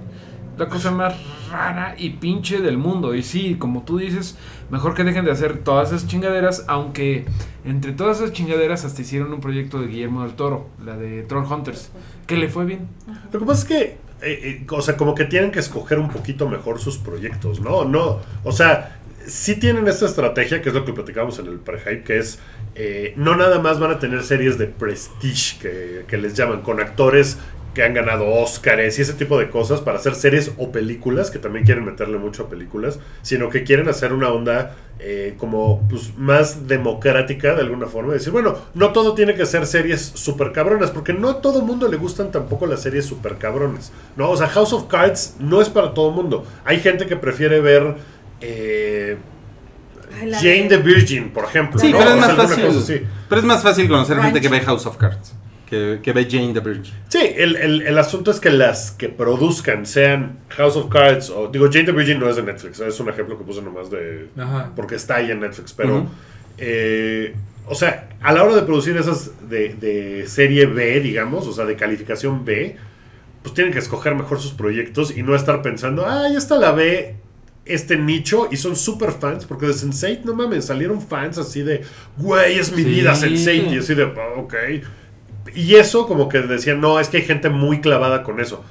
[SPEAKER 3] La cosa más rara y pinche del mundo. Y sí, como tú dices, mejor que dejen de hacer todas esas chingaderas, aunque entre todas esas chingaderas hasta hicieron un proyecto de Guillermo del Toro, la de Trollhunters, que le fue bien.
[SPEAKER 2] Lo que pasa es que, eh, eh, o sea, como que tienen que escoger un poquito mejor sus proyectos, ¿no? No, o sea, sí tienen esta estrategia, que es lo que platicábamos en el pre-hype, que es, eh, no nada más van a tener series de prestige, que, que les llaman, con actores que han ganado Óscares y ese tipo de cosas para hacer series o películas, que también quieren meterle mucho a películas, sino que quieren hacer una onda eh, como pues, más democrática de alguna forma. Decir, bueno, no todo tiene que ser series super cabronas, porque no a todo mundo le gustan tampoco las series super cabronas. ¿no? O sea, House of Cards no es para todo mundo. Hay gente que prefiere ver... eh,
[SPEAKER 5] Ay, la
[SPEAKER 2] Jane the
[SPEAKER 5] de-
[SPEAKER 2] Virgin, por ejemplo.
[SPEAKER 4] Sí,
[SPEAKER 2] ¿no?
[SPEAKER 4] pero
[SPEAKER 2] O
[SPEAKER 4] es
[SPEAKER 2] sea,
[SPEAKER 4] más
[SPEAKER 2] alguna
[SPEAKER 4] fácil.
[SPEAKER 2] cosa así.
[SPEAKER 4] Pero es más fácil conocer gente que
[SPEAKER 5] Ranch.
[SPEAKER 4] ve House of Cards, que, que ve Jane the Virgin.
[SPEAKER 2] Sí, el, el- el asunto es que las que produzcan sean House of Cards o digo Jane the Virgin no es de Netflix, es un ejemplo que puse nomás de
[SPEAKER 7] Ajá.
[SPEAKER 2] porque está ahí en Netflix, pero
[SPEAKER 4] Ujú.
[SPEAKER 2] eh, o sea, a la hora de producir esas de, de serie B, digamos, o sea, de calificación B, pues tienen que escoger mejor sus proyectos y no estar pensando, ah, ya está la B, este nicho, y son super fans, porque de Sense8, no mames, salieron fans así de, güey, es mi
[SPEAKER 7] Sí.
[SPEAKER 2] vida Sense8, y así de, "Ah, ok. Y eso como que decían, no, es que hay gente muy clavada con eso.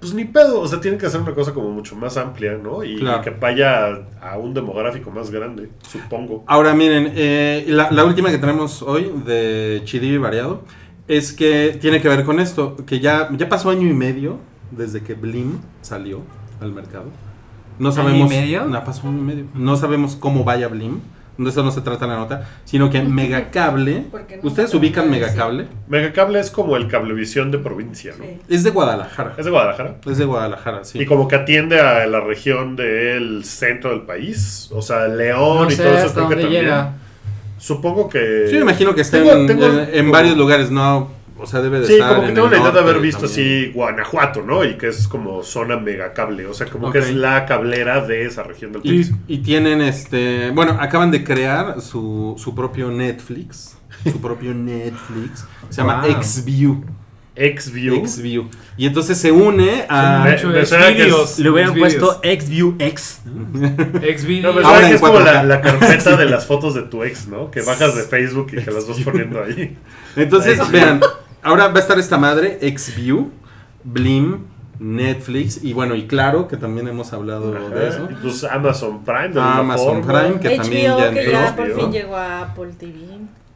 [SPEAKER 2] Pues ni pedo, o sea, tienen que hacer una cosa como mucho más amplia, ¿no? Y,
[SPEAKER 4] Claro.
[SPEAKER 2] y que vaya a, a un demográfico más grande, supongo.
[SPEAKER 4] Ahora miren, eh, la, la última que tenemos hoy de Chidivi Variado es que tiene que ver con esto, que ya, ya pasó año y medio desde que Blim salió al mercado. No
[SPEAKER 7] ¿Año
[SPEAKER 4] sabemos.
[SPEAKER 7] y medio?
[SPEAKER 4] No, pasó año y medio. No sabemos cómo vaya Blim. De eso no se trata la nota. Sino que Megacable.
[SPEAKER 5] Porque no
[SPEAKER 4] ¿Ustedes
[SPEAKER 5] se
[SPEAKER 4] ubican
[SPEAKER 5] puede
[SPEAKER 4] Megacable?
[SPEAKER 2] Megacable es como el cablevisión de provincia, ¿no?
[SPEAKER 5] Sí.
[SPEAKER 4] Es de Guadalajara.
[SPEAKER 2] ¿Es de Guadalajara?
[SPEAKER 4] Es de Guadalajara, sí.
[SPEAKER 2] Y como que atiende a la región del centro del país, o sea, León
[SPEAKER 7] No
[SPEAKER 2] y
[SPEAKER 7] sé
[SPEAKER 2] todo eso
[SPEAKER 7] hasta
[SPEAKER 2] creo que
[SPEAKER 7] dónde
[SPEAKER 2] también.
[SPEAKER 7] llega.
[SPEAKER 2] Supongo que...
[SPEAKER 4] Sí, me imagino que está
[SPEAKER 2] Tengo-
[SPEAKER 4] en,
[SPEAKER 2] tengo-
[SPEAKER 4] en- en
[SPEAKER 2] como-
[SPEAKER 4] varios lugares, ¿no? O sea, debe de
[SPEAKER 2] Sí,
[SPEAKER 4] estar
[SPEAKER 2] como que
[SPEAKER 4] en
[SPEAKER 2] tengo
[SPEAKER 4] el
[SPEAKER 2] la idea de
[SPEAKER 4] norte
[SPEAKER 2] haber visto
[SPEAKER 4] también.
[SPEAKER 2] así Guanajuato, ¿no? Y que es como zona megacable, o sea, como
[SPEAKER 7] Ok.
[SPEAKER 2] que es la cablera de esa región del país.
[SPEAKER 4] Y, y tienen este. Bueno, acaban de crear su, su propio Netflix. Su propio Netflix. Se llama
[SPEAKER 3] Wow.
[SPEAKER 4] Xview.
[SPEAKER 2] Xview.
[SPEAKER 4] Xview. Y entonces se une a.
[SPEAKER 2] Me- me suena que es-
[SPEAKER 7] Ah, Le hubieran puesto XView X.
[SPEAKER 2] No, me suena
[SPEAKER 4] Ahora
[SPEAKER 2] Pues que
[SPEAKER 4] en
[SPEAKER 2] es como
[SPEAKER 4] 4K.
[SPEAKER 2] la, la carpeta de las fotos de tu ex, ¿no? Que bajas de Facebook y que las vas poniendo ahí.
[SPEAKER 4] Entonces,
[SPEAKER 2] Ahí sí.
[SPEAKER 4] vean, ahora va a estar esta madre, Xview, Blim, Netflix y bueno, y claro, que también hemos hablado de eso.
[SPEAKER 2] Ajá. Y Pues Amazon Prime. de alguna
[SPEAKER 4] Amazon
[SPEAKER 2] forma.
[SPEAKER 4] Prime, que
[SPEAKER 5] HBO
[SPEAKER 4] también ya
[SPEAKER 5] que
[SPEAKER 4] entró.
[SPEAKER 5] ya por
[SPEAKER 2] ¿no?
[SPEAKER 5] fin llegó a Apple TV.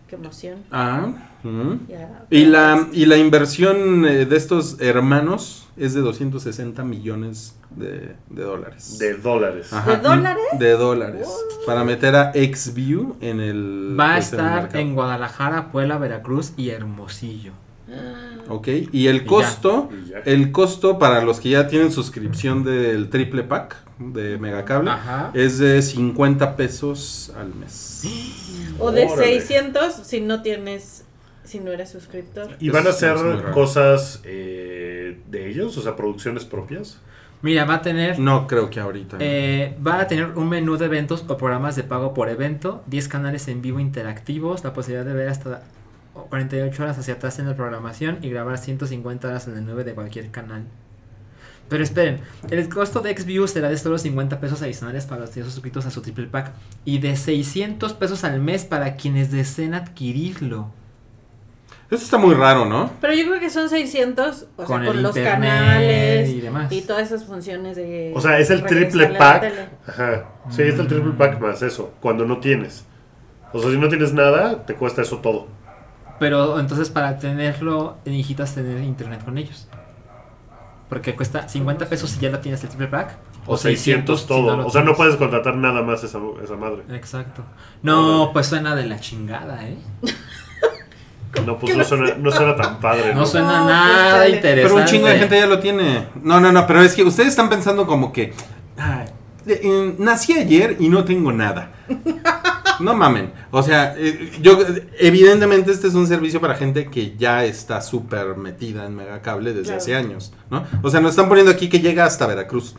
[SPEAKER 5] Qué emoción.
[SPEAKER 4] Ah, ujú.
[SPEAKER 5] Ya.
[SPEAKER 4] y, la, y la inversión eh, de estos hermanos es de 260 millones de, de dólares.
[SPEAKER 2] De dólares.
[SPEAKER 5] ¿De dólares?
[SPEAKER 4] De dólares. Para meter a Xview en el...
[SPEAKER 7] Va a
[SPEAKER 2] este
[SPEAKER 4] pues, en el
[SPEAKER 7] estar
[SPEAKER 4] mercado.
[SPEAKER 7] en Guadalajara, Puebla, Veracruz y Hermosillo.
[SPEAKER 4] Ok, y el
[SPEAKER 7] ya.
[SPEAKER 4] costo,
[SPEAKER 2] Y ya.
[SPEAKER 4] el costo para los que ya tienen suscripción del triple pack de Megacable
[SPEAKER 7] Ajá.
[SPEAKER 4] es de 50 pesos al mes.
[SPEAKER 5] O de
[SPEAKER 2] Órale.
[SPEAKER 5] 600 si no tienes, si no eres suscriptor.
[SPEAKER 2] ¿Y van a
[SPEAKER 4] Eso es
[SPEAKER 2] hacer
[SPEAKER 4] muy raro.
[SPEAKER 2] cosas eh, de ellos? O sea, producciones propias.
[SPEAKER 7] Mira, va a tener.
[SPEAKER 4] No creo que ahorita.
[SPEAKER 7] eh, va a tener un menú de eventos o programas de pago por evento, 10 canales en vivo interactivos, la posibilidad de ver hasta 48 horas hacia atrás en la programación y grabar 150 horas en el nube de cualquier canal. Pero esperen, el costo de Xview será de solo 50 pesos adicionales para los que estén suscritos a su triple pack y de 600 pesos al mes para quienes deseen adquirirlo.
[SPEAKER 4] Eso está muy raro, ¿no?
[SPEAKER 5] Pero yo creo que son 600, o sea,
[SPEAKER 7] el
[SPEAKER 5] con los
[SPEAKER 7] internet
[SPEAKER 5] canales
[SPEAKER 7] y demás.
[SPEAKER 5] y todas esas funciones de...
[SPEAKER 2] O sea, es el triple
[SPEAKER 5] regresarle a la
[SPEAKER 2] pack.
[SPEAKER 5] tele.
[SPEAKER 2] Ajá. Sí, es el triple pack más eso. Cuando no tienes. O sea, si no tienes nada, te cuesta eso todo.
[SPEAKER 7] Pero entonces para tenerlo necesitas tener internet con ellos. Porque cuesta 50 pesos si ya la tienes el triple pack.
[SPEAKER 2] O 600 todo.
[SPEAKER 7] lo
[SPEAKER 2] o sea, no
[SPEAKER 7] tienes.
[SPEAKER 2] puedes contratar nada más esa, esa madre.
[SPEAKER 7] Exacto. No, pues suena de la chingada, ¿eh?
[SPEAKER 2] No, pues no suena, no suena tan padre.
[SPEAKER 7] No
[SPEAKER 2] ¿no?
[SPEAKER 7] suena
[SPEAKER 5] pues,
[SPEAKER 7] nada
[SPEAKER 5] chale.
[SPEAKER 7] interesante.
[SPEAKER 4] Pero un chingo de gente ya lo tiene. No, no, no, pero es que ustedes están pensando como que... "Ay, de- en- nací ayer y no tengo nada. No mamen. O sea, eh, yo evidentemente este es un servicio para gente que ya está súper metida en Megacable desde
[SPEAKER 5] Claro.
[SPEAKER 4] hace años, ¿no? O sea, nos están poniendo aquí que llega hasta Veracruz,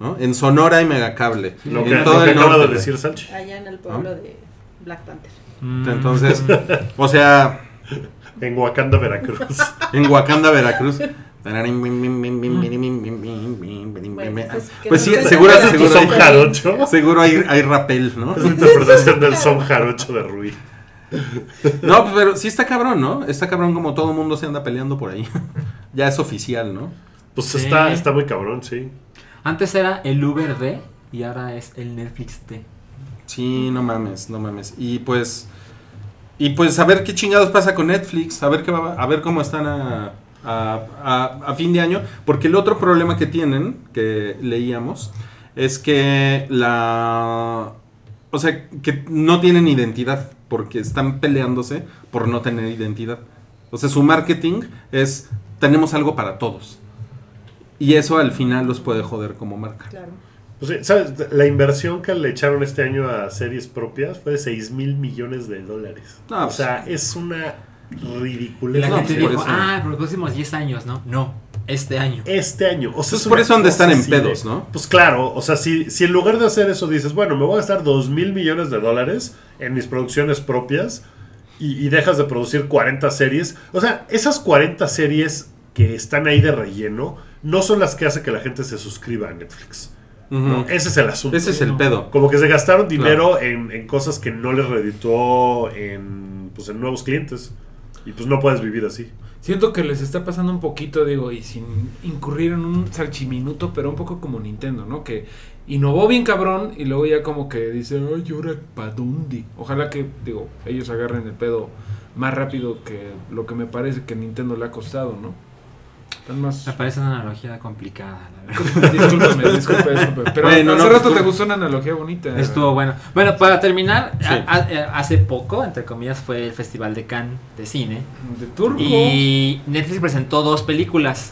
[SPEAKER 4] ¿no? En Sonora hay Megacable.
[SPEAKER 2] Lo
[SPEAKER 4] en
[SPEAKER 2] que,
[SPEAKER 4] todo
[SPEAKER 2] lo que
[SPEAKER 4] el
[SPEAKER 2] acaba de
[SPEAKER 4] norte.
[SPEAKER 2] decir Sánchez.
[SPEAKER 5] Allá en el
[SPEAKER 2] Ah.
[SPEAKER 5] pueblo de Black Panther.
[SPEAKER 3] Mm.
[SPEAKER 4] Entonces, o sea,
[SPEAKER 2] En Wakanda, Veracruz.
[SPEAKER 4] en Wakanda, Veracruz.
[SPEAKER 5] pues, que
[SPEAKER 4] Pues
[SPEAKER 5] no
[SPEAKER 4] sí,
[SPEAKER 5] se
[SPEAKER 4] seguro,
[SPEAKER 5] vea.
[SPEAKER 4] seguro,
[SPEAKER 2] son
[SPEAKER 4] hay,
[SPEAKER 2] jarocho.
[SPEAKER 4] seguro hay, hay rapel, ¿no?
[SPEAKER 2] Es la interpretación del son jarocho de Rui.
[SPEAKER 4] No, pues, pero sí está cabrón, ¿no? Está cabrón como todo mundo se anda peleando por ahí. Ya es oficial, ¿no?
[SPEAKER 2] Pues
[SPEAKER 7] Sí.
[SPEAKER 2] está, está muy cabrón, sí.
[SPEAKER 7] Antes era el Uber D y ahora es el Netflix D.
[SPEAKER 4] Sí, no mames, no mames. Y pues, y pues a ver qué chingados pasa con Netflix, a ver qué va, a ver cómo están a, a- a- a fin de año, porque el otro problema que tienen, que leíamos, es que la, o sea, que no tienen identidad, porque están peleándose por no tener identidad. O sea, su marketing es tenemos algo para todos. Y eso al final los puede joder como marca.
[SPEAKER 5] Claro.
[SPEAKER 2] Pues, sí, ¿sabes? La inversión que le echaron este año a series propias fue de 6 mil millones de dólares.
[SPEAKER 4] No,
[SPEAKER 2] o
[SPEAKER 4] pues-
[SPEAKER 2] sea, es una
[SPEAKER 7] Y
[SPEAKER 2] ridiculez.
[SPEAKER 7] la
[SPEAKER 4] No, pues,
[SPEAKER 7] gente
[SPEAKER 4] por
[SPEAKER 7] dijo,
[SPEAKER 4] eso.
[SPEAKER 7] ah, por los próximos 10 años, ¿no? No, este año.
[SPEAKER 2] Este año. O sea,
[SPEAKER 4] Pues por
[SPEAKER 2] una
[SPEAKER 4] eso han de
[SPEAKER 2] cosa
[SPEAKER 4] estar en
[SPEAKER 2] así de-
[SPEAKER 4] pedos, ¿no?
[SPEAKER 2] Pues claro, o sea, si, si en lugar de hacer eso dices, bueno, me voy a gastar 2 mil millones de dólares en mis producciones propias y, y dejas de producir 40 series. O sea, esas 40 series que están ahí de relleno no son las que hace que la gente se suscriba a Netflix.
[SPEAKER 4] Ujú.
[SPEAKER 2] ¿no? Ese es el asunto.
[SPEAKER 4] Ese es el pedo.
[SPEAKER 2] Como que se gastaron dinero en, en cosas que no les redituó en, pues, en nuevos clientes. Y pues no puedes vivir así.
[SPEAKER 3] Siento que les está pasando un poquito, digo, y sin incurrir en un salchiminuto, pero un poco como Nintendo, ¿no? Que innovó bien cabrón y luego ya como que dice, ay, ¿y ahora para dónde? Ojalá que, digo, ellos agarren el pedo más rápido que lo que me parece que Nintendo le ha costado, ¿no? Están más.
[SPEAKER 7] Me parece una analogía complicada, la verdad.
[SPEAKER 3] Discúlpame, disculpe, disculpe. Pero
[SPEAKER 4] Bueno,
[SPEAKER 3] hace
[SPEAKER 4] no,
[SPEAKER 3] rato
[SPEAKER 4] disculpe.
[SPEAKER 3] te gustó una analogía bonita.
[SPEAKER 7] Estuvo bueno. Bueno, para terminar,
[SPEAKER 4] Sí.
[SPEAKER 7] a- a- eh, hace poco, entre comillas, fue el Festival de Cannes de cine.
[SPEAKER 3] De turco.
[SPEAKER 7] Y Netflix presentó dos películas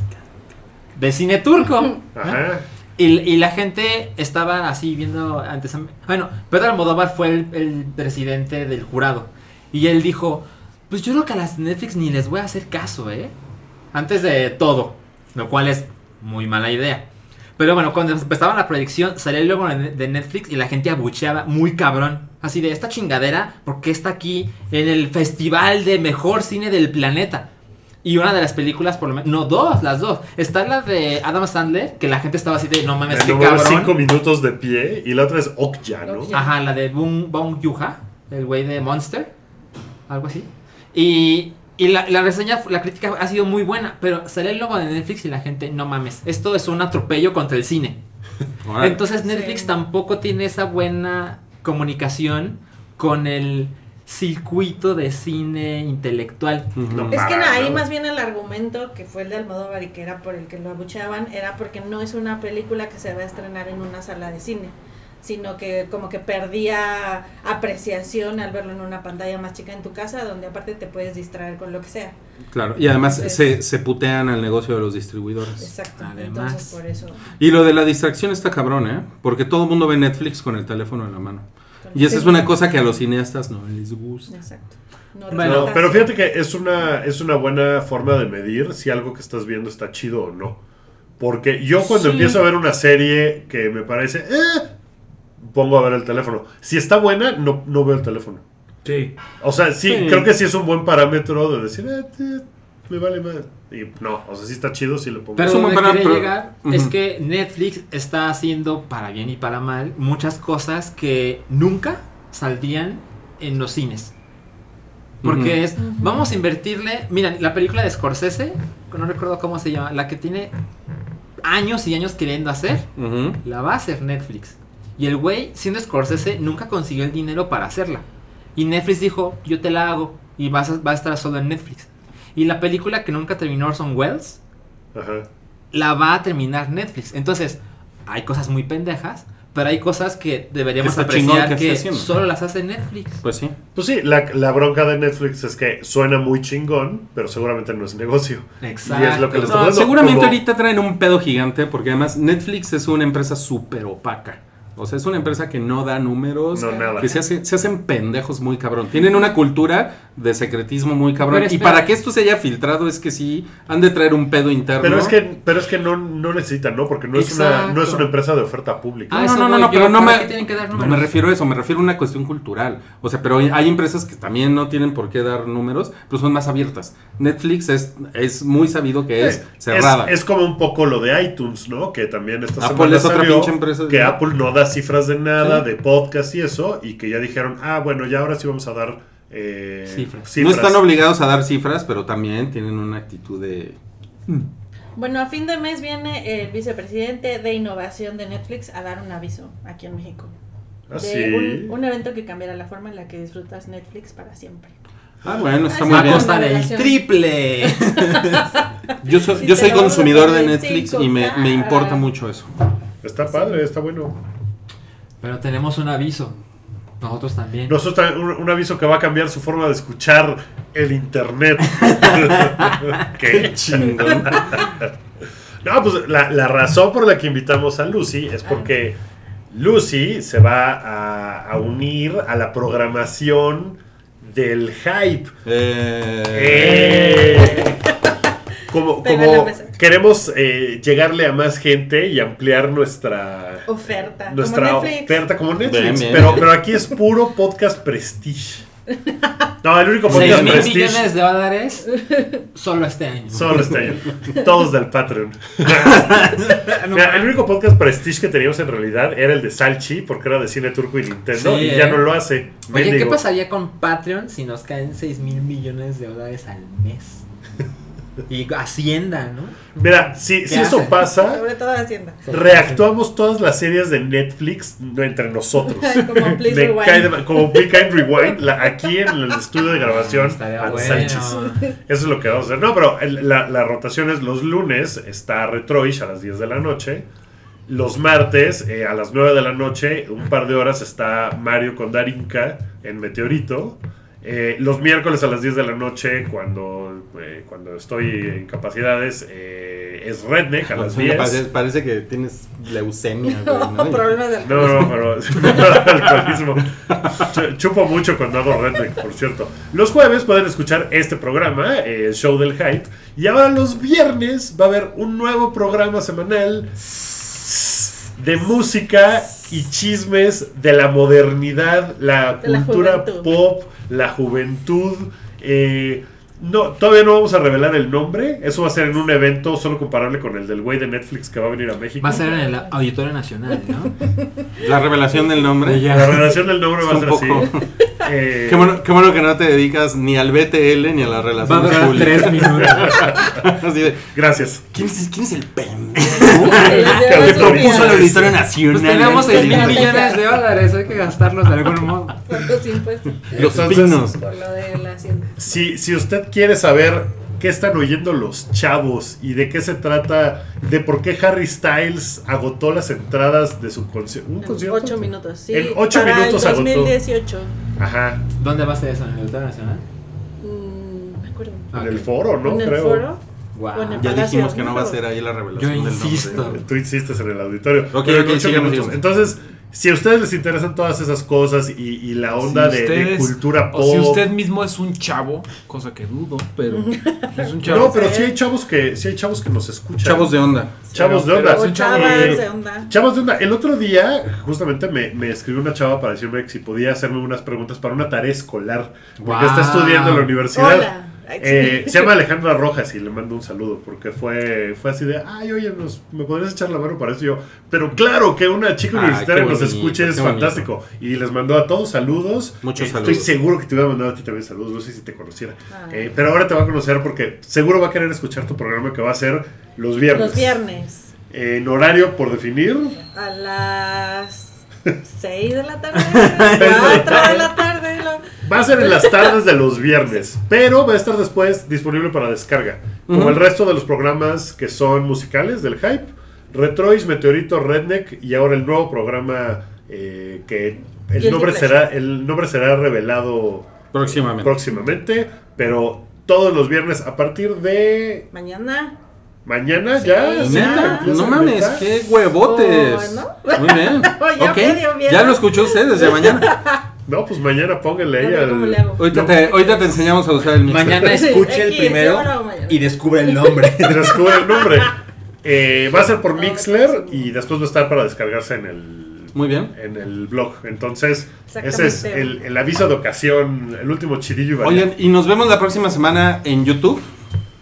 [SPEAKER 7] de cine turco. ¿no?
[SPEAKER 2] Ajá.
[SPEAKER 7] Y, y la gente estaba así viendo antes. Bueno, Pedro Almodóvar fue el, el presidente del jurado. Y él dijo: Pues yo creo que a las Netflix ni les voy a hacer caso, ¿eh? Antes de todo. Lo cual es muy mala idea. Pero bueno, cuando empezaba la proyección, salía el logo de de Netflix y la gente abucheaba muy cabrón. Así de esta chingadera, porque está aquí en el festival de mejor cine del planeta. Y una de las películas, por lo menos. No, dos, las dos. Está la de Adam Sandler, que la gente estaba así de no mames, qué
[SPEAKER 2] Bueno, bueno, cinco
[SPEAKER 7] cabrón.
[SPEAKER 2] minutos de pie y la otra es Okja, ¿no?
[SPEAKER 5] Okja.
[SPEAKER 7] Ajá, la de Bong, Bong Yuha, el güey de Monster. Algo así. Y, y la, la reseña, la crítica ha sido muy buena, pero sale el logo de Netflix y la gente, no mames, esto es un atropello contra el cine.
[SPEAKER 4] Órale.
[SPEAKER 7] Entonces Netflix
[SPEAKER 5] Sí.
[SPEAKER 7] tampoco tiene esa buena comunicación con el circuito de cine intelectual.
[SPEAKER 4] Ujú.
[SPEAKER 2] No.
[SPEAKER 5] Es que
[SPEAKER 2] Para
[SPEAKER 5] na- ahí
[SPEAKER 2] nada.
[SPEAKER 5] más bien el argumento que fue el de Almodóvar y que era por el que lo abucheaban era porque no es una película que se va a estrenar en una sala de cine, sino que como que perdía apreciación al verlo en una pantalla más chica en tu casa, donde aparte te puedes distraer con lo que sea.
[SPEAKER 4] Claro, y además
[SPEAKER 5] Entonces-
[SPEAKER 4] se, se putean al negocio de los distribuidores.
[SPEAKER 5] Exacto.
[SPEAKER 7] Además.
[SPEAKER 5] Entonces por eso.
[SPEAKER 4] Y lo de la distracción está cabrón, ¿eh? Porque todo el mundo ve Netflix con el teléfono en la mano. Y esa es una cosa que a los cineastas no les gusta.
[SPEAKER 5] Exacto. No
[SPEAKER 7] Bueno,
[SPEAKER 2] No,
[SPEAKER 5] respetas.
[SPEAKER 2] pero fíjate que es una, es una buena forma de medir si algo que estás viendo está chido o no. Porque yo cuando
[SPEAKER 5] Sí.
[SPEAKER 2] empiezo a ver una serie que me parece, eh, pongo a ver el teléfono. Si está buena, no, no veo el teléfono.
[SPEAKER 8] Sí.
[SPEAKER 2] O sea, sí,
[SPEAKER 4] Sí.
[SPEAKER 2] creo que sí es un buen parámetro de decir, eh, te- me vale más. Y no, o sea, si está chido, sí lo pongo.
[SPEAKER 7] Pero
[SPEAKER 4] Es un
[SPEAKER 7] donde
[SPEAKER 4] buen plan,
[SPEAKER 7] quería
[SPEAKER 4] pero-
[SPEAKER 7] llegar
[SPEAKER 4] Ujú.
[SPEAKER 7] es que Netflix está haciendo, para bien y para mal, muchas cosas que nunca saldrían en los cines. Porque
[SPEAKER 4] Ujú.
[SPEAKER 7] es, vamos a invertirle. Mira, la película de Scorsese, no recuerdo cómo se llama, la que tiene años y años queriendo hacer,
[SPEAKER 4] Ujú.
[SPEAKER 7] la va a hacer Netflix. Y el güey, siendo Scorsese, nunca consiguió el dinero para hacerla. Y Netflix dijo, yo te la hago. Y vas a- va a estar solo en Netflix. Y la película que nunca terminó Orson Welles,
[SPEAKER 2] Ajá.
[SPEAKER 7] la va a terminar Netflix. Entonces, hay cosas muy pendejas, pero hay cosas que deberíamos
[SPEAKER 4] Que está chingón
[SPEAKER 7] apreciar
[SPEAKER 4] que esté
[SPEAKER 7] que
[SPEAKER 4] haciendo.
[SPEAKER 7] solo las hace Netflix.
[SPEAKER 4] Pues sí.
[SPEAKER 2] Pues sí, la, la bronca de Netflix es que suena muy chingón, pero seguramente no es negocio.
[SPEAKER 7] Exacto.
[SPEAKER 2] Y es lo que les
[SPEAKER 4] No,
[SPEAKER 2] Bueno,
[SPEAKER 4] seguramente
[SPEAKER 2] como-
[SPEAKER 4] ahorita traen un pedo gigante porque además Netflix es una empresa súper opaca. O sea, es una empresa que no da números,
[SPEAKER 2] No, nada.
[SPEAKER 4] que se, hace- se hacen pendejos muy cabrón. Tienen una cultura de secretismo muy cabrón.
[SPEAKER 7] Pero
[SPEAKER 4] Y
[SPEAKER 7] espera.
[SPEAKER 4] para que esto se haya filtrado es que sí, han de traer un pedo interno.
[SPEAKER 2] Pero es que, pero es que no, no necesitan, ¿no? Porque no es, una, no es
[SPEAKER 7] Exacto.
[SPEAKER 2] una empresa de oferta pública.
[SPEAKER 7] Ah,
[SPEAKER 4] no,
[SPEAKER 7] eso
[SPEAKER 4] no, no,
[SPEAKER 7] voy
[SPEAKER 4] no,
[SPEAKER 7] yo,
[SPEAKER 4] pero no
[SPEAKER 7] ¿para
[SPEAKER 4] me,
[SPEAKER 7] qué tienen que dar
[SPEAKER 4] no
[SPEAKER 7] números?
[SPEAKER 4] me refiero a eso, me refiero a una cuestión cultural. O sea, pero hay- hay empresas que también no tienen por qué dar números, pero son más abiertas. Netflix es, es muy sabido que es cerrada.
[SPEAKER 2] Eh, Es, es como un poco lo de iTunes, ¿no? Que también esta
[SPEAKER 4] Apple
[SPEAKER 2] semana
[SPEAKER 4] es otra
[SPEAKER 2] salió
[SPEAKER 4] pinche empresa de-
[SPEAKER 2] que Apple no da cifras de nada,
[SPEAKER 4] Sí.
[SPEAKER 2] de podcast y eso, y que ya dijeron, ah, bueno, ya ahora sí vamos a dar eh,
[SPEAKER 7] Cifras.
[SPEAKER 4] No están obligados a dar cifras, pero también tienen una actitud de...
[SPEAKER 5] Bueno, a fin de mes viene el vicepresidente de innovación de Netflix a dar un aviso aquí en México.
[SPEAKER 2] Ah,
[SPEAKER 5] de
[SPEAKER 2] sí.
[SPEAKER 5] un, un evento que cambiará la forma en la que disfrutas Netflix para siempre.
[SPEAKER 4] Ah, bueno, está
[SPEAKER 5] Ah,
[SPEAKER 4] muy
[SPEAKER 7] Pues, Va a
[SPEAKER 4] bien.
[SPEAKER 7] costar el
[SPEAKER 5] Relación.
[SPEAKER 7] triple.
[SPEAKER 4] Yo, soy-
[SPEAKER 5] Si
[SPEAKER 4] yo
[SPEAKER 5] te
[SPEAKER 4] soy
[SPEAKER 5] lo vamos a
[SPEAKER 4] consumidor de
[SPEAKER 5] poner
[SPEAKER 4] Netflix
[SPEAKER 5] cinco
[SPEAKER 4] y me, me
[SPEAKER 5] caras.
[SPEAKER 4] importa mucho eso.
[SPEAKER 2] Está padre, está bueno.
[SPEAKER 7] pero tenemos un aviso. Nosotros también.
[SPEAKER 2] Nosotros tra- un, un aviso que va a cambiar su forma de escuchar el internet. Qué chingón. No, pues la, la razón por la que invitamos a Lucy es porque Lucy se va a, a unir a la programación del hype. ¡Eh! Como,
[SPEAKER 5] Pero
[SPEAKER 2] como
[SPEAKER 5] la mesa.
[SPEAKER 2] queremos eh, llegarle a más gente y ampliar nuestra,
[SPEAKER 5] Oferta.
[SPEAKER 2] nuestra
[SPEAKER 5] como Netflix.
[SPEAKER 2] oferta como Netflix.
[SPEAKER 4] Bien, bien.
[SPEAKER 2] Pero, pero aquí es puro podcast prestige. No, el único
[SPEAKER 7] 6
[SPEAKER 2] podcast
[SPEAKER 7] mil
[SPEAKER 2] prestige
[SPEAKER 7] millones de dólares solo este año.
[SPEAKER 2] solo este año. Todos del Patreon. Mira, el único podcast prestige que teníamos en realidad era el de Salchi, porque era de cine turco y Nintendo,
[SPEAKER 7] Sí,
[SPEAKER 2] y
[SPEAKER 7] eh.
[SPEAKER 2] ya no lo hace.
[SPEAKER 7] Oye, ¿qué
[SPEAKER 2] Mendigo.
[SPEAKER 7] pasaría con Patreon si nos caen 6 mil millones de dólares al mes? Y Hacienda, ¿no?
[SPEAKER 2] Mira, si, si
[SPEAKER 7] ¿Qué
[SPEAKER 2] eso
[SPEAKER 7] hace?
[SPEAKER 2] pasa,
[SPEAKER 5] Sobre todo Hacienda.
[SPEAKER 2] reactuamos todas las series de Netflix entre nosotros.
[SPEAKER 5] Como Please
[SPEAKER 2] Me
[SPEAKER 5] Rewind.
[SPEAKER 2] cae de- como Big Kind Rewind, la- aquí en el estudio de grabación,
[SPEAKER 7] Estaría
[SPEAKER 2] Ant
[SPEAKER 7] bueno.
[SPEAKER 2] Sánchez. Eso es lo que vamos a hacer. No, pero el- la, la rotación es los lunes, está Retroish a las 10 de la noche. Los martes, eh, a las 9 de la noche, un par de horas está Mario con Darinka en Meteorito. Eh, los miércoles a las 10 de la noche, cuando, eh, cuando estoy en capacidades, eh, es Redneck a las
[SPEAKER 4] Oye, pues, Parece,
[SPEAKER 2] 10.
[SPEAKER 4] parece que tienes leucemia, güey,
[SPEAKER 5] No,
[SPEAKER 4] ¿no? Y-
[SPEAKER 5] problemas de...
[SPEAKER 2] No, no, pero alcoholismo. Ch- Chupo mucho cuando hago redneck, por cierto. Los jueves pueden escuchar este programa, eh, el Show del Hype. Y ahora los viernes va a haber un nuevo programa semanal de música y chismes de la modernidad, la
[SPEAKER 5] De la
[SPEAKER 2] cultura
[SPEAKER 5] juventud.
[SPEAKER 2] pop, la juventud. eh, no, todavía no vamos a revelar el nombre. Eso va a ser en un evento solo comparable con el del güey de Netflix que va a venir a México.
[SPEAKER 7] Va a ser en el Auditorio Nacional, ¿no?
[SPEAKER 4] La revelación del nombre.
[SPEAKER 7] Ya.
[SPEAKER 2] La relación del nombre va a ser
[SPEAKER 4] Está un
[SPEAKER 2] así. Eh,
[SPEAKER 4] Qué bueno, qué bueno que no te dedicas ni al BTL ni a las
[SPEAKER 7] Va a
[SPEAKER 4] relaciones
[SPEAKER 7] durar tres
[SPEAKER 4] públicas.
[SPEAKER 7] minutos.
[SPEAKER 4] Así de,
[SPEAKER 2] Gracias.
[SPEAKER 4] ¿quién, es, quién es el pendejo?
[SPEAKER 5] Que
[SPEAKER 4] que
[SPEAKER 5] te
[SPEAKER 4] propuso la Auditorio
[SPEAKER 7] Pues
[SPEAKER 4] Nacional.
[SPEAKER 7] tenemos
[SPEAKER 4] El
[SPEAKER 7] 6 mil
[SPEAKER 4] pendejo.
[SPEAKER 7] millones de dólares, hay que gastarlos de algún modo.
[SPEAKER 5] Por los impuestos.
[SPEAKER 4] Los
[SPEAKER 2] Entonces-
[SPEAKER 4] pinos.
[SPEAKER 5] Por lo de la Hacienda.
[SPEAKER 2] Si, si usted quiere saber qué están oyendo los chavos y de qué se trata, de por qué Harry Styles agotó las entradas de su concierto. ¿Un
[SPEAKER 5] En
[SPEAKER 2] concierto?
[SPEAKER 5] Ocho minutos, sí.
[SPEAKER 2] En ocho
[SPEAKER 5] para
[SPEAKER 2] minutos
[SPEAKER 5] el
[SPEAKER 2] agotó.
[SPEAKER 5] 2018.
[SPEAKER 2] Ajá.
[SPEAKER 7] ¿Dónde va a ser eso? ¿En el Auditorio Nacional?
[SPEAKER 5] Mm, me acuerdo.
[SPEAKER 7] Ah,
[SPEAKER 2] En
[SPEAKER 7] ok.
[SPEAKER 2] el foro, ¿no?
[SPEAKER 5] en el
[SPEAKER 2] Creo.
[SPEAKER 5] foro.
[SPEAKER 7] Guau.
[SPEAKER 5] o en el
[SPEAKER 4] Ya
[SPEAKER 5] Palacio,
[SPEAKER 4] dijimos que no va a
[SPEAKER 5] pero-
[SPEAKER 4] ser ahí la
[SPEAKER 7] Yo
[SPEAKER 4] revelación del nombre.
[SPEAKER 7] insisto.
[SPEAKER 2] Tú insistes en el auditorio.
[SPEAKER 4] Ok,
[SPEAKER 2] Pero en
[SPEAKER 4] ok,
[SPEAKER 2] ocho
[SPEAKER 4] sigamos,
[SPEAKER 2] minutos.
[SPEAKER 4] sigamos.
[SPEAKER 2] Entonces, si a ustedes les interesan todas esas cosas y, y la onda
[SPEAKER 3] Si
[SPEAKER 2] de- de,
[SPEAKER 3] ustedes-
[SPEAKER 2] cultura pop.
[SPEAKER 3] O si usted mismo es un chavo, cosa que dudo, pero es un chavo.
[SPEAKER 2] No, pero sí hay chavos que, sí hay chavos que nos escuchan.
[SPEAKER 4] Chavos de onda.
[SPEAKER 2] Chavos de
[SPEAKER 3] Pero-
[SPEAKER 2] onda.
[SPEAKER 3] pero-
[SPEAKER 5] O
[SPEAKER 3] Hace chavo-
[SPEAKER 5] chavas
[SPEAKER 2] Eh,
[SPEAKER 5] de onda.
[SPEAKER 2] Chavos de onda, el otro día justamente me, me escribió una chava para decirme que si podía hacerme unas preguntas para una tarea escolar, porque
[SPEAKER 7] Wow.
[SPEAKER 2] está estudiando en la universidad.
[SPEAKER 5] Hola. Ay,
[SPEAKER 2] Eh,
[SPEAKER 5] sí.
[SPEAKER 2] se llama Alejandra Rojas y le mando un saludo porque fue, fue así de, ay, oye, nos- ¿me podrías echar la mano para eso? Y yo, pero claro que una chica
[SPEAKER 4] Ay,
[SPEAKER 2] universitaria
[SPEAKER 4] Ah, qué
[SPEAKER 2] nos
[SPEAKER 4] bonito,
[SPEAKER 2] escuche es
[SPEAKER 4] qué bonito.
[SPEAKER 2] fantástico. Y les mandó a todos saludos.
[SPEAKER 4] Muchos
[SPEAKER 2] Eh,
[SPEAKER 4] saludos.
[SPEAKER 2] Estoy seguro que te hubiera mandado a ti también saludos, no sé si te conociera.
[SPEAKER 5] Ah.
[SPEAKER 2] Eh, pero ahora te va a conocer porque seguro va a querer escuchar tu programa que va a ser los viernes.
[SPEAKER 5] Los viernes.
[SPEAKER 2] En horario por definir.
[SPEAKER 5] A las 6 de la tarde. 4 de la tarde. lo-
[SPEAKER 2] Va a ser en las tardes de los viernes, pero va a estar después disponible para descarga. Como el resto de los programas que son musicales del hype, Retrois, Meteorito, Redneck y ahora el nuevo programa eh, que el
[SPEAKER 5] Guilty
[SPEAKER 2] nombre,
[SPEAKER 5] Pleasure.
[SPEAKER 2] será, el nombre será revelado
[SPEAKER 4] Próximamente.
[SPEAKER 2] próximamente, pero todos los viernes a partir de
[SPEAKER 5] Mañana.
[SPEAKER 2] mañana
[SPEAKER 5] Sí.
[SPEAKER 2] ya.
[SPEAKER 5] Sí,
[SPEAKER 4] Neta,
[SPEAKER 2] ¿Ya se
[SPEAKER 4] no mames,
[SPEAKER 2] empieza?
[SPEAKER 4] qué huevotes.
[SPEAKER 5] Bueno.
[SPEAKER 4] Muy bien.
[SPEAKER 5] Oh, Ya me dio
[SPEAKER 4] ok,
[SPEAKER 5] miedo.
[SPEAKER 4] ya lo escuchó usted desde mañana.
[SPEAKER 2] No, pues mañana póngale
[SPEAKER 5] A
[SPEAKER 2] ahí
[SPEAKER 5] ver
[SPEAKER 2] al-
[SPEAKER 5] cómo le hago.
[SPEAKER 4] Ahorita, te, ahorita te enseñamos a usar el mixer.
[SPEAKER 7] Mañana
[SPEAKER 5] Sí,
[SPEAKER 7] escuche el
[SPEAKER 5] aquí, seguro
[SPEAKER 7] primero
[SPEAKER 5] mañana.
[SPEAKER 7] y descubre el nombre.
[SPEAKER 2] descubre el nombre. Eh, va a ser por Mixler y después va a estar para descargarse en el
[SPEAKER 4] Muy bien.
[SPEAKER 2] en el blog. Entonces, ese
[SPEAKER 5] Exactamente.
[SPEAKER 2] es el, el aviso de ocasión, el último chidillo. y variante.
[SPEAKER 4] Oigan, y nos vemos la próxima semana en YouTube.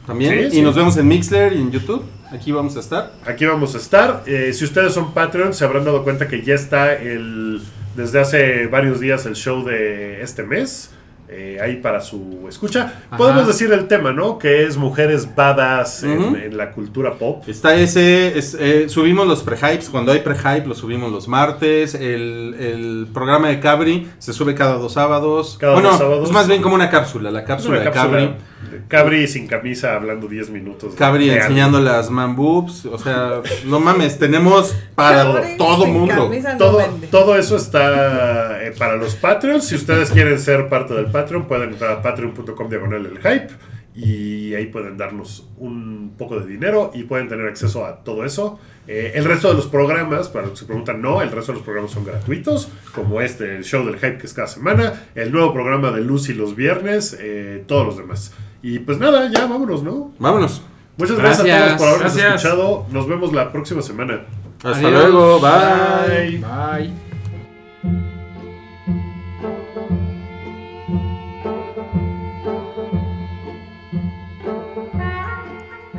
[SPEAKER 4] También.
[SPEAKER 2] Sí,
[SPEAKER 4] y
[SPEAKER 2] sí.
[SPEAKER 4] nos vemos en Mixler y en YouTube. Aquí vamos a estar.
[SPEAKER 2] Aquí vamos a estar. Eh, si ustedes son Patreon, se habrán dado cuenta que ya está el desde hace varios días el show de este mes. eh, ahí para su escucha.
[SPEAKER 7] Ajá.
[SPEAKER 2] Podemos decir el tema, ¿no? Que es mujeres badas en-
[SPEAKER 4] Ujú.
[SPEAKER 2] en, la cultura pop.
[SPEAKER 4] Está ese, es- eh, subimos los pre-hypes, cuando hay pre-hype los subimos los martes, el, el programa de Cabri se sube cada dos sábados.
[SPEAKER 2] Cada
[SPEAKER 4] bueno,
[SPEAKER 2] dos sábados.
[SPEAKER 4] es más bien como una cápsula, la
[SPEAKER 2] Es
[SPEAKER 4] cápsula,
[SPEAKER 2] una cápsula
[SPEAKER 4] de Cabri.
[SPEAKER 2] de Cabri sin camisa hablando 10 minutos. de-
[SPEAKER 4] Cabri
[SPEAKER 2] de algo.
[SPEAKER 4] enseñando las man boobs, o sea, no mames, tenemos para
[SPEAKER 5] Pobre,
[SPEAKER 4] todo
[SPEAKER 5] sin
[SPEAKER 4] mundo.
[SPEAKER 5] camisa no
[SPEAKER 2] Todo,
[SPEAKER 5] vende.
[SPEAKER 2] todo eso está eh, para los Patreons. Si ustedes quieren ser parte del Patreon, pueden entrar a patreon.com diagonal el hype y ahí pueden darnos un poco de dinero y pueden tener acceso a todo eso. Eh, el resto de los programas, para los que se preguntan, no, el resto de los programas son gratuitos, como este, el show del hype que es cada semana, el nuevo programa de Lucy los viernes, eh, todos los demás. Y pues nada, ya vámonos, ¿no?
[SPEAKER 4] Vámonos.
[SPEAKER 2] Muchas gracias, a todos
[SPEAKER 7] Gracias,
[SPEAKER 2] por habernos
[SPEAKER 3] gracias.
[SPEAKER 2] escuchado. Nos vemos la próxima semana.
[SPEAKER 4] Hasta
[SPEAKER 3] Adiós.
[SPEAKER 4] luego, bye.
[SPEAKER 2] Bye.
[SPEAKER 3] Bye.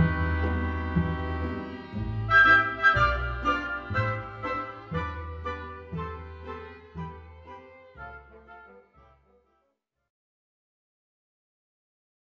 [SPEAKER 3] bye.